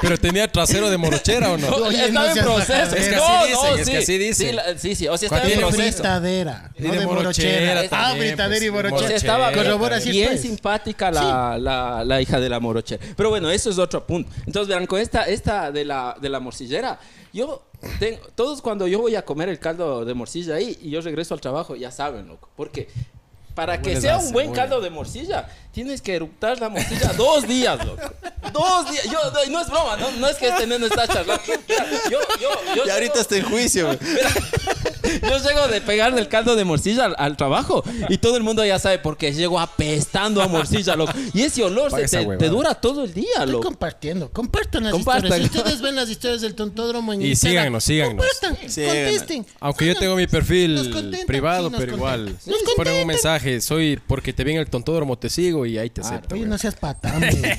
Speaker 1: Pero tenía trasero de morochera o no.
Speaker 4: No,
Speaker 2: Oye,
Speaker 4: estaba
Speaker 2: no
Speaker 4: en
Speaker 2: seas
Speaker 4: proceso.
Speaker 2: majadero.
Speaker 1: Es que
Speaker 4: No,
Speaker 1: así
Speaker 4: no,
Speaker 1: dicen, es
Speaker 4: sí.
Speaker 1: que así dicen.
Speaker 4: Sí, la- sí, sí, o sea, estaba en
Speaker 2: Tiene
Speaker 4: proceso.
Speaker 2: fritadera.
Speaker 1: Y
Speaker 2: no
Speaker 1: de
Speaker 2: de
Speaker 1: morochera
Speaker 2: morochera. Ah,
Speaker 1: también,
Speaker 2: fritadera
Speaker 1: pues,
Speaker 2: y
Speaker 4: O sea,
Speaker 1: morochera.
Speaker 2: morochera.
Speaker 4: estaba bien,
Speaker 2: Corrobora si es,
Speaker 4: bien
Speaker 2: pues.
Speaker 4: simpática la, la- la hija de la morochera. Pero bueno, eso es otro punto. Entonces, verán, con esta, esta de, la, de la morcillera, yo tengo, todos cuando yo voy a comer el caldo de morcilla ahí y yo regreso al trabajo, ya saben, loco. Porque para que
Speaker 1: Huele
Speaker 4: sea
Speaker 1: la
Speaker 4: un buen
Speaker 1: cebolla.
Speaker 4: caldo de morcilla, tienes que eructar la morcilla dos días, loco. Dos días. Yo, no, no es broma, no, no es que este nene está charlando. Mira, Yo, yo, yo
Speaker 3: Y ahorita está en juicio, güey.
Speaker 4: yo llego de pegarle el caldo de morcilla al, al trabajo y todo el mundo ya sabe porque llego apestando a morcilla, loco. Y ese olor
Speaker 1: Paga
Speaker 4: se
Speaker 1: esa
Speaker 4: te,
Speaker 1: huevada.
Speaker 4: te dura todo el día,
Speaker 2: Estoy
Speaker 4: loco.
Speaker 2: compartiendo. Compartan las
Speaker 4: Compartan.
Speaker 2: historias. Si ustedes ven las historias del tontódromo en
Speaker 1: Y
Speaker 2: Instagram,
Speaker 1: síganos, síganos.
Speaker 2: Compartan,
Speaker 3: Síganos.
Speaker 2: contesten.
Speaker 1: Aunque yo
Speaker 2: Síganos.
Speaker 1: tengo mi
Speaker 2: Nos
Speaker 1: perfil
Speaker 2: contentan,
Speaker 1: privado,
Speaker 2: sí, nos
Speaker 1: pero
Speaker 2: contentan.
Speaker 1: igual.
Speaker 2: Nos
Speaker 1: Ponen un
Speaker 2: contentan.
Speaker 1: mensaje, soy porque te vi en el tontódromo, te sigo y ahí te acepto.
Speaker 2: Oye,
Speaker 1: güey.
Speaker 2: no seas
Speaker 1: [laughs]
Speaker 2: patán, güey.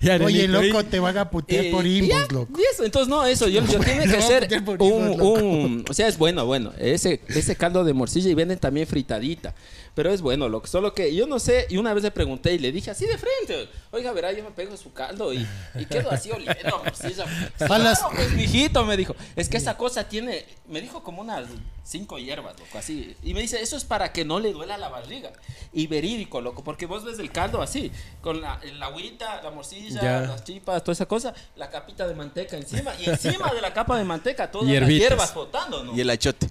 Speaker 1: Y
Speaker 2: Ah, Oye,
Speaker 1: Arenito,
Speaker 2: loco,
Speaker 1: ahí-
Speaker 2: te van a putear
Speaker 4: Eh,
Speaker 2: por
Speaker 4: y ya,
Speaker 2: inbox, loco.
Speaker 4: y eso, entonces no, eso, yo,
Speaker 2: [laughs]
Speaker 4: yo tiene
Speaker 2: no,
Speaker 4: que ser
Speaker 2: porque por
Speaker 4: un,
Speaker 2: inbox, loco.
Speaker 4: un- o sea, es bueno, bueno, ese, ese caldo de morcilla y venden también fritadita, pero es bueno, loco, solo que yo no sé, y una vez le pregunté y le dije así de frente, oiga, verá, yo me pego su caldo y, y quedo así oliendo [laughs] a morcilla.
Speaker 2: A las-
Speaker 4: "Claro, pues, mijito, me dijo, es que esa cosa tiene, me dijo como unas cinco hierbas, loco, así, y me dice, eso es para que no le duela la barriga, y verídico, loco, porque vos ves el caldo así, con la, la agüita, la morcilla,
Speaker 1: Ya.
Speaker 4: las chipas, toda esa cosa, la capita de manteca encima, y encima de la capa
Speaker 1: [laughs]
Speaker 4: de manteca todas
Speaker 1: Y
Speaker 4: las
Speaker 1: hierbitas.
Speaker 4: hierbas flotando, ¿no?
Speaker 3: Y el achote.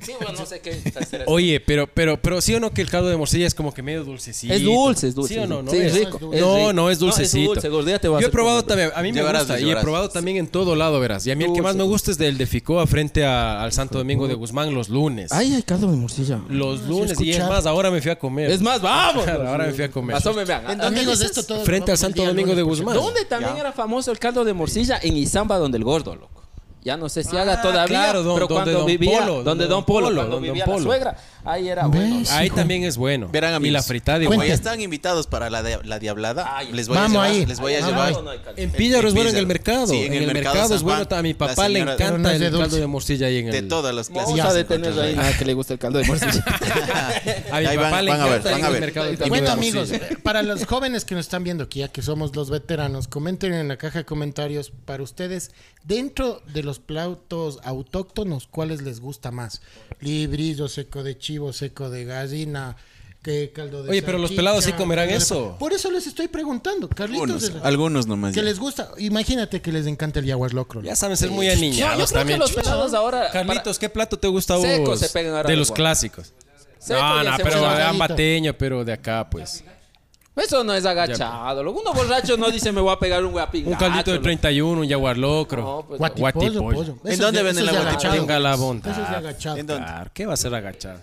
Speaker 4: Sí, bueno, no sé qué hacer eso.
Speaker 1: Oye, pero, pero, pero sí o no que el caldo de morcilla es como que medio dulcecito.
Speaker 4: Es dulce, es dulce.
Speaker 1: Sí o no, no
Speaker 4: Sí, es
Speaker 1: es-
Speaker 4: rico. es
Speaker 1: No,
Speaker 4: rico.
Speaker 1: no es
Speaker 4: No, es
Speaker 1: dulcecito.
Speaker 4: dulce, gordo, ya te vas
Speaker 1: Yo
Speaker 4: a
Speaker 1: he probado
Speaker 4: comer.
Speaker 1: también, a mí me
Speaker 3: Llevarás,
Speaker 1: gusta y he
Speaker 3: llevarás.
Speaker 1: probado también en todo lado, verás. Y a mí el que
Speaker 4: Dulce.
Speaker 1: más me gusta es del de Ficoa frente a- al Santo Domingo de Guzmán los lunes.
Speaker 4: Ay, hay caldo de morcilla.
Speaker 1: Los lunes y es
Speaker 2: escuchado.
Speaker 1: más, ahora me fui a comer.
Speaker 4: Es más, vamos.
Speaker 1: [laughs] Ahora me fui a comer.
Speaker 4: Asómeme, vean.
Speaker 2: Amigos, esto todo.
Speaker 1: Frente al
Speaker 2: vamos
Speaker 1: Santo
Speaker 2: día
Speaker 1: Domingo de
Speaker 2: lunes, pues. por
Speaker 1: Guzmán.
Speaker 4: ¿Dónde también era famoso el caldo de morcilla? En Izamba, donde el gordo, loco. Ya no sé si haga
Speaker 1: Ah,
Speaker 4: todavía,
Speaker 1: claro, don-
Speaker 4: pero
Speaker 1: donde
Speaker 4: cuando
Speaker 1: don
Speaker 4: vivía,
Speaker 1: Polo,
Speaker 4: donde Don Polo, cuando
Speaker 1: don
Speaker 4: vivía
Speaker 1: Polo.
Speaker 4: la suegra, ahí era bueno.
Speaker 2: ¿Ves?
Speaker 1: Ahí
Speaker 2: Hijo.
Speaker 1: también es bueno.
Speaker 3: Verán,
Speaker 1: y
Speaker 3: amigos.
Speaker 1: la fritada
Speaker 3: Como
Speaker 1: igual.
Speaker 3: ya están invitados para la, de- la diablada,
Speaker 4: Ay,
Speaker 3: les voy
Speaker 2: vamos
Speaker 3: a llevar.
Speaker 2: ahí.
Speaker 3: Les voy a
Speaker 4: Ahí al
Speaker 3: llevar.
Speaker 4: lado Ah, no hay caldo.
Speaker 1: En Píllaro es bueno en
Speaker 3: Píllaro.
Speaker 1: el mercado.
Speaker 3: Sí,
Speaker 1: en, el mercado,
Speaker 3: San
Speaker 1: es bueno.
Speaker 3: Juan,
Speaker 1: ta- A mi
Speaker 3: la
Speaker 1: papá le
Speaker 3: señora-
Speaker 1: encanta
Speaker 2: Pero no es de
Speaker 1: el caldo
Speaker 2: dulce.
Speaker 1: de morcilla ahí en el.
Speaker 3: De todas las clases.
Speaker 4: Vamos a
Speaker 2: se
Speaker 4: detener ahí. Nada que le gusta el caldo de morcilla.
Speaker 1: [laughs] A mi
Speaker 3: Ahí
Speaker 1: papá
Speaker 3: van-
Speaker 1: le
Speaker 3: van a ver,
Speaker 1: encanta
Speaker 3: van
Speaker 1: ir
Speaker 3: a
Speaker 1: al
Speaker 3: ver.
Speaker 1: mercado del
Speaker 2: Te
Speaker 1: Píllaro
Speaker 2: cuento,
Speaker 1: de
Speaker 2: amigos, eh,
Speaker 1: morcilla.
Speaker 2: para los jóvenes que nos están viendo, que ya que somos los veteranos, comenten en la caja de comentarios para ustedes, dentro de los platos autóctonos, ¿cuáles les gusta más? Librizo, seco de chivo, seco de gallina, que caldo de
Speaker 1: Oye, pero los
Speaker 2: salchicha,
Speaker 1: pelados sí comerán
Speaker 2: caldo de-
Speaker 1: eso.
Speaker 2: Por eso les estoy preguntando, Carlitos,
Speaker 3: Algunos,
Speaker 2: de la-
Speaker 3: algunos nomás.
Speaker 2: que
Speaker 3: ya.
Speaker 2: les gusta. Imagínate que les encanta el yaguas locro.
Speaker 1: Ya saben ser muy
Speaker 4: Yo, yo
Speaker 1: aniñados
Speaker 4: creo que
Speaker 1: también.
Speaker 4: los
Speaker 1: chucha.
Speaker 4: pelados ahora.
Speaker 1: Carlitos, ¿qué plato te gusta a vos?
Speaker 4: Seco se pegan ahora
Speaker 1: de
Speaker 4: al
Speaker 1: los
Speaker 4: guapo.
Speaker 1: clásicos.
Speaker 4: Seco
Speaker 1: no,
Speaker 4: y
Speaker 1: no,
Speaker 4: el
Speaker 1: pero
Speaker 4: cebollado.
Speaker 1: de ambateño, pero de acá, pues.
Speaker 4: para- eso no es agachado. loco. Uno borracho no dice me voy a pegar un guapín.
Speaker 1: Un caldito de 31, un jaguar locro.
Speaker 4: No, pues,
Speaker 1: Guati-
Speaker 2: Guatipollo,
Speaker 1: guatipollo.
Speaker 2: pollo. Eso
Speaker 3: ¿En
Speaker 2: es
Speaker 3: dónde
Speaker 2: de-
Speaker 3: venden
Speaker 2: eso es
Speaker 3: la
Speaker 2: de
Speaker 3: guatipollo?
Speaker 2: agachado.
Speaker 1: Tenga la
Speaker 2: Eso es de
Speaker 1: bondad.
Speaker 2: agachado.
Speaker 3: ¿En dónde?
Speaker 1: Claro, ¿Qué va a ser agachado?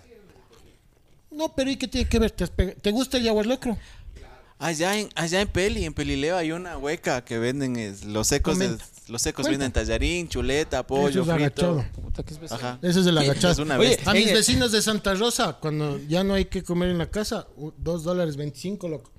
Speaker 2: No, pero ¿y qué tiene que ver? ¿Te, has pe- te gusta el yaguas locro?
Speaker 3: Allá en, allá en Peli, en Pelileo, hay una hueca que venden es, los secos. de-
Speaker 2: Comenta.
Speaker 3: los secos
Speaker 2: Cuenta.
Speaker 3: venden tallarín, chuleta,
Speaker 2: Eso
Speaker 3: pollo,
Speaker 2: es
Speaker 3: frito.
Speaker 2: agachado.
Speaker 4: Puta, qué especial.
Speaker 3: Ajá.
Speaker 2: Eso es el agachado.
Speaker 3: Es una
Speaker 4: Oye,
Speaker 3: bestia.
Speaker 2: A mis
Speaker 1: eh.
Speaker 4: En el-
Speaker 2: vecinos de Santa Rosa, cuando ya no hay que comer en la casa, 2 dólares 25, loco.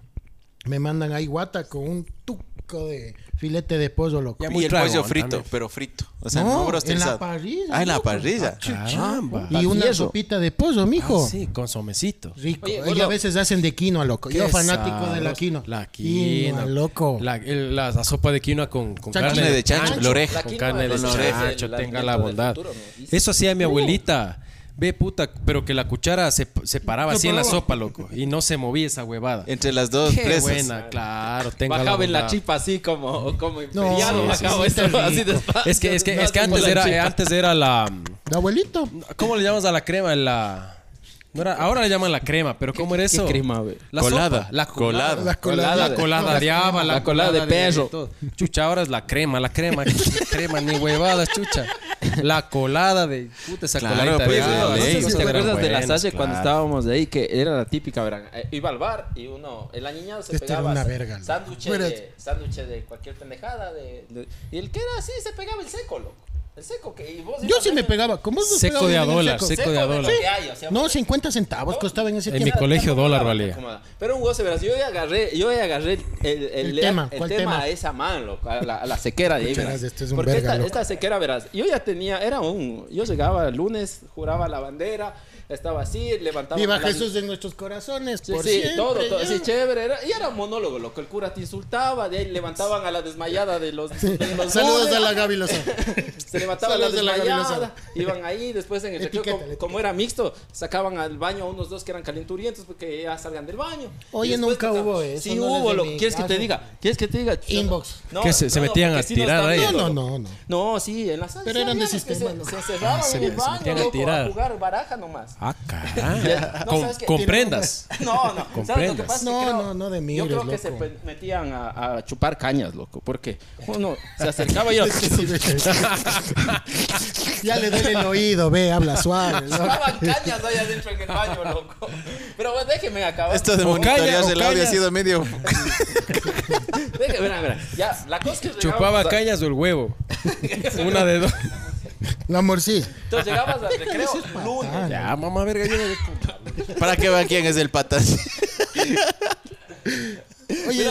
Speaker 2: Me mandan ahí guata con un tuco de filete de pollo, loco.
Speaker 1: Ya
Speaker 3: Y
Speaker 1: muy
Speaker 3: el
Speaker 1: tragón
Speaker 3: pollo frito,
Speaker 1: también.
Speaker 3: pero frito. O sea, no,
Speaker 2: en
Speaker 3: brostizado.
Speaker 2: la parrilla.
Speaker 3: Ah, en la
Speaker 2: loco.
Speaker 3: parrilla.
Speaker 2: Ah, chucha.
Speaker 1: Caramba.
Speaker 2: Y una
Speaker 4: Tafieso.
Speaker 2: sopita de pollo, mijo.
Speaker 1: ah, Sí, con somecito.
Speaker 2: Rico.
Speaker 4: Oye,
Speaker 2: Ellos
Speaker 4: gordo.
Speaker 2: a veces hacen de quinoa, loco. Yo
Speaker 1: Qué
Speaker 2: fanático
Speaker 1: sabroso.
Speaker 2: de la quinoa.
Speaker 1: La quinoa,
Speaker 2: loco.
Speaker 1: La, el- la, la sopa de quinoa con, con
Speaker 2: Chancho.
Speaker 1: carne
Speaker 3: Carne de chancho, la oreja.
Speaker 1: Con
Speaker 4: quinoa
Speaker 1: carne de
Speaker 4: con la oreja.
Speaker 1: chancho,
Speaker 4: El
Speaker 1: tenga
Speaker 4: alimento
Speaker 1: la
Speaker 4: del
Speaker 1: bondad.
Speaker 4: futuro, me dice.
Speaker 1: Eso hacía mi abuelita. Ve, puta, pero que la cuchara se, se paraba
Speaker 2: Lo
Speaker 1: así en la
Speaker 2: paraba.
Speaker 1: sopa, loco. Y no se movía esa huevada.
Speaker 3: Entre las dos
Speaker 1: Qué
Speaker 3: presas.
Speaker 1: buena, claro. Tenga la
Speaker 4: Bajaba en la
Speaker 1: bondad.
Speaker 4: chipa así como, como
Speaker 2: No,
Speaker 4: imperiado.
Speaker 2: sí,
Speaker 4: bajaba
Speaker 2: sí, sí,
Speaker 4: eso,
Speaker 2: está
Speaker 4: así
Speaker 2: rico.
Speaker 4: despacio.
Speaker 1: Es que, es que, es que
Speaker 4: No,
Speaker 1: antes,
Speaker 4: con la
Speaker 1: era, eh,
Speaker 4: chipa.
Speaker 1: antes era la...
Speaker 2: De abuelito.
Speaker 1: ¿Cómo le llamas a la crema? La... no era- ahora le llaman la crema, pero ¿cómo era eso?
Speaker 4: crema, ve?
Speaker 1: La
Speaker 3: Colada.
Speaker 1: sopa, la colada.
Speaker 3: Colada.
Speaker 1: La colada,
Speaker 4: Colada
Speaker 1: la
Speaker 4: de-
Speaker 1: colada de haba, la,
Speaker 4: La colada de
Speaker 1: de
Speaker 4: perro.
Speaker 1: [laughs] todo. Chucha, ahora es la crema, la crema. crema ni huevadas, chucha. La colada de. Puta, esa
Speaker 3: Claro,
Speaker 1: coladita
Speaker 3: pues,
Speaker 1: de-
Speaker 3: de
Speaker 1: ah,
Speaker 4: no
Speaker 3: ley.
Speaker 4: sé
Speaker 1: esas
Speaker 4: si
Speaker 1: cosas
Speaker 4: te
Speaker 1: eran
Speaker 4: acuerdas de la
Speaker 1: buenas,
Speaker 4: Salle cuando
Speaker 1: claro.
Speaker 4: estábamos ahí, que era la típica, verga. Eh, Iba al bar y uno, el añinado se
Speaker 2: Este era
Speaker 4: pegaba
Speaker 2: una
Speaker 4: sa-
Speaker 2: verga, loco.
Speaker 4: sándwiches de,
Speaker 2: Muérete.
Speaker 4: sándwiches de cualquier pendejada. De, de- y el que era así se pegaba el seco, loco. El seco que y vos
Speaker 2: Yo
Speaker 4: ibas
Speaker 2: sí me
Speaker 4: viendo-
Speaker 2: pegaba. ¿Cómo nos
Speaker 1: Seco de a
Speaker 2: pegábamos en el
Speaker 1: dólar, Pues, seco.
Speaker 4: de
Speaker 1: de a
Speaker 4: lo
Speaker 1: dólar.
Speaker 4: que hay, o sea,
Speaker 2: No, 50 centavos costaba en ese
Speaker 1: En
Speaker 2: tiempo.
Speaker 1: mi colegio dólar valía.
Speaker 4: Como- Pero un goce, verás, yo ya agarré, yo ya agarré el, el,
Speaker 2: El tema,
Speaker 4: el
Speaker 2: ¿cuál
Speaker 4: tema
Speaker 2: tema?
Speaker 4: a esa mano, loco, a la, a la sequera de ahí,
Speaker 2: Pucha,
Speaker 4: verás.
Speaker 2: este es un
Speaker 4: Porque
Speaker 2: verga,
Speaker 4: esta,
Speaker 2: loco.
Speaker 4: esta sequera, verás, yo ya tenía, era un, yo llegaba el lunes, juraba la bandera, estaba así, levantaba...
Speaker 2: Viva
Speaker 4: la-
Speaker 2: Jesús de nuestros corazones.
Speaker 4: Sí,
Speaker 2: por
Speaker 4: sí,
Speaker 2: siempre,
Speaker 4: todo, todo,
Speaker 2: ya.
Speaker 4: sí, chévere. Era, y era monólogo, loco. El cura te insultaba, de ahí levantaban a la desmayada de los. de
Speaker 2: [laughs]
Speaker 4: los
Speaker 2: Saludos
Speaker 4: goles.
Speaker 2: a la Gaby Lozano.
Speaker 4: Se levantaba la
Speaker 2: Saludos a la
Speaker 4: desmayada.
Speaker 2: Gabriela
Speaker 4: Iban ahí, después en el recreo,
Speaker 2: Etiqueta,
Speaker 4: como,
Speaker 2: la
Speaker 4: como era mixto, sacaban al baño a unos dos que eran calenturientos porque ya salgan del baño.
Speaker 2: Oye,
Speaker 4: Y después
Speaker 2: nunca
Speaker 4: tocaba-
Speaker 2: hubo eso,
Speaker 4: Sí,
Speaker 2: no
Speaker 4: hubo,
Speaker 2: desde
Speaker 4: loco.
Speaker 2: mi
Speaker 4: ¿Quieres que te
Speaker 2: casa.
Speaker 4: diga? ¿Quieres que te diga?
Speaker 2: Inbox.
Speaker 1: Que se- se metían a
Speaker 4: porque sí
Speaker 1: tirar
Speaker 4: nos dan
Speaker 1: ahí.
Speaker 4: miedo,
Speaker 2: No, no, no,
Speaker 4: loco.
Speaker 2: no.
Speaker 4: No, sí, en la sala.
Speaker 2: Pero
Speaker 4: sí
Speaker 2: eran de
Speaker 4: había los que
Speaker 2: sistema,
Speaker 4: se-
Speaker 2: loco.
Speaker 4: Se encerraban
Speaker 1: Se-
Speaker 4: en el
Speaker 1: se
Speaker 4: baño,
Speaker 1: metían a
Speaker 4: loco, a
Speaker 1: tirar.
Speaker 4: jugar baraja nomás.
Speaker 1: Ah, carajo. [laughs]
Speaker 4: No,
Speaker 1: Con-
Speaker 4: ¿sabes qué?
Speaker 1: con prendas.
Speaker 4: [laughs] No, no. ¿Sabes lo que
Speaker 1: Comprendas.
Speaker 4: pasa?
Speaker 2: No,
Speaker 4: Que creo-
Speaker 2: no, no de mí,
Speaker 4: Yo creo que
Speaker 2: eres
Speaker 4: se
Speaker 2: loco.
Speaker 4: pe- metían a, a chupar cañas, loco. Porque uno se acercaba
Speaker 2: [laughs]
Speaker 4: y yo.
Speaker 2: ya le duele el oído, ve, habla [laughs] suave. ¿no?
Speaker 4: chupaban cañas allá adentro en el baño, loco. Pero bueno, déjeme acabar.
Speaker 3: Esto de
Speaker 1: O caña,
Speaker 3: monitoreos
Speaker 1: o
Speaker 3: del audio ha
Speaker 1: caña. [laughs]
Speaker 3: sido medio.
Speaker 4: Déjeme, mira, mira. Ya, la cosa es que. llegabas
Speaker 1: Chupaba
Speaker 4: a-
Speaker 1: cañas o el
Speaker 4: [laughs]
Speaker 1: huevo. Una de dos. [laughs]
Speaker 2: La Ah, morcilla.
Speaker 4: Entonces llegabas al recreo lunes.
Speaker 1: Ya, mamá verga, yo no le-
Speaker 3: Para que vean quién es el patas.
Speaker 2: Oye,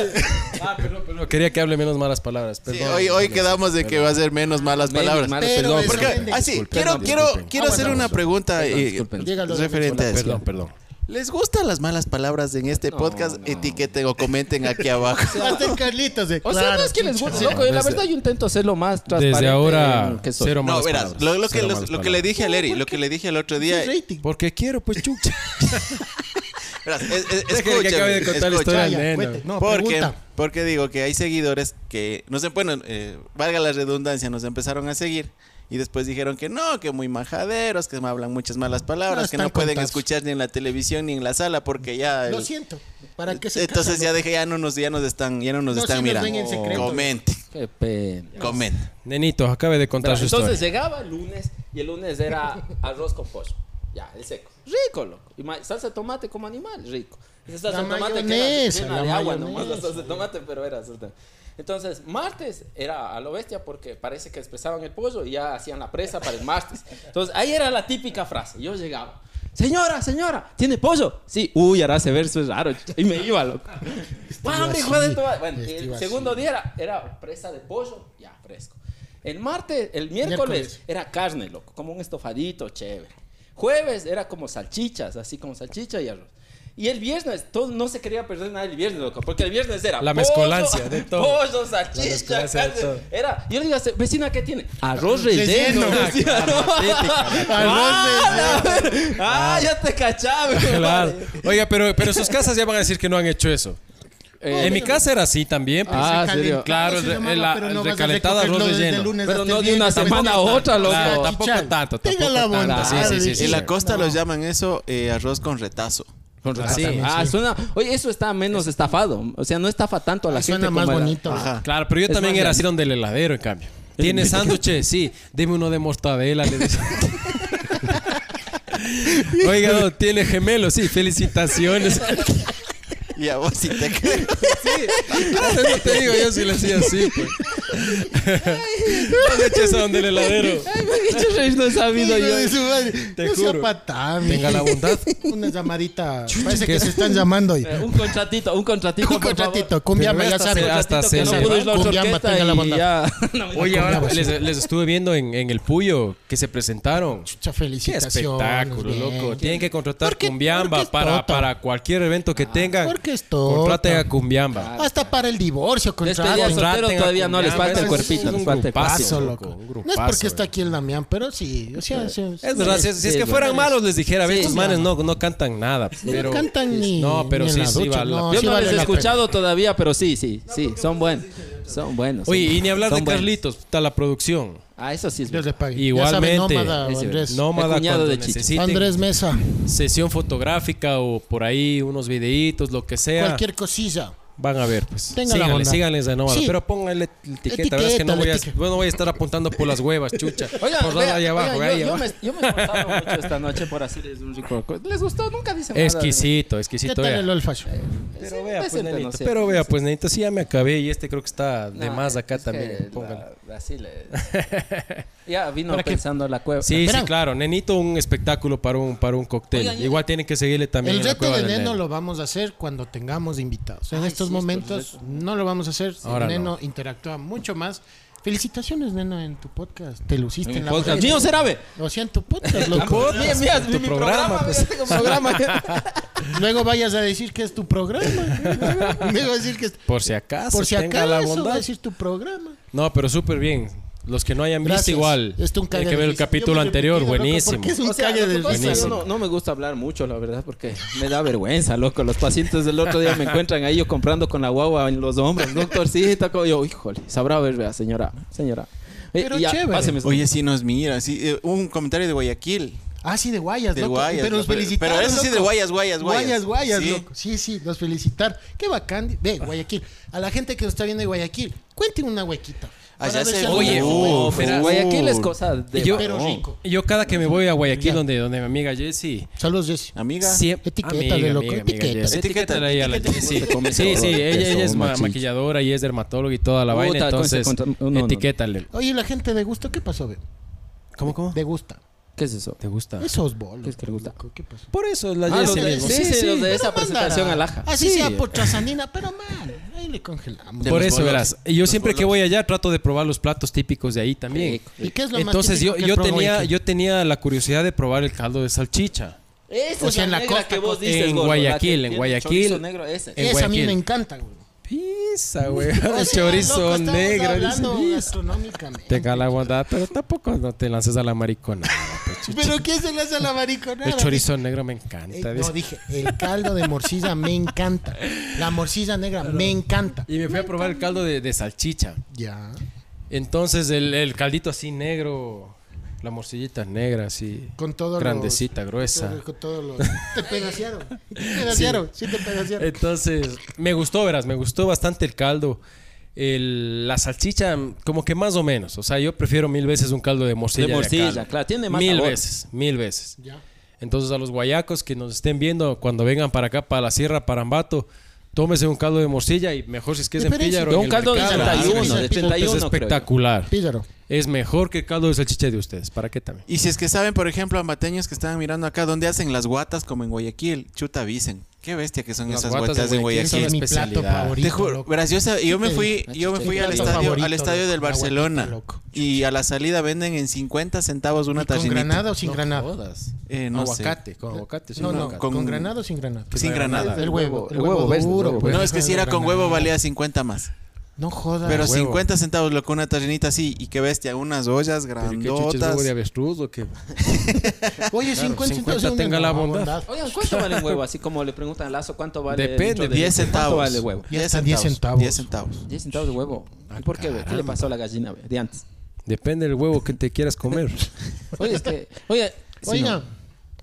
Speaker 4: Ah, perdón, perdón.
Speaker 1: Quería que hable menos malas palabras. Perdón,
Speaker 3: Sí, hoy, hoy
Speaker 1: perdón.
Speaker 3: quedamos de que va a ser menos malas
Speaker 4: Menos
Speaker 3: palabras.
Speaker 4: malas,
Speaker 2: Pero
Speaker 4: perdón,
Speaker 2: eso-
Speaker 4: porque-
Speaker 3: Porque,
Speaker 2: Disculpen,
Speaker 3: ah, sí,
Speaker 1: disculpen,
Speaker 3: quiero,
Speaker 1: disculpen.
Speaker 3: quiero, quiero
Speaker 1: Ah,
Speaker 3: hacer
Speaker 1: bueno,
Speaker 3: una pregunta eh,
Speaker 4: disculpen.
Speaker 2: Dígalo,
Speaker 3: referente a
Speaker 1: Perdón,
Speaker 3: esto.
Speaker 1: perdón.
Speaker 3: ¿Les gustan las malas palabras en este podcast?
Speaker 4: no.
Speaker 3: Etiqueten o comenten aquí abajo.
Speaker 2: hasta el Carlitos de
Speaker 4: O sea,
Speaker 2: claro,
Speaker 4: no es que les guste,
Speaker 2: chucha.
Speaker 4: loco. yo La
Speaker 1: Desde-
Speaker 4: verdad, yo intento ser lo más transparente.
Speaker 1: Desde ahora,
Speaker 4: en que soy.
Speaker 1: cero
Speaker 3: No,
Speaker 1: malas
Speaker 3: verás,
Speaker 1: palabras.
Speaker 3: lo, lo que,
Speaker 1: Cero
Speaker 3: los-
Speaker 1: malas
Speaker 3: lo que le
Speaker 1: palabras.
Speaker 3: dije a Leri, lo que le dije el otro día.
Speaker 2: Es rating.
Speaker 1: Porque quiero, pues chucha.
Speaker 3: Verás, es- es-
Speaker 1: Déjale que acabe de
Speaker 3: escúchame,
Speaker 1: contar la historia al
Speaker 2: Ya,
Speaker 1: neno.
Speaker 2: cuente. No,
Speaker 3: porque,
Speaker 2: pregunta.
Speaker 3: porque digo que hay seguidores que, no sé, bueno, eh, valga la redundancia, nos empezaron a seguir y después dijeron que no, que muy majaderos, que me hablan muchas malas palabras,
Speaker 2: No,
Speaker 3: que
Speaker 2: están
Speaker 3: no pueden
Speaker 2: contados.
Speaker 3: escuchar ni en la televisión ni en la sala porque ya...
Speaker 2: Lo
Speaker 3: el-
Speaker 2: siento. ¿Para qué se
Speaker 3: entonces
Speaker 2: casan,
Speaker 3: ya dejé, ya no nos, ya nos están, ya no nos
Speaker 2: No,
Speaker 3: están
Speaker 2: sí nos ven
Speaker 3: mirando.
Speaker 2: en secreto.
Speaker 3: Comenten,
Speaker 4: Qué pena.
Speaker 3: comenten.
Speaker 1: [laughs] Nenito, acabe de contar su
Speaker 4: entonces
Speaker 1: historia.
Speaker 4: llegaba el lunes y el lunes
Speaker 2: [laughs]
Speaker 4: era arroz con pollo. Ya, el seco. Rico, loco. Y ma- salsa de tomate como animal, rico. Esa salsa
Speaker 2: La
Speaker 4: de tomate que era
Speaker 2: mayonesa,
Speaker 4: llena
Speaker 2: la
Speaker 4: de agua nomás,
Speaker 2: mayonesa.
Speaker 4: la salsa de tomate, pero era salsa de- Entonces, martes era a lo bestia porque parece que expresaban el pollo y ya hacían la presa para el martes. Entonces, ahí era la típica frase. Yo llegaba. Señora, señora, ¿tiene pollo? Sí. Uy, ahora ese verso es raro. ch- Y me iba, loco. ¡Hombre, hijo de tu madre! Bueno, y el
Speaker 2: Estuvo así.
Speaker 4: segundo día era, era presa de pollo, ya, fresco. El martes, el miércoles
Speaker 2: Miércoles.
Speaker 4: era carne, loco, como un estofadito, chévere. Jueves era como salchichas, así como salchicha y arroz. Y el viernes, todo, no se quería perder nada el viernes, loco, porque el viernes era
Speaker 1: La mezcolancia de todo.
Speaker 4: Pollo,
Speaker 1: La
Speaker 4: salchicha,
Speaker 1: mezcolancia de
Speaker 4: carne.
Speaker 1: todo.
Speaker 4: Era, yo le digo, vecina, ¿qué tiene? Arroz relleno. [laughs]
Speaker 2: Relleno.
Speaker 4: decía, ¿no? [laughs] ah, la ver- ah, ya te cachaba. [laughs]
Speaker 1: Claro.
Speaker 4: compadre.
Speaker 1: Oiga, pero, pero sus casas ya van a decir que no han hecho eso.
Speaker 4: Eh,
Speaker 1: en mi casa era así también. pues.
Speaker 4: Ah,
Speaker 2: se calentaba,
Speaker 4: serio.
Speaker 1: Claro,
Speaker 2: se
Speaker 1: el-
Speaker 2: llamaba,
Speaker 1: el- la-
Speaker 2: pero
Speaker 1: el
Speaker 2: no vas a
Speaker 1: recalentado arroz
Speaker 2: recogerlo desde
Speaker 1: relleno.
Speaker 2: el lunes
Speaker 4: Pero
Speaker 2: hasta
Speaker 4: no
Speaker 2: el
Speaker 4: de una
Speaker 2: viernes, tampoco
Speaker 4: semana a
Speaker 2: tanto.
Speaker 4: otra, loco.
Speaker 1: Claro,
Speaker 4: no,
Speaker 1: tampoco
Speaker 2: Chichar.
Speaker 1: tanto,
Speaker 2: Tenga
Speaker 1: tampoco
Speaker 2: la
Speaker 1: tanto.
Speaker 2: bondad.
Speaker 1: Sí, sí, sí, sí,
Speaker 3: En
Speaker 1: sí.
Speaker 3: la costa los llaman eso eh, arroz con retazo.
Speaker 4: Con razón.
Speaker 1: Así es.
Speaker 4: Ah, suena. Oye, eso está menos estafado. O sea, no estafa tanto a la gente.
Speaker 2: Suena más
Speaker 4: como era.
Speaker 2: bonito.
Speaker 3: Ajá.
Speaker 1: Claro, pero yo
Speaker 4: Es
Speaker 1: también
Speaker 4: más
Speaker 1: era
Speaker 4: real.
Speaker 1: así donde el heladero, en cambio. ¿Tiene sándwiches? Sí. Deme uno de mortadela, le
Speaker 4: [laughs]
Speaker 1: decía. Oiga, no, tiene gemelos, sí, felicitaciones.
Speaker 3: Y a vos
Speaker 2: [laughs]
Speaker 3: sí te creo.
Speaker 1: Claro, eso te digo, yo sí le hacía así, pues. Las leches son del heladero.
Speaker 4: Ay, me he hecho reír, no he sabido
Speaker 2: Hijo
Speaker 4: yo.
Speaker 2: de su madre.
Speaker 1: Te
Speaker 2: no sea
Speaker 1: juro.
Speaker 2: patán.
Speaker 1: Tenga la
Speaker 2: [laughs]
Speaker 1: bondad.
Speaker 2: Una llamadita. Parece
Speaker 1: ¿qué
Speaker 2: que
Speaker 1: es?
Speaker 2: se están llamando hoy.
Speaker 4: Eh, Un contratito, un contratito.
Speaker 2: Un
Speaker 4: por favor.
Speaker 2: contratito. Cumbiamba,
Speaker 1: Pero
Speaker 2: ya
Speaker 1: esta
Speaker 2: saben.
Speaker 1: será- Hasta
Speaker 4: Contratito que
Speaker 1: se-
Speaker 4: no pudo ir la otra
Speaker 2: Cumbiamba,
Speaker 4: orquesta
Speaker 2: tenga la
Speaker 4: y
Speaker 2: bondad. [laughs]
Speaker 4: ya. No, me-
Speaker 1: Oye, ahora
Speaker 2: Comíamos.
Speaker 1: les, les estuve viendo en, en el Puyo que se presentaron.
Speaker 2: Mucha
Speaker 1: Qué
Speaker 2: felicitación.
Speaker 1: espectáculo, loco. Tienen que contratar
Speaker 2: Porque-
Speaker 1: Cumbiamba
Speaker 2: porque es
Speaker 1: para,
Speaker 2: tota.
Speaker 1: para cualquier evento que tengan.
Speaker 2: porque es tota.
Speaker 1: Contraten a Cumbiamba.
Speaker 2: Hasta para el divorcio,
Speaker 1: Este
Speaker 4: Despedida
Speaker 2: contrato.
Speaker 4: de soltero
Speaker 1: Contraten a
Speaker 4: todavía no les falta el
Speaker 1: Cumbiamba.
Speaker 4: cuerpito,
Speaker 1: Es
Speaker 4: les
Speaker 1: un
Speaker 4: falta el
Speaker 1: grupazo,
Speaker 4: cuerpito.
Speaker 1: loco. Un
Speaker 2: No es
Speaker 1: grupazo,
Speaker 2: porque está aquí el Damián, pero sí. O sea, sí,
Speaker 1: Es verdad, si, si es
Speaker 4: Sí,
Speaker 1: que
Speaker 4: es
Speaker 1: fueran
Speaker 4: verdad.
Speaker 1: malos les dijera,
Speaker 4: Sí,
Speaker 1: estos
Speaker 4: sí,
Speaker 1: manes no, no cantan nada. Pero,
Speaker 2: no cantan ni.
Speaker 1: No, pero
Speaker 2: ni en
Speaker 1: sí,
Speaker 2: la
Speaker 1: sí
Speaker 2: ducha,
Speaker 1: vale la
Speaker 2: no,
Speaker 1: pena.
Speaker 4: Yo
Speaker 2: sí
Speaker 4: no
Speaker 2: vale
Speaker 4: les he
Speaker 2: la pena.
Speaker 4: escuchado todavía, pero sí, sí, sí, son buenos. Son buenos.
Speaker 1: Oye, y
Speaker 4: son
Speaker 1: ni
Speaker 4: buenos,
Speaker 1: hablar de
Speaker 4: son buenos.
Speaker 1: Carlitos, está la producción.
Speaker 4: Ah, eso sí es
Speaker 2: Dios
Speaker 4: verdad.
Speaker 2: le pague.
Speaker 1: Igualmente.
Speaker 2: Ya sabe, nómada,
Speaker 4: Ese,
Speaker 2: Andrés.
Speaker 1: Nómada
Speaker 4: El cuñado
Speaker 1: cuando
Speaker 4: de Chicho.
Speaker 1: necesiten
Speaker 2: Andrés Mesa.
Speaker 1: sesión fotográfica o por ahí unos videitos, lo que sea.
Speaker 2: Cualquier cosilla.
Speaker 1: Van a ver, pues.
Speaker 2: Tenga la
Speaker 1: síganle,
Speaker 2: bondad.
Speaker 1: síganle esa nómada.
Speaker 2: Sí.
Speaker 1: Pero pónganle la etiqueta, verás que no
Speaker 2: Etiquétale,
Speaker 1: voy, a,
Speaker 2: etiqueta.
Speaker 1: bueno, voy a estar apuntando por las huevas, chucha.
Speaker 4: [laughs] Oigan,
Speaker 1: por
Speaker 4: vea,
Speaker 1: allá abajo,
Speaker 4: oigan,
Speaker 1: ahí
Speaker 4: yo, yo
Speaker 1: abajo.
Speaker 4: me, yo me he esforzado mucho esta noche por hacerles un rico. ¿Les gustó? Nunca dicen nada.
Speaker 1: Exquisito,
Speaker 2: ¿Qué
Speaker 1: exquisito.
Speaker 2: tal
Speaker 1: vea.
Speaker 2: el old fashion?
Speaker 1: Pero
Speaker 4: Sí,
Speaker 1: vea, pues,
Speaker 4: decente, no
Speaker 1: nenito.
Speaker 4: sé.
Speaker 1: Pero vea, pues, nenito, sí ya me acabé y este creo que está de
Speaker 4: No,
Speaker 1: más acá
Speaker 4: es que
Speaker 1: también.
Speaker 4: la-
Speaker 1: Pónganle. [laughs]
Speaker 4: así le- ya vino
Speaker 2: ¿Para qué?
Speaker 4: pensando la cueva.
Speaker 1: Sí, sí,
Speaker 2: Verán.
Speaker 1: claro. Nenito, un espectáculo para un, para un cóctel.
Speaker 4: Oigan, yo-
Speaker 1: Igual tienen que seguirle también.
Speaker 2: el
Speaker 1: en la
Speaker 2: reto
Speaker 1: cueva
Speaker 2: de
Speaker 1: del
Speaker 2: Neno
Speaker 1: Neno.
Speaker 2: lo vamos a hacer cuando tengamos invitados. En
Speaker 4: Ay,
Speaker 2: estos
Speaker 4: sí, esto es
Speaker 2: momentos no lo vamos a hacer.
Speaker 1: Ahora
Speaker 2: Neno interactúa mucho más. Felicitaciones, Neno, en tu podcast. Te luciste en, la
Speaker 4: Podcast.
Speaker 2: mujer.
Speaker 4: Mío, Cerabe.
Speaker 2: O sea, en
Speaker 1: [laughs]
Speaker 2: tu podcast,
Speaker 1: Tu
Speaker 2: loco.
Speaker 1: podcast,
Speaker 4: Mira, mira, mi-
Speaker 1: tu
Speaker 4: mi
Speaker 1: programa,
Speaker 4: [laughs]
Speaker 1: pues.
Speaker 4: mira, tengo
Speaker 1: [laughs]
Speaker 4: programa.
Speaker 2: Luego vayas a decir que es tu
Speaker 1: [laughs]
Speaker 2: programa. Luego decir que es...
Speaker 1: Por si acaso.
Speaker 2: Por si
Speaker 1: Ah, tenga
Speaker 2: acaso
Speaker 1: la
Speaker 2: va a
Speaker 1: bondad.
Speaker 2: decir tu programa.
Speaker 1: No, pero súper bien. Los que no hayan visto
Speaker 2: Gracias.
Speaker 1: igual,
Speaker 2: Es un
Speaker 1: hay
Speaker 2: cague
Speaker 1: que ver
Speaker 2: de
Speaker 1: el
Speaker 2: risa.
Speaker 1: capítulo
Speaker 2: Yo me he
Speaker 1: anterior,
Speaker 2: repetido, loco,
Speaker 1: buenísimo.
Speaker 2: porque es un
Speaker 4: O sea,
Speaker 2: cague
Speaker 4: lo que
Speaker 2: de
Speaker 4: pasa es que
Speaker 2: risa.
Speaker 4: yo no, no me gusta hablar mucho, la verdad, porque me da vergüenza, loco. Los pacientes del otro día me encuentran ahí yo comprando con la guagua en los hombros, doctorcito. como Yo, híjole, sabrá ver, vea, señora, señora. Eh,
Speaker 2: Pero
Speaker 4: y ya,
Speaker 2: chévere.
Speaker 4: páseme su-
Speaker 3: Oye, sí nos mira. Sí, eh, un comentario de Guayaquil.
Speaker 2: Ah, sí, de Guayas,
Speaker 3: De
Speaker 2: loco.
Speaker 3: Guayas.
Speaker 2: pero
Speaker 3: ¿no?
Speaker 2: nos felicitaron.
Speaker 3: Pero eso sí, de
Speaker 2: loco.
Speaker 3: Guayas, Guayas, Guayas.
Speaker 2: Guayas, Guayas,
Speaker 3: Sí.
Speaker 2: loco. Sí, sí, los felicitar. Qué bacán. Ve, Guayaquil. A la gente que nos está viendo de Guayaquil, cuenten una huequita. Para
Speaker 3: Allá
Speaker 2: ver
Speaker 3: se-
Speaker 2: si
Speaker 1: Oye,
Speaker 3: uh,
Speaker 2: alguna-
Speaker 1: oh,
Speaker 4: Uf,
Speaker 1: verás.
Speaker 4: Guayaquil es cosa de.
Speaker 1: Yo-
Speaker 2: pero rico.
Speaker 1: Yo cada que me voy a Guayaquil, donde, donde mi amiga Jessie...
Speaker 2: Saludos, Jessy.
Speaker 3: Amiga.
Speaker 1: Siempre.
Speaker 2: Etiquétale, loco, etiquétale.
Speaker 1: Jessie. Etiquétale ahí a la
Speaker 2: Etiquétale.
Speaker 1: Jessie.
Speaker 3: Se come
Speaker 1: Sí,
Speaker 3: todo,
Speaker 1: sí, ella,
Speaker 3: queso,
Speaker 1: ella es ma-
Speaker 3: machín.
Speaker 1: maquilladora y es dermatóloga y toda la
Speaker 4: Puta,
Speaker 1: vaina,
Speaker 4: con ese
Speaker 1: entonces
Speaker 4: contra- no, no, no.
Speaker 1: etiquétale.
Speaker 2: Oye, la gente de gusto, ¿qué pasó, ve?
Speaker 1: ¿Cómo, cómo?
Speaker 2: De gusta.
Speaker 4: ¿Qué es eso?
Speaker 1: ¿Te gusta?
Speaker 2: Esos bolos.
Speaker 4: ¿Qué es que le gusta?
Speaker 2: loco, ¿Qué pasó?
Speaker 1: Por eso la
Speaker 4: Ah, los
Speaker 1: Jessie
Speaker 4: de-
Speaker 1: mismo.
Speaker 4: sí, sí, los de esa
Speaker 2: Pero mandará.
Speaker 4: presentación alhaja.
Speaker 2: Así
Speaker 1: Sí.
Speaker 2: sea por trazanina, pero mal. Ahí le congelamos.
Speaker 3: De
Speaker 1: Por
Speaker 3: los
Speaker 1: eso,
Speaker 3: bolos.
Speaker 1: verás. Y Yo siempre que voy allá trato de probar los platos típicos de ahí también.
Speaker 4: Rico.
Speaker 2: ¿Y qué es lo más
Speaker 1: Entonces yo,
Speaker 2: típico que
Speaker 1: yo,
Speaker 2: probó
Speaker 1: tenía,
Speaker 2: Iker?
Speaker 1: yo tenía la curiosidad de probar el caldo de salchicha.
Speaker 4: Esa
Speaker 2: O
Speaker 4: es
Speaker 2: sea, en la
Speaker 4: negra
Speaker 2: costa,
Speaker 4: que vos
Speaker 2: costa.
Speaker 4: dices,
Speaker 1: En
Speaker 4: gordo, la que
Speaker 1: Guayaquil, en
Speaker 4: tiene
Speaker 1: Guayaquil.
Speaker 4: chorizo negro, esa.
Speaker 1: en
Speaker 2: Esa a mí
Speaker 1: Guayaquil.
Speaker 2: me encanta, güey.
Speaker 1: Pizza, güey. [laughs]
Speaker 2: Mm. [laughs] O sea, loco,
Speaker 1: Chorizo
Speaker 2: estamos
Speaker 1: negro.
Speaker 2: hablando
Speaker 1: dice, "Pizza".
Speaker 2: gastronómicamente.
Speaker 1: Te cae la bondad, pero tampoco no te lances a la
Speaker 2: [laughs]
Speaker 1: maricona.
Speaker 2: ¿Pero qué se le hace a la mariconada?
Speaker 1: El chorizo negro me
Speaker 2: Eh,
Speaker 1: encanta.
Speaker 2: no,
Speaker 1: dice.
Speaker 2: dije, el caldo de morcilla me encanta. La morcilla negra me encanta.
Speaker 1: Y me fui a probar el caldo de, de salchicha.
Speaker 2: Ya.
Speaker 1: Entonces el, el caldito así negro, la morcillita negra así,
Speaker 2: Con todo los-
Speaker 1: grandecita, gruesa.
Speaker 2: Con todo lo... Te pedacearon. Te pedacearon. Sí, te pedacearon.
Speaker 1: Eh, Entonces me gustó, verás, me gustó bastante el caldo. El- la salchicha, como que más o menos. O sea, yo prefiero mil veces un caldo de morcilla.
Speaker 4: De morcilla,
Speaker 1: caldo.
Speaker 4: claro, tiene más
Speaker 1: Mil
Speaker 4: sabor.
Speaker 1: veces, mil veces.
Speaker 2: Ya.
Speaker 1: Entonces a los guayacos que nos estén viendo cuando vengan para acá, para la sierra, para Ambato, tómese un caldo de morcilla y mejor si es que es en
Speaker 2: Diferencia.
Speaker 1: Píllaro.
Speaker 4: De
Speaker 1: en
Speaker 4: un
Speaker 1: el
Speaker 4: caldo de
Speaker 1: mercado.
Speaker 2: Ah,
Speaker 4: 71, de
Speaker 2: sí, sí, sí.
Speaker 4: 71.
Speaker 1: Es
Speaker 4: creo yo.
Speaker 1: espectacular.
Speaker 2: Píllaro.
Speaker 1: Es mejor que el caldo de salchicha de ustedes. ¿Para qué también?
Speaker 3: Y si es que saben, por ejemplo, a mateños que estaban mirando acá, ¿dónde hacen las guatas como en Guayaquil? Chuta, avisen. Qué bestia que son
Speaker 1: Las
Speaker 3: esas
Speaker 1: guatas
Speaker 3: guatas,
Speaker 1: de
Speaker 3: en
Speaker 1: Guayaquil
Speaker 3: Guayaquil.
Speaker 1: son
Speaker 2: Ese es mi plato
Speaker 1: especialidad.
Speaker 2: favorito.
Speaker 3: Te juro,
Speaker 2: loco.
Speaker 3: verás, yo, sab- yo me
Speaker 2: te-
Speaker 3: fui, yo me
Speaker 4: chucha,
Speaker 3: fui
Speaker 4: mi
Speaker 3: al
Speaker 4: plato
Speaker 3: estadio, al
Speaker 2: favorito,
Speaker 3: estadio del
Speaker 2: loco, la guatita,
Speaker 3: Barcelona
Speaker 2: loco.
Speaker 3: y a la salida venden en 50 centavos una
Speaker 2: ¿Y ¿Con
Speaker 3: tallinita.
Speaker 2: granada o sin granada?
Speaker 1: jodas.
Speaker 3: Eh, no sé.
Speaker 1: aguacate, con aguacate. sí,
Speaker 2: No,
Speaker 1: con
Speaker 2: no,
Speaker 1: aguacate.
Speaker 2: con,
Speaker 3: Con-
Speaker 2: granada o sin granada.
Speaker 1: Que sin granada.
Speaker 2: El huevo, el
Speaker 4: El
Speaker 2: huevo,
Speaker 4: huevo ves, el
Speaker 2: duro.
Speaker 4: huevo
Speaker 2: pues.
Speaker 3: No, es que si era con huevo
Speaker 2: Granada.
Speaker 3: valía 50 más.
Speaker 2: No jodas.
Speaker 3: Pero
Speaker 1: Ah, huevo.
Speaker 3: 50 centavos lo que una tallinita así y qué bestia, unas ollas
Speaker 1: ¿Pero qué chucha, es huevo de
Speaker 3: grandotas.
Speaker 1: avestruz o qué?
Speaker 2: Oye, 50,
Speaker 1: 50
Speaker 2: es una
Speaker 1: tenga la
Speaker 2: enorme
Speaker 1: bondad.
Speaker 4: Oigan, ¿cuánto vale un huevo? Así como le preguntan a Lazo, ¿cuánto vale?
Speaker 1: Depende,
Speaker 4: dentro de-
Speaker 3: 10
Speaker 4: ¿Cuánto
Speaker 3: centavos.
Speaker 4: vale el huevo?
Speaker 2: 10 centavos.
Speaker 3: 10 centavos.
Speaker 4: 10 centavos de huevo. ¿Y ¿Por qué? ve? ¿Qué le pasó a la gallina ve? de antes?
Speaker 1: Depende del huevo que te quieras comer.
Speaker 4: Oye, es que. Oye, si
Speaker 2: Oiga,
Speaker 4: no-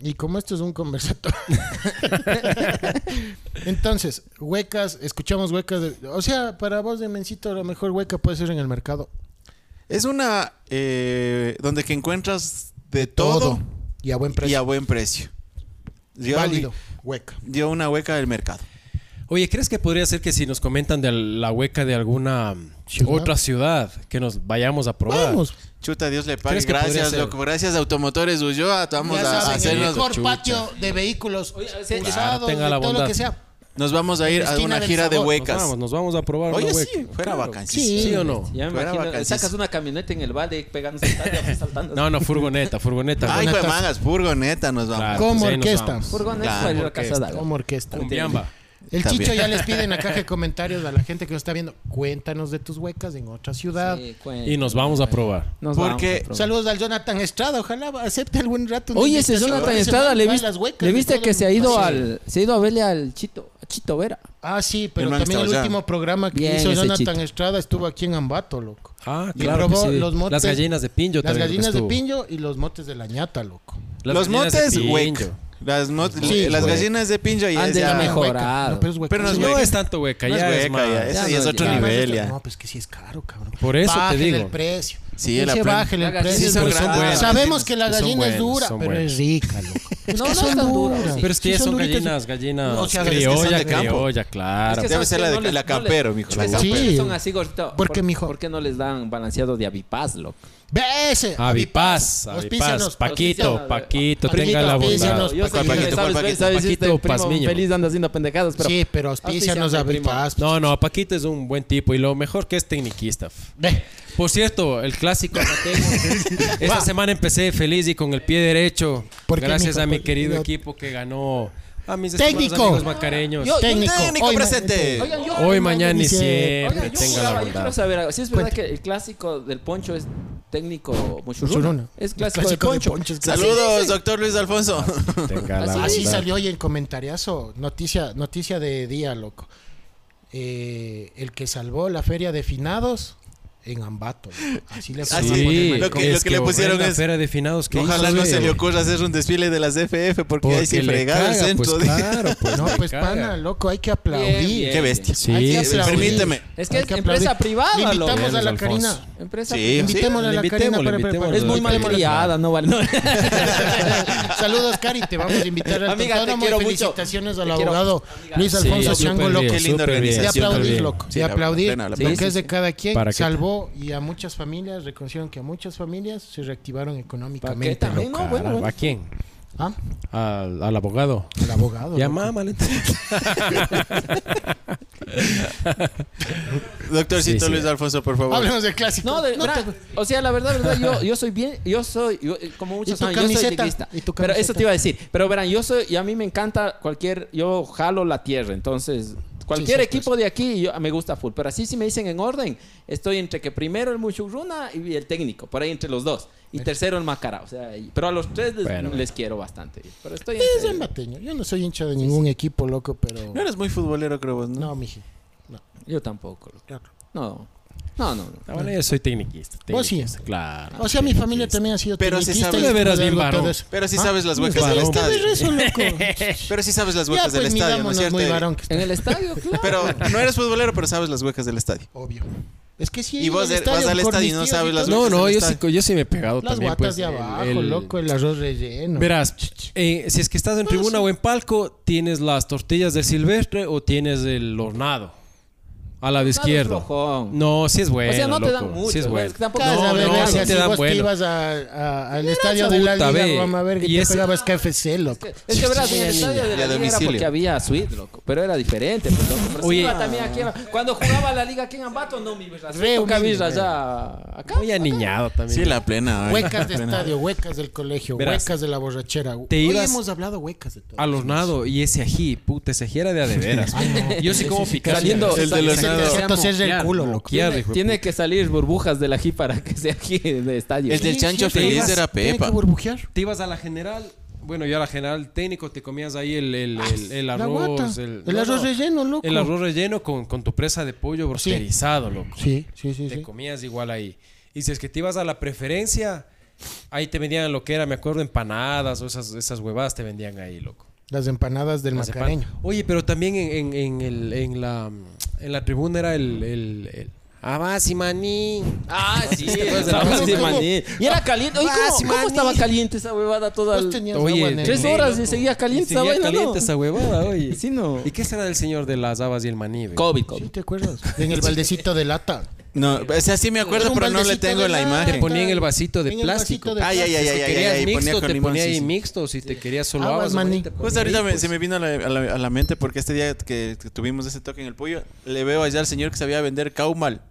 Speaker 2: y como esto es un conversatorio. [laughs] Entonces, huecas, escuchamos huecas. de- o sea, para vos de Mencito, la mejor hueca puede ser en el mercado.
Speaker 3: Es una eh, donde que encuentras de todo,
Speaker 2: Y a buen
Speaker 3: y a
Speaker 2: precio.
Speaker 3: buen precio. Yo,
Speaker 2: Válido. Hueca.
Speaker 3: dio una hueca del mercado.
Speaker 1: [laughs] Oye, ¿crees que podría ser que si nos comentan de la hueca de alguna
Speaker 2: Ciudad.
Speaker 1: otra ciudad, que nos vayamos a probar?
Speaker 2: Vamos.
Speaker 3: Chuta, Dios le pague.
Speaker 1: ¿Crees que podría
Speaker 3: Gracias,
Speaker 1: ser?
Speaker 3: loco. Gracias, Automotores Ulloa. Vamos
Speaker 2: Ya
Speaker 3: a
Speaker 2: saben, el
Speaker 3: hacernos.
Speaker 2: mejor
Speaker 1: Chucha.
Speaker 2: patio de vehículos
Speaker 4: ese-
Speaker 2: usados,
Speaker 1: tenga
Speaker 2: de
Speaker 1: la
Speaker 2: todo lo
Speaker 1: bondad.
Speaker 2: que sea.
Speaker 3: Nos vamos a ir a
Speaker 2: Esquina
Speaker 3: una
Speaker 2: del
Speaker 3: gira de
Speaker 2: sabor.
Speaker 1: Nos
Speaker 3: huecas.
Speaker 1: vamos, nos vamos a probar
Speaker 3: Oye,
Speaker 1: una
Speaker 3: sí,
Speaker 1: hueca.
Speaker 3: fuera
Speaker 1: Claro.
Speaker 3: vacancísimo.
Speaker 1: Sí, ¿sí o no?
Speaker 4: Ya me
Speaker 3: Fuera
Speaker 4: imagino,
Speaker 3: vacancias.
Speaker 4: sacas una camioneta en el valle pegando saltando,
Speaker 1: [laughs]
Speaker 4: saltando.
Speaker 1: No, no, furgoneta, furgoneta.
Speaker 3: Ay, pues
Speaker 1: furgoneta.
Speaker 3: mangas, furgoneta, nos vamos.
Speaker 1: Claro.
Speaker 2: Como
Speaker 1: pues ahí nos
Speaker 2: orquesta.
Speaker 1: vamos.
Speaker 4: Furgón es
Speaker 3: Claro,
Speaker 4: para ir a
Speaker 1: porque
Speaker 4: casada.
Speaker 2: Como orquesta.
Speaker 1: Cumbiamba.
Speaker 2: El
Speaker 3: También.
Speaker 2: Chicho ya les pide en la caja de comentarios a la gente que nos está viendo, cuéntanos de tus huecas en otra ciudad.
Speaker 4: Sí, cuen-
Speaker 1: Y nos vamos a probar.
Speaker 4: nos
Speaker 3: Porque-
Speaker 4: vamos a probar.
Speaker 2: Saludos al Jonathan Estrada, ojalá acepte algún rato. una
Speaker 4: Oye, ese
Speaker 2: invitación.
Speaker 4: Jonathan
Speaker 2: Ese
Speaker 4: Estrada,
Speaker 2: man
Speaker 4: le
Speaker 2: va a
Speaker 4: viste,
Speaker 2: las huecas
Speaker 4: le
Speaker 2: y
Speaker 4: viste
Speaker 2: todo
Speaker 4: que
Speaker 2: el-
Speaker 4: se ha ido
Speaker 2: Sí.
Speaker 4: al se ha ido a verle al Chito, a Chito Vera.
Speaker 2: Ah, sí, pero
Speaker 3: El man
Speaker 2: también el
Speaker 3: estaba allá.
Speaker 2: último programa que
Speaker 4: Bien,
Speaker 2: hizo
Speaker 4: ese
Speaker 2: Jonathan
Speaker 4: Chito.
Speaker 2: Estrada estuvo aquí en Ambato, loco.
Speaker 1: Ah,
Speaker 2: Y
Speaker 1: claro. que
Speaker 2: probó
Speaker 1: sí.
Speaker 2: los motes-
Speaker 1: Las gallinas de pincho
Speaker 2: Las
Speaker 1: también, lo que
Speaker 2: gallinas de
Speaker 1: estuvo.
Speaker 2: pinjo y los motes de la ñata, loco.
Speaker 1: Las
Speaker 3: Los
Speaker 1: gallinas de
Speaker 3: motes,
Speaker 1: pincho.
Speaker 3: hueca. Las, no-
Speaker 2: Sí,
Speaker 3: las
Speaker 4: güey.
Speaker 3: gallinas de pincho ya
Speaker 4: Han
Speaker 3: es
Speaker 4: de
Speaker 3: ya-
Speaker 4: mejor.
Speaker 2: Hueca.
Speaker 4: Mejorado.
Speaker 2: No, pero es hueca.
Speaker 3: Pero no es
Speaker 2: Sí,
Speaker 1: No
Speaker 3: hueca.
Speaker 1: es tanto hueca,
Speaker 3: No es
Speaker 1: ya es
Speaker 3: hueca,
Speaker 1: más-
Speaker 3: ya, Eso
Speaker 4: ya
Speaker 3: ya es
Speaker 4: no-
Speaker 3: otro
Speaker 4: ya.
Speaker 3: nivel,
Speaker 2: No,
Speaker 3: ya.
Speaker 2: pues que sí es caro, cabrón.
Speaker 1: Por eso te
Speaker 2: Bájele
Speaker 1: digo.
Speaker 2: el precio.
Speaker 3: Sí, la
Speaker 2: Ese
Speaker 3: plan-
Speaker 2: bájele el
Speaker 4: la gallina
Speaker 2: precio.
Speaker 3: sí son
Speaker 1: pero son
Speaker 3: grandes.
Speaker 1: buenas.
Speaker 2: Sabemos que la
Speaker 1: Son
Speaker 2: gallina es
Speaker 1: buenas,
Speaker 2: dura,
Speaker 1: son
Speaker 2: pero
Speaker 1: buenas.
Speaker 2: es rica, loco. Es
Speaker 4: No,
Speaker 2: que
Speaker 4: no
Speaker 2: son
Speaker 4: es tan dura,
Speaker 2: duras.
Speaker 4: sí.
Speaker 1: Pero es que
Speaker 2: Sí
Speaker 1: ya
Speaker 2: son
Speaker 1: son
Speaker 2: duritas.
Speaker 1: gallinas, gallinas
Speaker 2: O sea, es que
Speaker 3: son
Speaker 1: criolla,
Speaker 3: de campo.
Speaker 1: criolla, claro.
Speaker 3: Debe
Speaker 4: ¿sabes
Speaker 3: ser
Speaker 4: qué?
Speaker 3: la de-
Speaker 4: les-
Speaker 3: la campero,
Speaker 4: les-
Speaker 3: mijo,
Speaker 4: ¿sabes
Speaker 2: la
Speaker 4: por qué
Speaker 2: campero.
Speaker 4: son así, gordito?
Speaker 2: ¿Por qué, mijo?
Speaker 4: ¿Por qué no les dan balanceado de avipaz, loco?
Speaker 2: Ve ese.
Speaker 1: Avipaz,
Speaker 2: Auspícianos.
Speaker 1: Avipaz, Paquito,
Speaker 4: auspícianos.
Speaker 1: Paquito,
Speaker 2: Paquito,
Speaker 1: tenga la
Speaker 2: auspícianos.
Speaker 1: bondad.
Speaker 4: Yo sé que
Speaker 3: Paquito,
Speaker 4: sabes,
Speaker 3: Paquito,
Speaker 4: sabes,
Speaker 1: Paquito,
Speaker 4: este primo
Speaker 1: Pazmiño.
Speaker 4: feliz anda haciendo pendejadas, pero
Speaker 2: Sí, pero auspícianos
Speaker 4: Auspíciame, primo.
Speaker 2: abripaz.
Speaker 1: No, no, Paquito es un buen tipo y lo mejor que es tecniquista.
Speaker 2: Ve.
Speaker 1: Por cierto, el clásico
Speaker 2: [laughs]
Speaker 1: Matejo. Esta semana empecé feliz y con el pie derecho.
Speaker 2: ¿Por qué,
Speaker 1: Gracias
Speaker 2: mijo?
Speaker 1: a mi
Speaker 2: Por-
Speaker 1: querido
Speaker 2: no.
Speaker 1: equipo que ganó a mis
Speaker 2: Técnico.
Speaker 1: estimados amigos macareños.
Speaker 4: Yo-
Speaker 2: Técnico.
Speaker 3: Técnico
Speaker 2: Hoy-
Speaker 3: presente.
Speaker 4: Oigan, yo-
Speaker 1: Hoy, mañana y
Speaker 2: Dice-
Speaker 1: siempre.
Speaker 4: Oigan, yo,
Speaker 1: tenga
Speaker 4: juraba,
Speaker 1: la
Speaker 4: yo quiero
Speaker 1: bondad.
Speaker 4: saber algo. Si es verdad que el clásico del poncho es técnico muchurruna.
Speaker 2: Muchurruna.
Speaker 4: Es
Speaker 2: El
Speaker 4: clásico,
Speaker 2: clásico de
Speaker 4: del poncho.
Speaker 2: Poncho, es clásico.
Speaker 3: Saludos, doctor Luis Alfonso.
Speaker 1: Tenga la
Speaker 2: Así
Speaker 1: bondad.
Speaker 2: salió hoy en comentariazo. Noticia, noticia de día, loco. Eh, el que salvó la feria de finados en Ambato. loco. Así le fue.
Speaker 3: Ah, sí.
Speaker 1: Sí,
Speaker 3: Lo que- lo
Speaker 1: es
Speaker 3: que le pusieron
Speaker 1: horrenda
Speaker 3: es-
Speaker 1: Fera de finados que
Speaker 3: Ojalá
Speaker 1: hizo,
Speaker 3: no
Speaker 1: güey.
Speaker 3: se le ocurra hacer un desfile de las FF porque,
Speaker 1: Porque
Speaker 3: ahí se
Speaker 1: le
Speaker 3: fregaba el
Speaker 1: caga,
Speaker 3: centro.
Speaker 1: pues,
Speaker 3: de-
Speaker 1: claro, pues,
Speaker 2: No,
Speaker 1: le
Speaker 2: pues
Speaker 1: caga.
Speaker 2: pana, loco, hay que
Speaker 4: Bien,
Speaker 2: aplaudir.
Speaker 4: bien.
Speaker 3: Qué bestia.
Speaker 1: Sí,
Speaker 2: Hay que
Speaker 1: sí,
Speaker 2: aplaudir.
Speaker 3: permíteme.
Speaker 4: Es que
Speaker 2: Hay
Speaker 4: es empresa
Speaker 2: aplaudir.
Speaker 4: privada,
Speaker 2: Le
Speaker 4: loco.
Speaker 2: invitamos a la
Speaker 1: Bien, Alfonso.
Speaker 2: Karina.
Speaker 4: Empresa
Speaker 3: Sí, sí.
Speaker 2: Invitémosle a
Speaker 1: le
Speaker 2: la Karina
Speaker 1: invitemos,
Speaker 2: para
Speaker 1: le invitemos.
Speaker 2: preparar.
Speaker 4: Es muy
Speaker 1: Karina.
Speaker 4: mal criada, no vale.
Speaker 2: [laughs]
Speaker 4: no.
Speaker 2: Saludos, Cari, te vamos a invitar al
Speaker 4: Amiga, te
Speaker 2: Autódromo y
Speaker 4: quiero mucho.
Speaker 2: felicitaciones al
Speaker 4: Te quiero.
Speaker 2: abogado Luis
Speaker 1: Sí,
Speaker 2: Alfonso
Speaker 1: súper
Speaker 2: Chango Loco.
Speaker 1: bien,
Speaker 3: Qué linda
Speaker 1: súper bien,
Speaker 2: De
Speaker 3: organización.
Speaker 1: súper
Speaker 2: aplaudir,
Speaker 1: bien.
Speaker 2: loco.
Speaker 3: Sí,
Speaker 2: de
Speaker 3: la-
Speaker 2: aplaudir.
Speaker 3: plena, la
Speaker 2: lo
Speaker 3: plena.
Speaker 2: que es de cada quien
Speaker 1: Para que-
Speaker 2: salvó y a muchas familias reconocieron que a muchas familias se reactivaron
Speaker 4: ¿Para qué
Speaker 2: económicamente.
Speaker 4: también?
Speaker 2: loco.
Speaker 4: No, bueno,
Speaker 1: Caramba,
Speaker 4: bueno.
Speaker 1: ¿A quién?
Speaker 2: ¿Ah?
Speaker 1: Al, al abogado.
Speaker 2: El abogado.
Speaker 1: Ya
Speaker 2: loco.
Speaker 1: mámale.
Speaker 3: Doctorcito
Speaker 1: Sí, sí.
Speaker 3: Luis Alfonso, por favor.
Speaker 2: Hablemos del clásico.
Speaker 4: No, de
Speaker 2: No
Speaker 4: verdad. O sea, la verdad, verdad, yo, yo soy bien, yo soy, yo, eh, como muchos
Speaker 2: tu
Speaker 4: saben, yo soy
Speaker 2: camiseta,
Speaker 4: liguista.
Speaker 2: y tu
Speaker 4: Pero eso
Speaker 2: camiseta.
Speaker 4: te iba a decir. Pero verán, yo soy, y a mí me encanta cualquier, yo jalo la tierra, entonces. Cualquier
Speaker 2: Sí, sí,
Speaker 4: equipo de aquí yo, me gusta full, pero así si me dicen en orden, estoy entre que primero el Muchurruna y el técnico, por ahí entre los dos,
Speaker 2: Eh.
Speaker 4: y tercero el Macará, o sea, y- pero a los tres les,
Speaker 1: Bueno.
Speaker 4: les quiero bastante. Pero estoy
Speaker 2: es
Speaker 4: entre-
Speaker 2: el mateño. Yo no soy hincha de ningún equipo, loco, pero.
Speaker 3: No eres muy futbolero, creo vos, ¿no?
Speaker 2: No, miji.
Speaker 4: Yo tampoco. loco. No. No, no, no.
Speaker 1: Ah, bueno, yo soy tecniquista.
Speaker 2: Vos sí.
Speaker 1: tecniquista, Claro.
Speaker 2: O sea, mi familia también ha sido
Speaker 3: Pero Ah, sí
Speaker 2: tecniquista
Speaker 3: sabes-
Speaker 2: y
Speaker 3: Te
Speaker 1: verás
Speaker 2: de
Speaker 1: bien
Speaker 2: algo
Speaker 1: varón.
Speaker 2: todo eso. ¿Ah?
Speaker 3: Pero sí sabes las huecas
Speaker 2: ¿Qué tal
Speaker 3: del
Speaker 2: está de
Speaker 3: estadio.
Speaker 2: rezo, loco?
Speaker 3: Pero sí sabes [laughs] las
Speaker 2: ya,
Speaker 3: huecas
Speaker 2: pues
Speaker 3: del estadio, ¿no
Speaker 2: mirámonos
Speaker 3: es cierto?
Speaker 2: muy varón que está. [laughs]
Speaker 4: En el estadio, claro.
Speaker 3: Pero no eres futbolero, pero sabes las huecas del estadio.
Speaker 2: Obvio. Es que sí.
Speaker 3: Y vos de- vas al estadio y no sabes las
Speaker 1: No,
Speaker 3: veces
Speaker 1: no,
Speaker 3: en el
Speaker 1: yo sí,
Speaker 3: estadio.
Speaker 1: yo sí me he pegado
Speaker 2: Las
Speaker 1: también.
Speaker 2: guatas
Speaker 1: pues,
Speaker 2: de
Speaker 1: el-
Speaker 2: abajo,
Speaker 1: el-
Speaker 2: loco, el arroz relleno.
Speaker 1: Verás, eh, si es que estás en tribuna o en palco, tienes las tortillas del silvestre o tienes el hornado. Al lado
Speaker 4: es
Speaker 1: izquierdo.
Speaker 4: flojón.
Speaker 1: No, sí es bueno.
Speaker 4: o sea, no te dan
Speaker 1: loco,
Speaker 4: mucho.
Speaker 1: Sí es
Speaker 4: ¿no?
Speaker 1: bueno.
Speaker 4: Es que tampoco-
Speaker 2: Cada
Speaker 1: No,
Speaker 2: vez
Speaker 1: no,
Speaker 2: que
Speaker 1: sí te
Speaker 2: así
Speaker 1: dan
Speaker 2: vos que
Speaker 1: bueno.
Speaker 2: ibas a- a- al estadio de la
Speaker 1: puta,
Speaker 2: liga,
Speaker 1: ve.
Speaker 2: vamos a ver, que
Speaker 1: Y
Speaker 2: te
Speaker 1: ese-
Speaker 2: pegabas KFC, loco.
Speaker 4: [laughs] Es que verás, en el estadio
Speaker 3: Y
Speaker 4: de
Speaker 3: a
Speaker 4: la liga era
Speaker 3: domicilio.
Speaker 4: porque había suite, loco. Pero era diferente, pues, loco. Pero sí
Speaker 1: Oye.
Speaker 4: iba también aquí, cuando jugaba la liga aquí en Ambato, no, mi verás.
Speaker 2: Re
Speaker 4: Toca
Speaker 2: humilde,
Speaker 4: birra
Speaker 2: re.
Speaker 4: allá, acá.
Speaker 1: Muy aniñado también.
Speaker 3: Sí, la plena.
Speaker 2: Huecas de estadio, huecas del colegio,
Speaker 1: Verás.
Speaker 2: huecas de la borrachera.
Speaker 1: Te
Speaker 2: Hoy
Speaker 1: ibas
Speaker 2: hemos hablado huecas de todo.
Speaker 1: Al hornado y ese ají, puta, ese ají era de a de veras. Yo sí como picar.
Speaker 4: Saliendo-
Speaker 3: El del
Speaker 2: Se te
Speaker 3: hornado.
Speaker 2: hacía toser el culo, loco.
Speaker 4: Tiene, tiene que salir burbujas del ají para que sea aquí en el estadio.
Speaker 3: El del chancho
Speaker 1: sí,
Speaker 3: feliz
Speaker 1: ibas-
Speaker 3: era
Speaker 2: Tiene que
Speaker 3: Pepa.
Speaker 2: burbujear.
Speaker 1: Te ibas a la general. Bueno, yo a la general técnico te comías ahí el, el, el, el
Speaker 2: Ah, La
Speaker 1: arroz.
Speaker 2: guata.
Speaker 1: El,
Speaker 2: El arroz relleno, loco.
Speaker 1: El arroz relleno con, con tu presa de pollo brosterizado, loco.
Speaker 2: Sí, sí, sí,
Speaker 1: Te
Speaker 2: sí.
Speaker 1: comías igual ahí. Y si es que te ibas a la preferencia, ahí te vendían lo que era, me acuerdo, empanadas o esas, esas huevadas te vendían ahí, loco.
Speaker 2: Las empanadas del
Speaker 1: Las de pan.
Speaker 2: macareño.
Speaker 1: Oye, pero también en, en- en el- en la, en la tribuna era el... el, el Abasi maní.
Speaker 4: Ah,
Speaker 1: [laughs]
Speaker 4: sí,
Speaker 1: acuerdas de la
Speaker 4: sabes,
Speaker 1: voz?
Speaker 4: de
Speaker 2: ¿Cómo?
Speaker 4: maní. Y era caliente. Oye,
Speaker 1: Ah, sí,
Speaker 4: ¿cómo, cómo
Speaker 1: maní.
Speaker 4: estaba caliente esa huevada toda?
Speaker 2: Vos
Speaker 4: el-
Speaker 2: tenías
Speaker 1: Oye,
Speaker 2: agua negra.
Speaker 4: Tres
Speaker 1: Sí,
Speaker 4: horas y
Speaker 1: loco.
Speaker 4: seguía
Speaker 1: ¿eh? Y
Speaker 4: caliente esa
Speaker 1: seguía
Speaker 4: vaina,
Speaker 1: caliente
Speaker 4: ¿no?
Speaker 1: esa huevada, oye.
Speaker 4: Sí, no.
Speaker 1: ¿Y qué será el señor de las habas y el maní? ve?
Speaker 4: COVID,
Speaker 2: Sí,
Speaker 4: COVID.
Speaker 2: ¿te acuerdas? En el baldecito de lata.
Speaker 3: No, o sea, sí me acuerdo,
Speaker 2: Era un
Speaker 3: pero no le
Speaker 2: baldecito
Speaker 3: tengo
Speaker 2: de
Speaker 3: la
Speaker 2: lata.
Speaker 1: Te
Speaker 3: imagen.
Speaker 1: ponía en el vasito de
Speaker 2: En el
Speaker 1: plástico.
Speaker 2: vasito de
Speaker 3: Ay, ay, ay,
Speaker 1: Si
Speaker 3: ay, ay,
Speaker 1: querías
Speaker 3: ay, ponía
Speaker 1: mixto,
Speaker 3: con
Speaker 1: te
Speaker 3: limón,
Speaker 1: ponía
Speaker 3: sí,
Speaker 1: ahí
Speaker 3: sí.
Speaker 1: mixto. Si te querías solo
Speaker 2: Habas,
Speaker 1: habas,
Speaker 2: Ah, maní.
Speaker 1: maní, te ponía
Speaker 3: Justo ahorita
Speaker 1: ahí,
Speaker 3: me-
Speaker 1: pues.
Speaker 3: se me vino a la, a la- a la mente porque este día que, que tuvimos ese toque en el pollo, le veo allá al señor que sabía vender caumal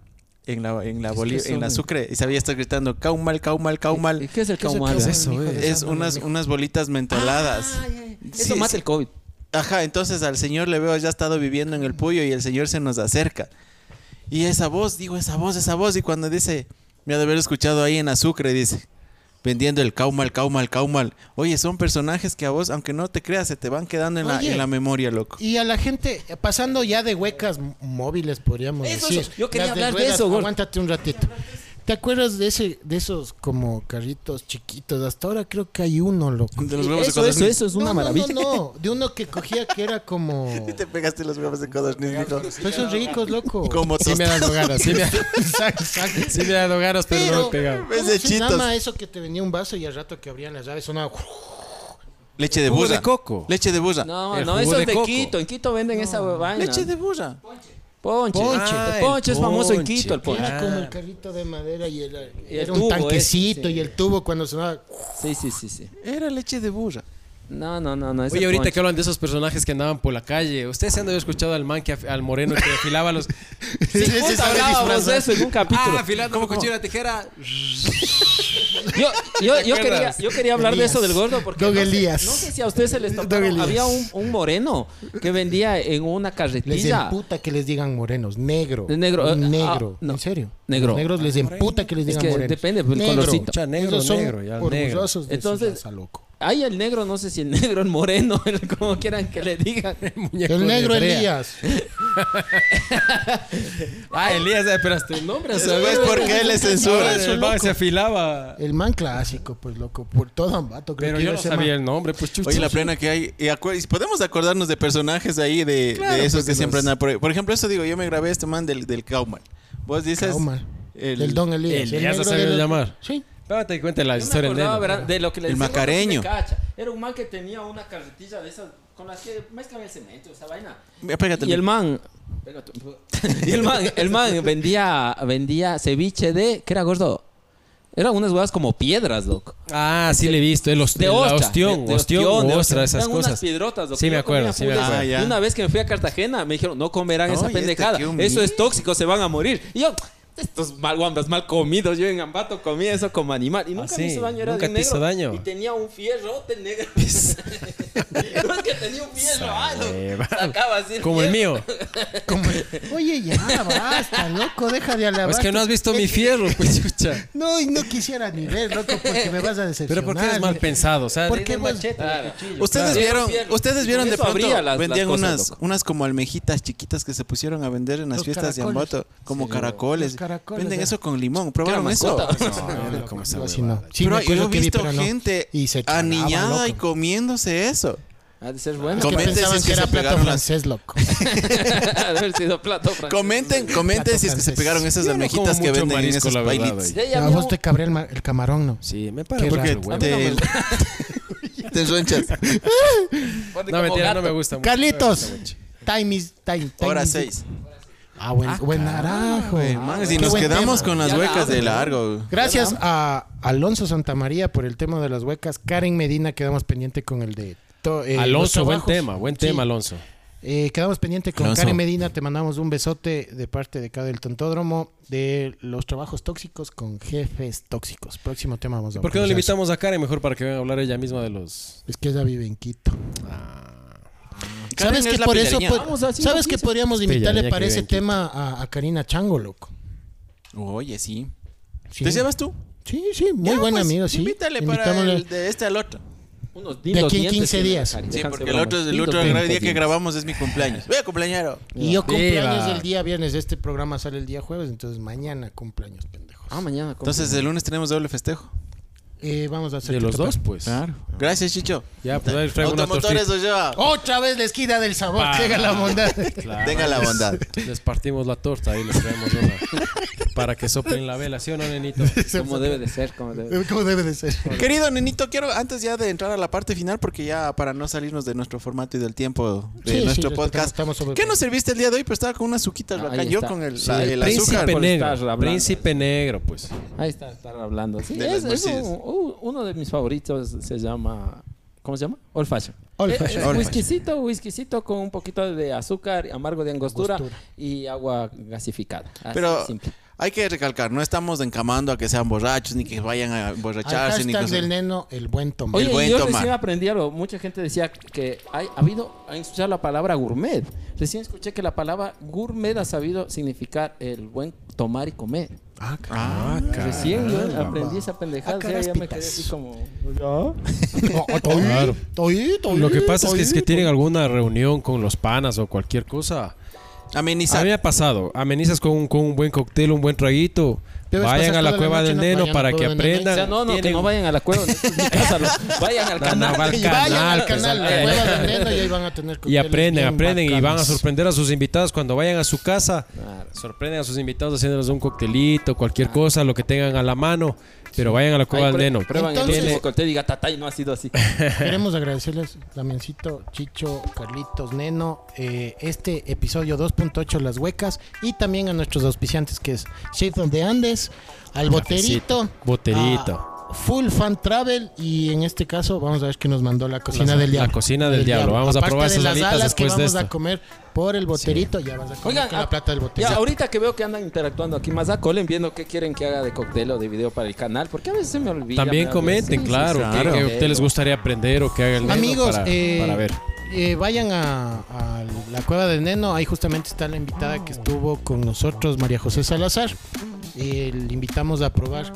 Speaker 3: en la, en la, Bolí- en la Sucre y sabía estar gritando caumal, caumal, caumal.
Speaker 4: ¿Qué es el
Speaker 2: se
Speaker 4: caumán?
Speaker 2: quedó
Speaker 1: eso,
Speaker 2: el hijo
Speaker 1: eh?
Speaker 2: de
Speaker 3: Es
Speaker 2: esa
Speaker 3: unas,
Speaker 2: madre,
Speaker 3: unas bolitas mentoladas.
Speaker 4: Eso
Speaker 3: Sí,
Speaker 4: mata
Speaker 3: sí.
Speaker 4: el COVID.
Speaker 3: Ajá, entonces al señor le veo ya estado viviendo en el puyo y el señor se nos acerca. Y esa voz, digo, esa voz, esa voz. Y cuando dice, me ha de haber escuchado ahí en Azucre, dice, vendiendo el caumal, caumal, caumal. Oye, son personajes que a vos, aunque no te creas, se te van quedando en, la,
Speaker 2: Oye.
Speaker 3: en la memoria, loco.
Speaker 2: Y a la gente, pasando ya de huecas m- móviles, podríamos
Speaker 4: Eso,
Speaker 2: decir.
Speaker 4: eso. Yo quería
Speaker 2: Las
Speaker 4: hablar de
Speaker 2: ruedas,
Speaker 4: eso, gordo.
Speaker 2: Aguántate un ratito. ¿Te acuerdas de ese, de esos como carritos chiquitos? Hasta ahora creo que hay uno, loco.
Speaker 3: De los huevos de
Speaker 4: Eso, eso,
Speaker 3: codorniz.
Speaker 4: eso es
Speaker 2: No,
Speaker 4: una
Speaker 2: no,
Speaker 4: maravilla.
Speaker 2: No, no, de uno que cogía que era
Speaker 3: [laughs]
Speaker 2: como.
Speaker 3: Te pegaste los huevos de codorniz, mijo.
Speaker 2: Pues son ricos, loco.
Speaker 3: Como
Speaker 1: Sí me ha dado ganas, sí me ha, [laughs]
Speaker 2: Exacto, exacto.
Speaker 1: sí me ha dado ganas, pero, no me he
Speaker 2: Pero,
Speaker 1: pegado.
Speaker 3: [laughs] Ves
Speaker 2: ¿cómo se
Speaker 3: hechitos.
Speaker 2: llama eso que te venía un vaso y al rato que abrían las llaves sonaba?
Speaker 3: Leche de
Speaker 1: Jugo
Speaker 3: burra.
Speaker 1: de coco.
Speaker 3: Leche de burra.
Speaker 4: No,
Speaker 1: El
Speaker 4: no,
Speaker 1: jugo
Speaker 4: eso
Speaker 1: de
Speaker 4: es de
Speaker 1: coco.
Speaker 4: Quito. En Quito venden esa vaina.
Speaker 3: Leche de burra.
Speaker 4: ponche.
Speaker 1: Ponche.
Speaker 4: Ah,
Speaker 1: Ah,
Speaker 4: el ponche es
Speaker 1: el
Speaker 4: famoso en
Speaker 1: ponche.
Speaker 4: Quito, el ponche.
Speaker 2: Era como el carrito de madera y era,
Speaker 4: Ah. el
Speaker 2: era un
Speaker 4: tubo,
Speaker 2: tanquecito
Speaker 4: ese, sí.
Speaker 2: y el tubo cuando sonaba.
Speaker 4: Sí, sí, sí, sí.
Speaker 3: Era leche de burra.
Speaker 4: No, no, no, no. es
Speaker 1: Oye,
Speaker 4: el
Speaker 1: ahorita
Speaker 4: ponche.
Speaker 1: que hablan de esos personajes que andaban por la calle, ustedes se han de haber escuchado al man que af- al moreno que afilaba los.
Speaker 2: Sí,
Speaker 4: Sí, justo hablábamos de eso en un capítulo.
Speaker 1: Ah, afilando como cuchillo una tijera.
Speaker 4: Yo, yo, yo,
Speaker 1: ¿Te
Speaker 4: quería,
Speaker 1: acuerdas?
Speaker 4: yo quería hablar
Speaker 2: Elías.
Speaker 4: de eso del gordo porque
Speaker 2: Don
Speaker 4: no, sé,
Speaker 2: Elías.
Speaker 4: no sé si a ustedes se les tocó.
Speaker 2: Don Elías.
Speaker 4: Había un, un moreno que vendía en una
Speaker 2: Les
Speaker 4: carretilla.
Speaker 2: emputa que les digan morenos. Negro.
Speaker 4: De negro, eh,
Speaker 2: Negro.
Speaker 4: ah, no.
Speaker 2: En serio.
Speaker 4: Negro.
Speaker 2: Los negros les emputa que les
Speaker 4: Es
Speaker 2: digan
Speaker 4: que
Speaker 2: morenos.
Speaker 4: depende del
Speaker 2: Negro.
Speaker 4: colorcito.
Speaker 1: Cha, Ah, negro,
Speaker 2: Ellos son
Speaker 1: negro, ya, negro.
Speaker 2: orgullosos de
Speaker 4: Entonces-
Speaker 2: su raza, loco.
Speaker 4: Hay el negro, no sé si el negro, el moreno, [laughs] el- como quieran que le digan.
Speaker 1: Muñeco
Speaker 2: El
Speaker 1: de
Speaker 2: negro
Speaker 1: brea.
Speaker 2: Elías.
Speaker 1: Ah, Elías, eh, pero hasta el nombre. hasta-
Speaker 3: ¿Sabes por qué le
Speaker 1: Ahora
Speaker 3: censuran?
Speaker 2: Eso,
Speaker 1: el man
Speaker 2: loco.
Speaker 1: se afilaba.
Speaker 2: El man clásico, pues loco. Por todo ambato. Creo
Speaker 1: Pero
Speaker 2: que
Speaker 1: yo
Speaker 2: era
Speaker 1: no
Speaker 2: ese
Speaker 1: sabía
Speaker 2: man.
Speaker 1: el nombre, pues chucha.
Speaker 3: Oye, la plena que hay. y acu- y podemos acordarnos de personajes ahí, de, de esos que siempre andan por ahí. Por ejemplo, eso digo, yo me grabé este man del, del Cowman. Vos dices.
Speaker 2: Cauman.
Speaker 3: El,
Speaker 2: Del don Elías.
Speaker 1: Elías
Speaker 2: negro
Speaker 1: se debe
Speaker 2: de los-
Speaker 1: llamar.
Speaker 2: Sí.
Speaker 1: Espérate, cuenta la
Speaker 4: Yo me
Speaker 1: historia del
Speaker 4: acordaba,
Speaker 1: neno.
Speaker 4: verán, de lo que le
Speaker 3: El
Speaker 4: decían los
Speaker 3: macareño.
Speaker 4: de cacha. Era un man que tenía una carretilla de esas con las que mezclan el cemento, esa vaina.
Speaker 3: Mira, pégate.
Speaker 4: Y el man. Y el man, el man vendía, vendía ceviche de. ¿Qué era gordo? Eran unas huevas como piedras, loco.
Speaker 1: Ah, sí le he visto. El os-
Speaker 4: De
Speaker 1: la
Speaker 4: ostra.
Speaker 1: ostión,
Speaker 4: de- de
Speaker 1: ostión,
Speaker 4: de
Speaker 1: u ostra, esas
Speaker 4: Eran unas
Speaker 1: cosas.
Speaker 4: piedrotas, loco.
Speaker 1: Sí, me
Speaker 4: Yo comía
Speaker 1: acuerdo, sí me
Speaker 4: full de
Speaker 3: acuerdo.
Speaker 4: esas. Y una vez que me fui a Cartagena, me dijeron, no comerán esa
Speaker 3: Oye, este
Speaker 4: pendejada.
Speaker 3: qué
Speaker 4: Eso
Speaker 3: humilde.
Speaker 4: es tóxico, se van a morir. Y yo, estos mal guambas, mal comidos. Yo en Ambato comía eso como animal. Y nunca
Speaker 1: Ah, sí,
Speaker 4: me hizo daño, era
Speaker 1: nunca
Speaker 4: de un
Speaker 1: te
Speaker 4: negro.
Speaker 1: hizo daño.
Speaker 4: Y tenía un
Speaker 1: [laughs]
Speaker 4: fierrote negro. [laughs] no es que tenía un fierro, ah, loco. Sacaba así.
Speaker 1: Como el
Speaker 4: fierro.
Speaker 1: mío.
Speaker 2: Oye, ya, basta, loco. Deja de alabar.
Speaker 1: Es Pues que no has visto mi fierro, pues [laughs] chucha.
Speaker 2: No, y no quisiera ni ver, loco, porque me vas a decepcionar.
Speaker 1: Pero porque eres mal pensado, o sea,
Speaker 2: ¿Por qué
Speaker 1: el
Speaker 2: vos-
Speaker 1: machete.
Speaker 4: Claro.
Speaker 3: Ustedes
Speaker 4: Claro.
Speaker 3: vieron,
Speaker 4: Piernas.
Speaker 3: ustedes vieron
Speaker 4: Con
Speaker 3: de
Speaker 4: eso
Speaker 3: pronto
Speaker 4: abría las- las
Speaker 3: vendían
Speaker 4: cosas,
Speaker 3: unas,
Speaker 4: loco.
Speaker 3: unas como almejitas chiquitas que se pusieron a vender en las
Speaker 2: Los
Speaker 3: fiestas
Speaker 2: caracoles.
Speaker 3: de Ambato, como
Speaker 2: Sí,
Speaker 3: caracoles.
Speaker 2: los caracoles,
Speaker 3: Venden
Speaker 2: ya.
Speaker 3: eso con limón, probaron eso.
Speaker 4: mascota.
Speaker 2: No,
Speaker 1: no,
Speaker 2: loco,
Speaker 1: como esa
Speaker 2: yo así no. Sí, me
Speaker 3: pero
Speaker 2: acuerdo
Speaker 3: yo he
Speaker 2: que vi,
Speaker 3: visto
Speaker 2: pero no.
Speaker 3: gente
Speaker 2: Y se chalaban,
Speaker 3: aniñada y
Speaker 2: loco.
Speaker 3: comiéndose eso.
Speaker 4: Ha de ser bueno.
Speaker 2: Es que
Speaker 3: Comenten si
Speaker 2: pensaban
Speaker 3: es que
Speaker 2: que era
Speaker 3: se
Speaker 2: plato
Speaker 3: pegaron las-
Speaker 2: francés, loco.
Speaker 4: [laughs] Ha de haber sido plato francés.
Speaker 3: Comenten, comenten
Speaker 2: Plato
Speaker 3: si es que se
Speaker 2: francés.
Speaker 3: pegaron esas
Speaker 1: Yo no
Speaker 3: almejitas
Speaker 1: como
Speaker 3: que
Speaker 1: mucho
Speaker 3: venden en
Speaker 1: marisco,
Speaker 3: esos
Speaker 1: la verdad,
Speaker 3: bailites.
Speaker 1: oye.
Speaker 4: Ya, ya
Speaker 2: A
Speaker 4: había
Speaker 2: vos
Speaker 4: un-
Speaker 2: te cabrea el, ma- el camarón, ¿no?
Speaker 1: Sí, me
Speaker 2: Qué
Speaker 1: parece porque
Speaker 2: raro, güey.
Speaker 4: A mí
Speaker 3: Te,
Speaker 4: no
Speaker 3: [laughs] te enronchas.
Speaker 1: No, mentira, no me gusta mucho.
Speaker 2: Carlitos. Time is time. time
Speaker 3: Hora
Speaker 2: is-
Speaker 3: 6.
Speaker 2: Ah, buen, buen narajo.
Speaker 3: Si
Speaker 2: Ah, Qué
Speaker 3: nos
Speaker 2: buen
Speaker 3: quedamos
Speaker 2: tema.
Speaker 3: con las
Speaker 4: Ya la
Speaker 3: huecas de
Speaker 4: abro.
Speaker 3: largo.
Speaker 2: Gracias a Alonso Santamaría por el tema de las huecas. Karen Medina, quedamos pendiente con el de. to- eh, los
Speaker 1: Alonso, buen
Speaker 2: trabajos.
Speaker 1: tema, buen
Speaker 2: Sí.
Speaker 1: tema, Alonso.
Speaker 2: Eh, quedamos pendiente con
Speaker 3: Alonso.
Speaker 2: Karen Medina. Te mandamos un besote de parte de acá del Tontódromo de los trabajos tóxicos con jefes tóxicos. Próximo tema vamos a
Speaker 1: ¿Por qué no le
Speaker 2: abordar.
Speaker 1: invitamos a Karen mejor para que venga a hablar ella misma de los
Speaker 2: Es que ella vive en Quito.
Speaker 3: Karen
Speaker 2: ¿Sabes
Speaker 3: es Pues,
Speaker 2: que
Speaker 3: la
Speaker 2: por eso
Speaker 3: pillareña.
Speaker 2: pod-
Speaker 4: Vamos a hacer
Speaker 2: ¿Sabes
Speaker 4: una
Speaker 2: que
Speaker 4: pizza.
Speaker 2: podríamos
Speaker 1: Pillareña
Speaker 2: invitarle
Speaker 1: que
Speaker 2: para
Speaker 1: vive
Speaker 2: ese
Speaker 1: en Quito.
Speaker 2: tema a, a Karina Chango, loco?
Speaker 3: Oye, sí.
Speaker 2: Sí,
Speaker 3: ¿Te llevas tú?
Speaker 2: sí, sí, muy
Speaker 3: Ya,
Speaker 2: buen
Speaker 3: pues,
Speaker 2: amigo, sí.
Speaker 3: Invítale para
Speaker 2: Invitámosle-
Speaker 3: el de este al otro.
Speaker 4: Unos lindos
Speaker 2: aquí en
Speaker 4: dientes
Speaker 2: 15
Speaker 4: tiene,
Speaker 2: días.
Speaker 4: Cari,
Speaker 3: Sí,
Speaker 4: déjense
Speaker 3: porque el
Speaker 4: bromas.
Speaker 3: otro, el
Speaker 4: Lindos
Speaker 3: otro gran día
Speaker 4: dientes.
Speaker 3: que grabamos es mi cumpleaños. Voy a cumpleañero.
Speaker 2: Y yo cumpleaños
Speaker 1: Viva.
Speaker 2: el día viernes. Este programa sale el día jueves, entonces mañana cumpleaños, pendejos.
Speaker 4: Ah, mañana. ¿cómo?
Speaker 3: Entonces el lunes tenemos doble festejo.
Speaker 2: Eh, vamos a hacer
Speaker 1: de los
Speaker 2: otro
Speaker 1: dos,
Speaker 2: tema.
Speaker 1: pues?
Speaker 3: Gracias, Chicho.
Speaker 1: Ya, pues ahí traigo una
Speaker 3: Automotores
Speaker 1: tortita.
Speaker 3: nos lleva.
Speaker 2: Otra vez la esquina del sabor.
Speaker 1: Pa.
Speaker 2: Llega
Speaker 1: [laughs]
Speaker 2: la bondad.
Speaker 1: Claro.
Speaker 3: Tenga la bondad.
Speaker 1: Les partimos la torta y les traemos una para que soplen la vela, ¿sí o no, nenito?
Speaker 3: eh,
Speaker 4: Como debe de ser, como debe de ser.
Speaker 2: ¿Cómo debe de ser?
Speaker 3: Querido nenito, quiero antes ya de entrar a la parte final, porque ya para no salirnos de nuestro formato y del tiempo de
Speaker 2: Sí, sí,
Speaker 3: nuestro
Speaker 2: respetamos,
Speaker 3: podcast.
Speaker 2: estamos sobre-
Speaker 3: ¿Qué nos serviste el día de hoy? Pero estaba con unas suquitas
Speaker 4: Ahí
Speaker 3: bacán. Yo
Speaker 4: está.
Speaker 3: con el,
Speaker 4: Sí,
Speaker 3: la-
Speaker 4: el
Speaker 3: el
Speaker 1: Príncipe
Speaker 3: azúcar.
Speaker 4: por
Speaker 1: negro.
Speaker 4: estar hablando.
Speaker 1: Príncipe negro, pues.
Speaker 4: Ahí está, estar hablando. Sí,
Speaker 3: De
Speaker 4: es,
Speaker 3: las
Speaker 4: es un-
Speaker 3: Mercedes.
Speaker 4: un- uno de mis favoritos. Se llama. ¿Cómo se llama? Old Fashion.
Speaker 2: Old
Speaker 4: Eh,
Speaker 2: Fashion.
Speaker 4: eh,
Speaker 3: Old
Speaker 4: whiskycito, whiskycito con un poquito de azúcar, amargo de angostura,
Speaker 2: Angostura.
Speaker 4: y agua gasificada. Así,
Speaker 3: Pero
Speaker 4: simple.
Speaker 3: hay que recalcar, no estamos encamando a que sean borrachos, ni que vayan a
Speaker 2: Al
Speaker 3: emborracharse, ni
Speaker 2: hashtag
Speaker 3: cosas.
Speaker 2: del neno, el buen tomate.
Speaker 4: Oye,
Speaker 3: buen
Speaker 4: yo
Speaker 3: tomar.
Speaker 4: recién aprendí algo. Mucha gente decía que hay, ha habido, han escuchado la palabra gourmet. Recién escuché que la palabra gourmet ha sabido significar el buen tomar y comer.
Speaker 3: Ah,
Speaker 4: Recién yo aprendí esa pendejada.
Speaker 2: Ah,
Speaker 4: o sea, ya me quedé
Speaker 2: caraspitas.
Speaker 4: así como...
Speaker 1: Claro. Lo que pasa es que es que
Speaker 2: tiene
Speaker 1: tienen alguna reunión con los panas o cualquier cosa. A
Speaker 3: amenizar.
Speaker 1: mí me ha pasado. Amenizas con un, con un buen cóctel, un buen traguito.
Speaker 2: Debes
Speaker 1: Vayan
Speaker 2: pasar
Speaker 1: a la
Speaker 2: toda
Speaker 1: cueva
Speaker 2: noche,
Speaker 1: del
Speaker 2: ¿no?
Speaker 1: neno
Speaker 2: Vayan a
Speaker 1: para
Speaker 2: la
Speaker 1: que
Speaker 2: cueva del neno.
Speaker 4: O
Speaker 1: aprendan.
Speaker 4: sea, no, no, que
Speaker 1: Tienen-
Speaker 4: no vayan a la cueva. es mi casa, lo- vayan
Speaker 1: [laughs]
Speaker 4: al
Speaker 1: No, no,
Speaker 4: canal.
Speaker 1: va al
Speaker 2: Vayan
Speaker 1: canal,
Speaker 2: al
Speaker 1: pues,
Speaker 2: canal,
Speaker 1: al
Speaker 2: Ah, la cueva
Speaker 1: canal.
Speaker 2: del neno, y ahí van a tener
Speaker 1: Y
Speaker 2: cócteles
Speaker 1: aprenden,
Speaker 2: bien
Speaker 1: aprenden y van a
Speaker 2: bacanos.
Speaker 1: sorprender a sus invitados cuando vayan a su casa. Sorprenden a sus invitados haciéndoles un coctelito, cualquier cosa, lo que tengan a la mano. Pero vayan a la cueva
Speaker 4: Ahí
Speaker 1: del
Speaker 4: prue-
Speaker 1: neno. Pues
Speaker 4: Prueban
Speaker 2: Entonces-
Speaker 4: el último cóctel y diga, tatay, no ha sido así.
Speaker 2: Queremos agradecerles, Damiancito, Chicho, Carlitos, Neno, eh, este episodio 2.8 Las Huecas y también a nuestros auspiciantes que es Shade of the Andes, al Boterito,
Speaker 1: Boterito.
Speaker 2: a Full Fan Travel y en este caso vamos a ver que nos mandó la cocina
Speaker 1: La-
Speaker 2: del
Speaker 1: la
Speaker 2: diablo.
Speaker 1: cocina del diablo. Vamos a
Speaker 2: Aparte
Speaker 1: probar
Speaker 2: de
Speaker 1: esas
Speaker 2: las
Speaker 1: alitas
Speaker 2: alas
Speaker 1: después
Speaker 2: que
Speaker 1: de
Speaker 2: vamos a
Speaker 1: esto.
Speaker 2: comer por el Boterito, ya vas a comer
Speaker 4: Oigan,
Speaker 2: con la
Speaker 4: ah,
Speaker 2: plata del Boterito.
Speaker 4: Ya, ahorita que veo que andan interactuando aquí más a Colen, viendo qué quieren que haga de cóctel o de video para el canal, porque a veces se me olvida.
Speaker 1: También
Speaker 4: me
Speaker 1: comenten,
Speaker 4: olvida. Sí,
Speaker 1: claro,
Speaker 4: sí,
Speaker 1: qué-
Speaker 4: claro.
Speaker 1: qué usted les gustaría aprender o que haga el neno
Speaker 2: Amigos,
Speaker 1: para,
Speaker 2: eh,
Speaker 1: para ver.
Speaker 2: eh, vayan a, a la cueva del Neno. Ahí justamente está la invitada que estuvo con nosotros, María José Salazar. Eh, le invitamos a probar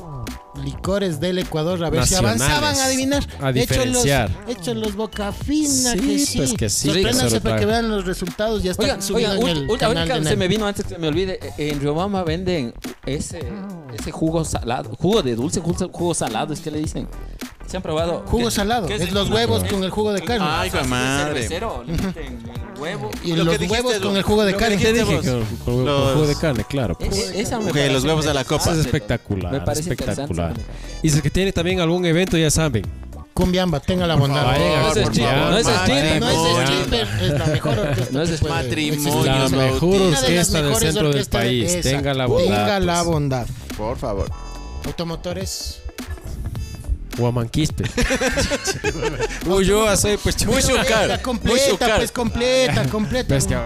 Speaker 2: licores del Ecuador a ver
Speaker 1: Nacionales.
Speaker 2: si avanzaban a adivinar.
Speaker 1: A diferenciar.
Speaker 2: Échalos, échalos boca fina.
Speaker 1: Sí,
Speaker 2: que sí.
Speaker 1: pues que sí, que se
Speaker 2: Sorpréndanse
Speaker 1: lo
Speaker 2: para que
Speaker 1: traga.
Speaker 2: vean los resultados. Ya están
Speaker 4: Oigan,
Speaker 2: subidos
Speaker 4: oigan,
Speaker 2: en el
Speaker 4: ul- ul-
Speaker 2: canal
Speaker 4: ahorita
Speaker 2: de
Speaker 4: se me
Speaker 2: Neno.
Speaker 4: vino antes que me olvide. eh, En Riobamba venden ese, ese jugo salado, jugo de dulce, jugo, jugo salado, es que le dicen. ¿Se han probado?
Speaker 2: Jugo
Speaker 4: ¿Qué-
Speaker 2: salado.
Speaker 4: qué
Speaker 2: Es los
Speaker 4: el-
Speaker 2: huevos
Speaker 4: es-
Speaker 2: con el jugo de carne.
Speaker 3: Ay, hijo de madre.
Speaker 4: cervecero, le meten el huevo.
Speaker 2: y
Speaker 3: lo
Speaker 2: los
Speaker 3: que dijiste,
Speaker 2: huevos
Speaker 3: lo-
Speaker 2: con el jugo de
Speaker 3: lo que
Speaker 2: carne.
Speaker 3: dijiste,
Speaker 1: Dije
Speaker 3: vos?
Speaker 1: que con- con
Speaker 3: Los-
Speaker 1: jugo de carne, claro.
Speaker 4: E-
Speaker 1: pues.
Speaker 4: e- esa me
Speaker 3: Ok,
Speaker 4: parece
Speaker 3: los huevos de la
Speaker 4: interesante.
Speaker 3: copa.
Speaker 1: es
Speaker 4: Me
Speaker 1: espectacular,
Speaker 4: parece
Speaker 1: espectacular.
Speaker 4: interesante.
Speaker 1: Y si es que tiene también algún evento, ya saben.
Speaker 2: Cumbiamba, tenga la bondad.
Speaker 1: Vayan a
Speaker 4: no es
Speaker 1: apoyar,
Speaker 4: stripper, no es
Speaker 1: vayan
Speaker 4: stripper,
Speaker 1: a
Speaker 2: No es
Speaker 1: apoyar.
Speaker 2: stripper, es la mejor orquesta.
Speaker 4: No es
Speaker 2: que puede
Speaker 3: matrimonio,
Speaker 2: existir.
Speaker 1: La
Speaker 3: Moños,
Speaker 1: mejor
Speaker 3: Bautista.
Speaker 2: Una de las
Speaker 1: orquesta del
Speaker 2: mejores
Speaker 1: centro del
Speaker 2: orquestas de-
Speaker 1: país.
Speaker 2: Exacto.
Speaker 1: Tenga la bondad.
Speaker 2: Tenga la
Speaker 1: pues.
Speaker 2: bondad.
Speaker 3: Por favor.
Speaker 2: Automotores. [laughs]
Speaker 1: Guamanquispe. Ulloa soy pues
Speaker 2: Pero
Speaker 1: Ulloa.
Speaker 2: venga, Completa, pues completa, completa.
Speaker 1: Ves que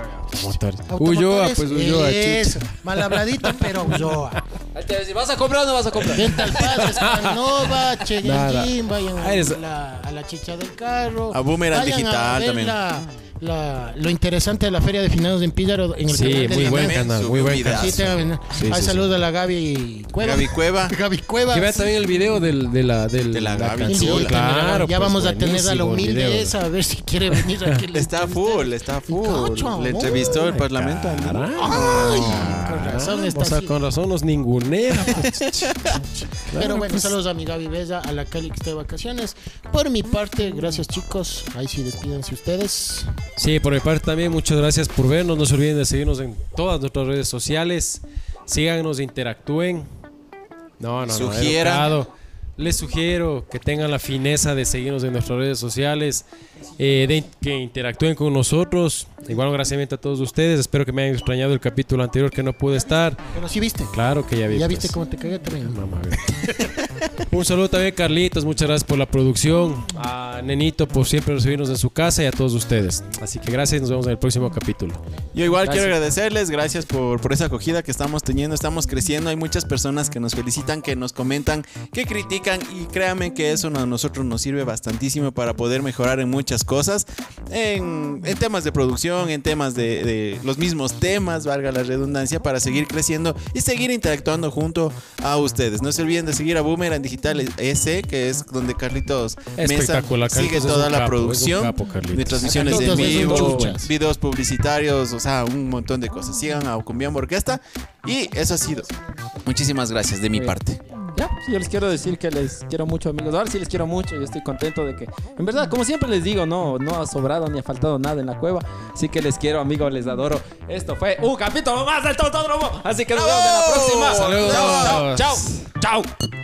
Speaker 1: motores.
Speaker 2: Automotores,
Speaker 1: Ulloa, pues Ulloa.
Speaker 2: Eso,
Speaker 1: chucha.
Speaker 2: mal habladito, pero Ulloa.
Speaker 4: Ahí te decís, ¿Vas a comprar o no vas a comprar?
Speaker 2: Dental Paz, Canova, Cheyenne, vayan
Speaker 1: Ah,
Speaker 2: a
Speaker 1: eres-
Speaker 2: la, a la chicha del carro.
Speaker 3: A Boomerang
Speaker 2: Vayan
Speaker 3: Digital
Speaker 2: ver
Speaker 3: también.
Speaker 2: la- la- lo interesante de la Feria de Finados en Píllaro en el
Speaker 1: Sí,
Speaker 2: canal del
Speaker 1: muy
Speaker 2: Nano.
Speaker 1: buen
Speaker 3: Nano.
Speaker 1: canal, muy
Speaker 3: Subió
Speaker 1: buen
Speaker 3: videos.
Speaker 1: canal.
Speaker 2: Sí, te-
Speaker 1: Sí,
Speaker 2: Ay,
Speaker 1: sí,
Speaker 2: saludos a la Gaby Cueva.
Speaker 3: Gaby Cueva.
Speaker 2: [laughs] Gaby Cuevas.
Speaker 1: Que vea también el video del, de la, del-
Speaker 3: De la Gaby.
Speaker 2: El
Speaker 1: canción.
Speaker 2: video
Speaker 1: Claro,
Speaker 2: que ya
Speaker 1: pues,
Speaker 2: vamos a tener a la
Speaker 1: buenísimo el
Speaker 2: humilde
Speaker 1: video.
Speaker 2: esa, a ver si quiere venir aquí.
Speaker 3: [laughs] Está full, está full.
Speaker 2: Cacho,
Speaker 3: Le
Speaker 2: amor.
Speaker 3: entrevistó el Parlamento.
Speaker 2: Ah,
Speaker 1: Caramba,
Speaker 2: Con razón está
Speaker 1: o sea,
Speaker 2: así.
Speaker 1: con razón nos ningunea.
Speaker 2: [laughs]
Speaker 1: pues.
Speaker 2: Pero bueno, saludos a mi Gaby Bella, a la Cali que está de vacaciones. Por mi parte, gracias chicos. Ahí sí, despídense ustedes.
Speaker 1: Sí, por mi parte también muchas gracias por vernos. No se olviden de seguirnos en todas nuestras redes sociales. Síganos, interactúen. No, no,
Speaker 3: Sugieran.
Speaker 1: no. educado. Les sugiero que tengan la fineza de seguirnos en nuestras redes sociales, eh, de, que interactúen con nosotros. Igual un agradecimiento a todos ustedes. Espero que me hayan extrañado el capítulo anterior que no pude estar.
Speaker 2: Pero sí viste.
Speaker 1: Claro que ya vi.
Speaker 2: Ya
Speaker 1: pues.
Speaker 2: viste cómo te cagué también.
Speaker 1: Mamá, güey. Un saludo también a Carlitos, muchas gracias por la producción, a Nenito por siempre recibirnos en su casa y a todos ustedes. Así que gracias y nos vemos en el próximo capítulo.
Speaker 3: Yo igual
Speaker 4: Gracias.
Speaker 3: quiero agradecerles, gracias por, por esa acogida que estamos teniendo, estamos creciendo, hay muchas personas que nos felicitan, que nos comentan, que critican y créanme que eso a nosotros nos sirve bastantísimo para poder mejorar en muchas cosas, en, en temas de producción, en temas de, de los mismos temas, valga la redundancia, para seguir creciendo y seguir interactuando junto a ustedes. No se olviden de seguir a Boomerang Digital S, que es donde Carlitos Mesa
Speaker 1: Espectacular, Carlitos
Speaker 3: sigue
Speaker 1: es
Speaker 3: toda
Speaker 1: un
Speaker 3: la
Speaker 1: capo, es un
Speaker 3: producción
Speaker 1: capo, Carlitos.
Speaker 3: de transmisiones en
Speaker 2: Carlitos es un
Speaker 3: vivo,
Speaker 2: chuchas.
Speaker 3: videos publicitarios, o sea, un montón de cosas. Sigan a Ocumbiambo Orquesta y eso ha sido. Muchísimas gracias de mi parte.
Speaker 4: Ya, pues, yo les quiero decir que les quiero mucho, amigos. Ahora sí les quiero mucho. Yo estoy contento de que, en verdad, como siempre les digo, no, no ha sobrado ni ha faltado nada en la cueva. Así que les quiero, amigos, les adoro. Esto fue un capítulo más del Totódromo. Así que nos vemos en la próxima.
Speaker 1: ¡Saludos!
Speaker 4: Chao, chao, chao.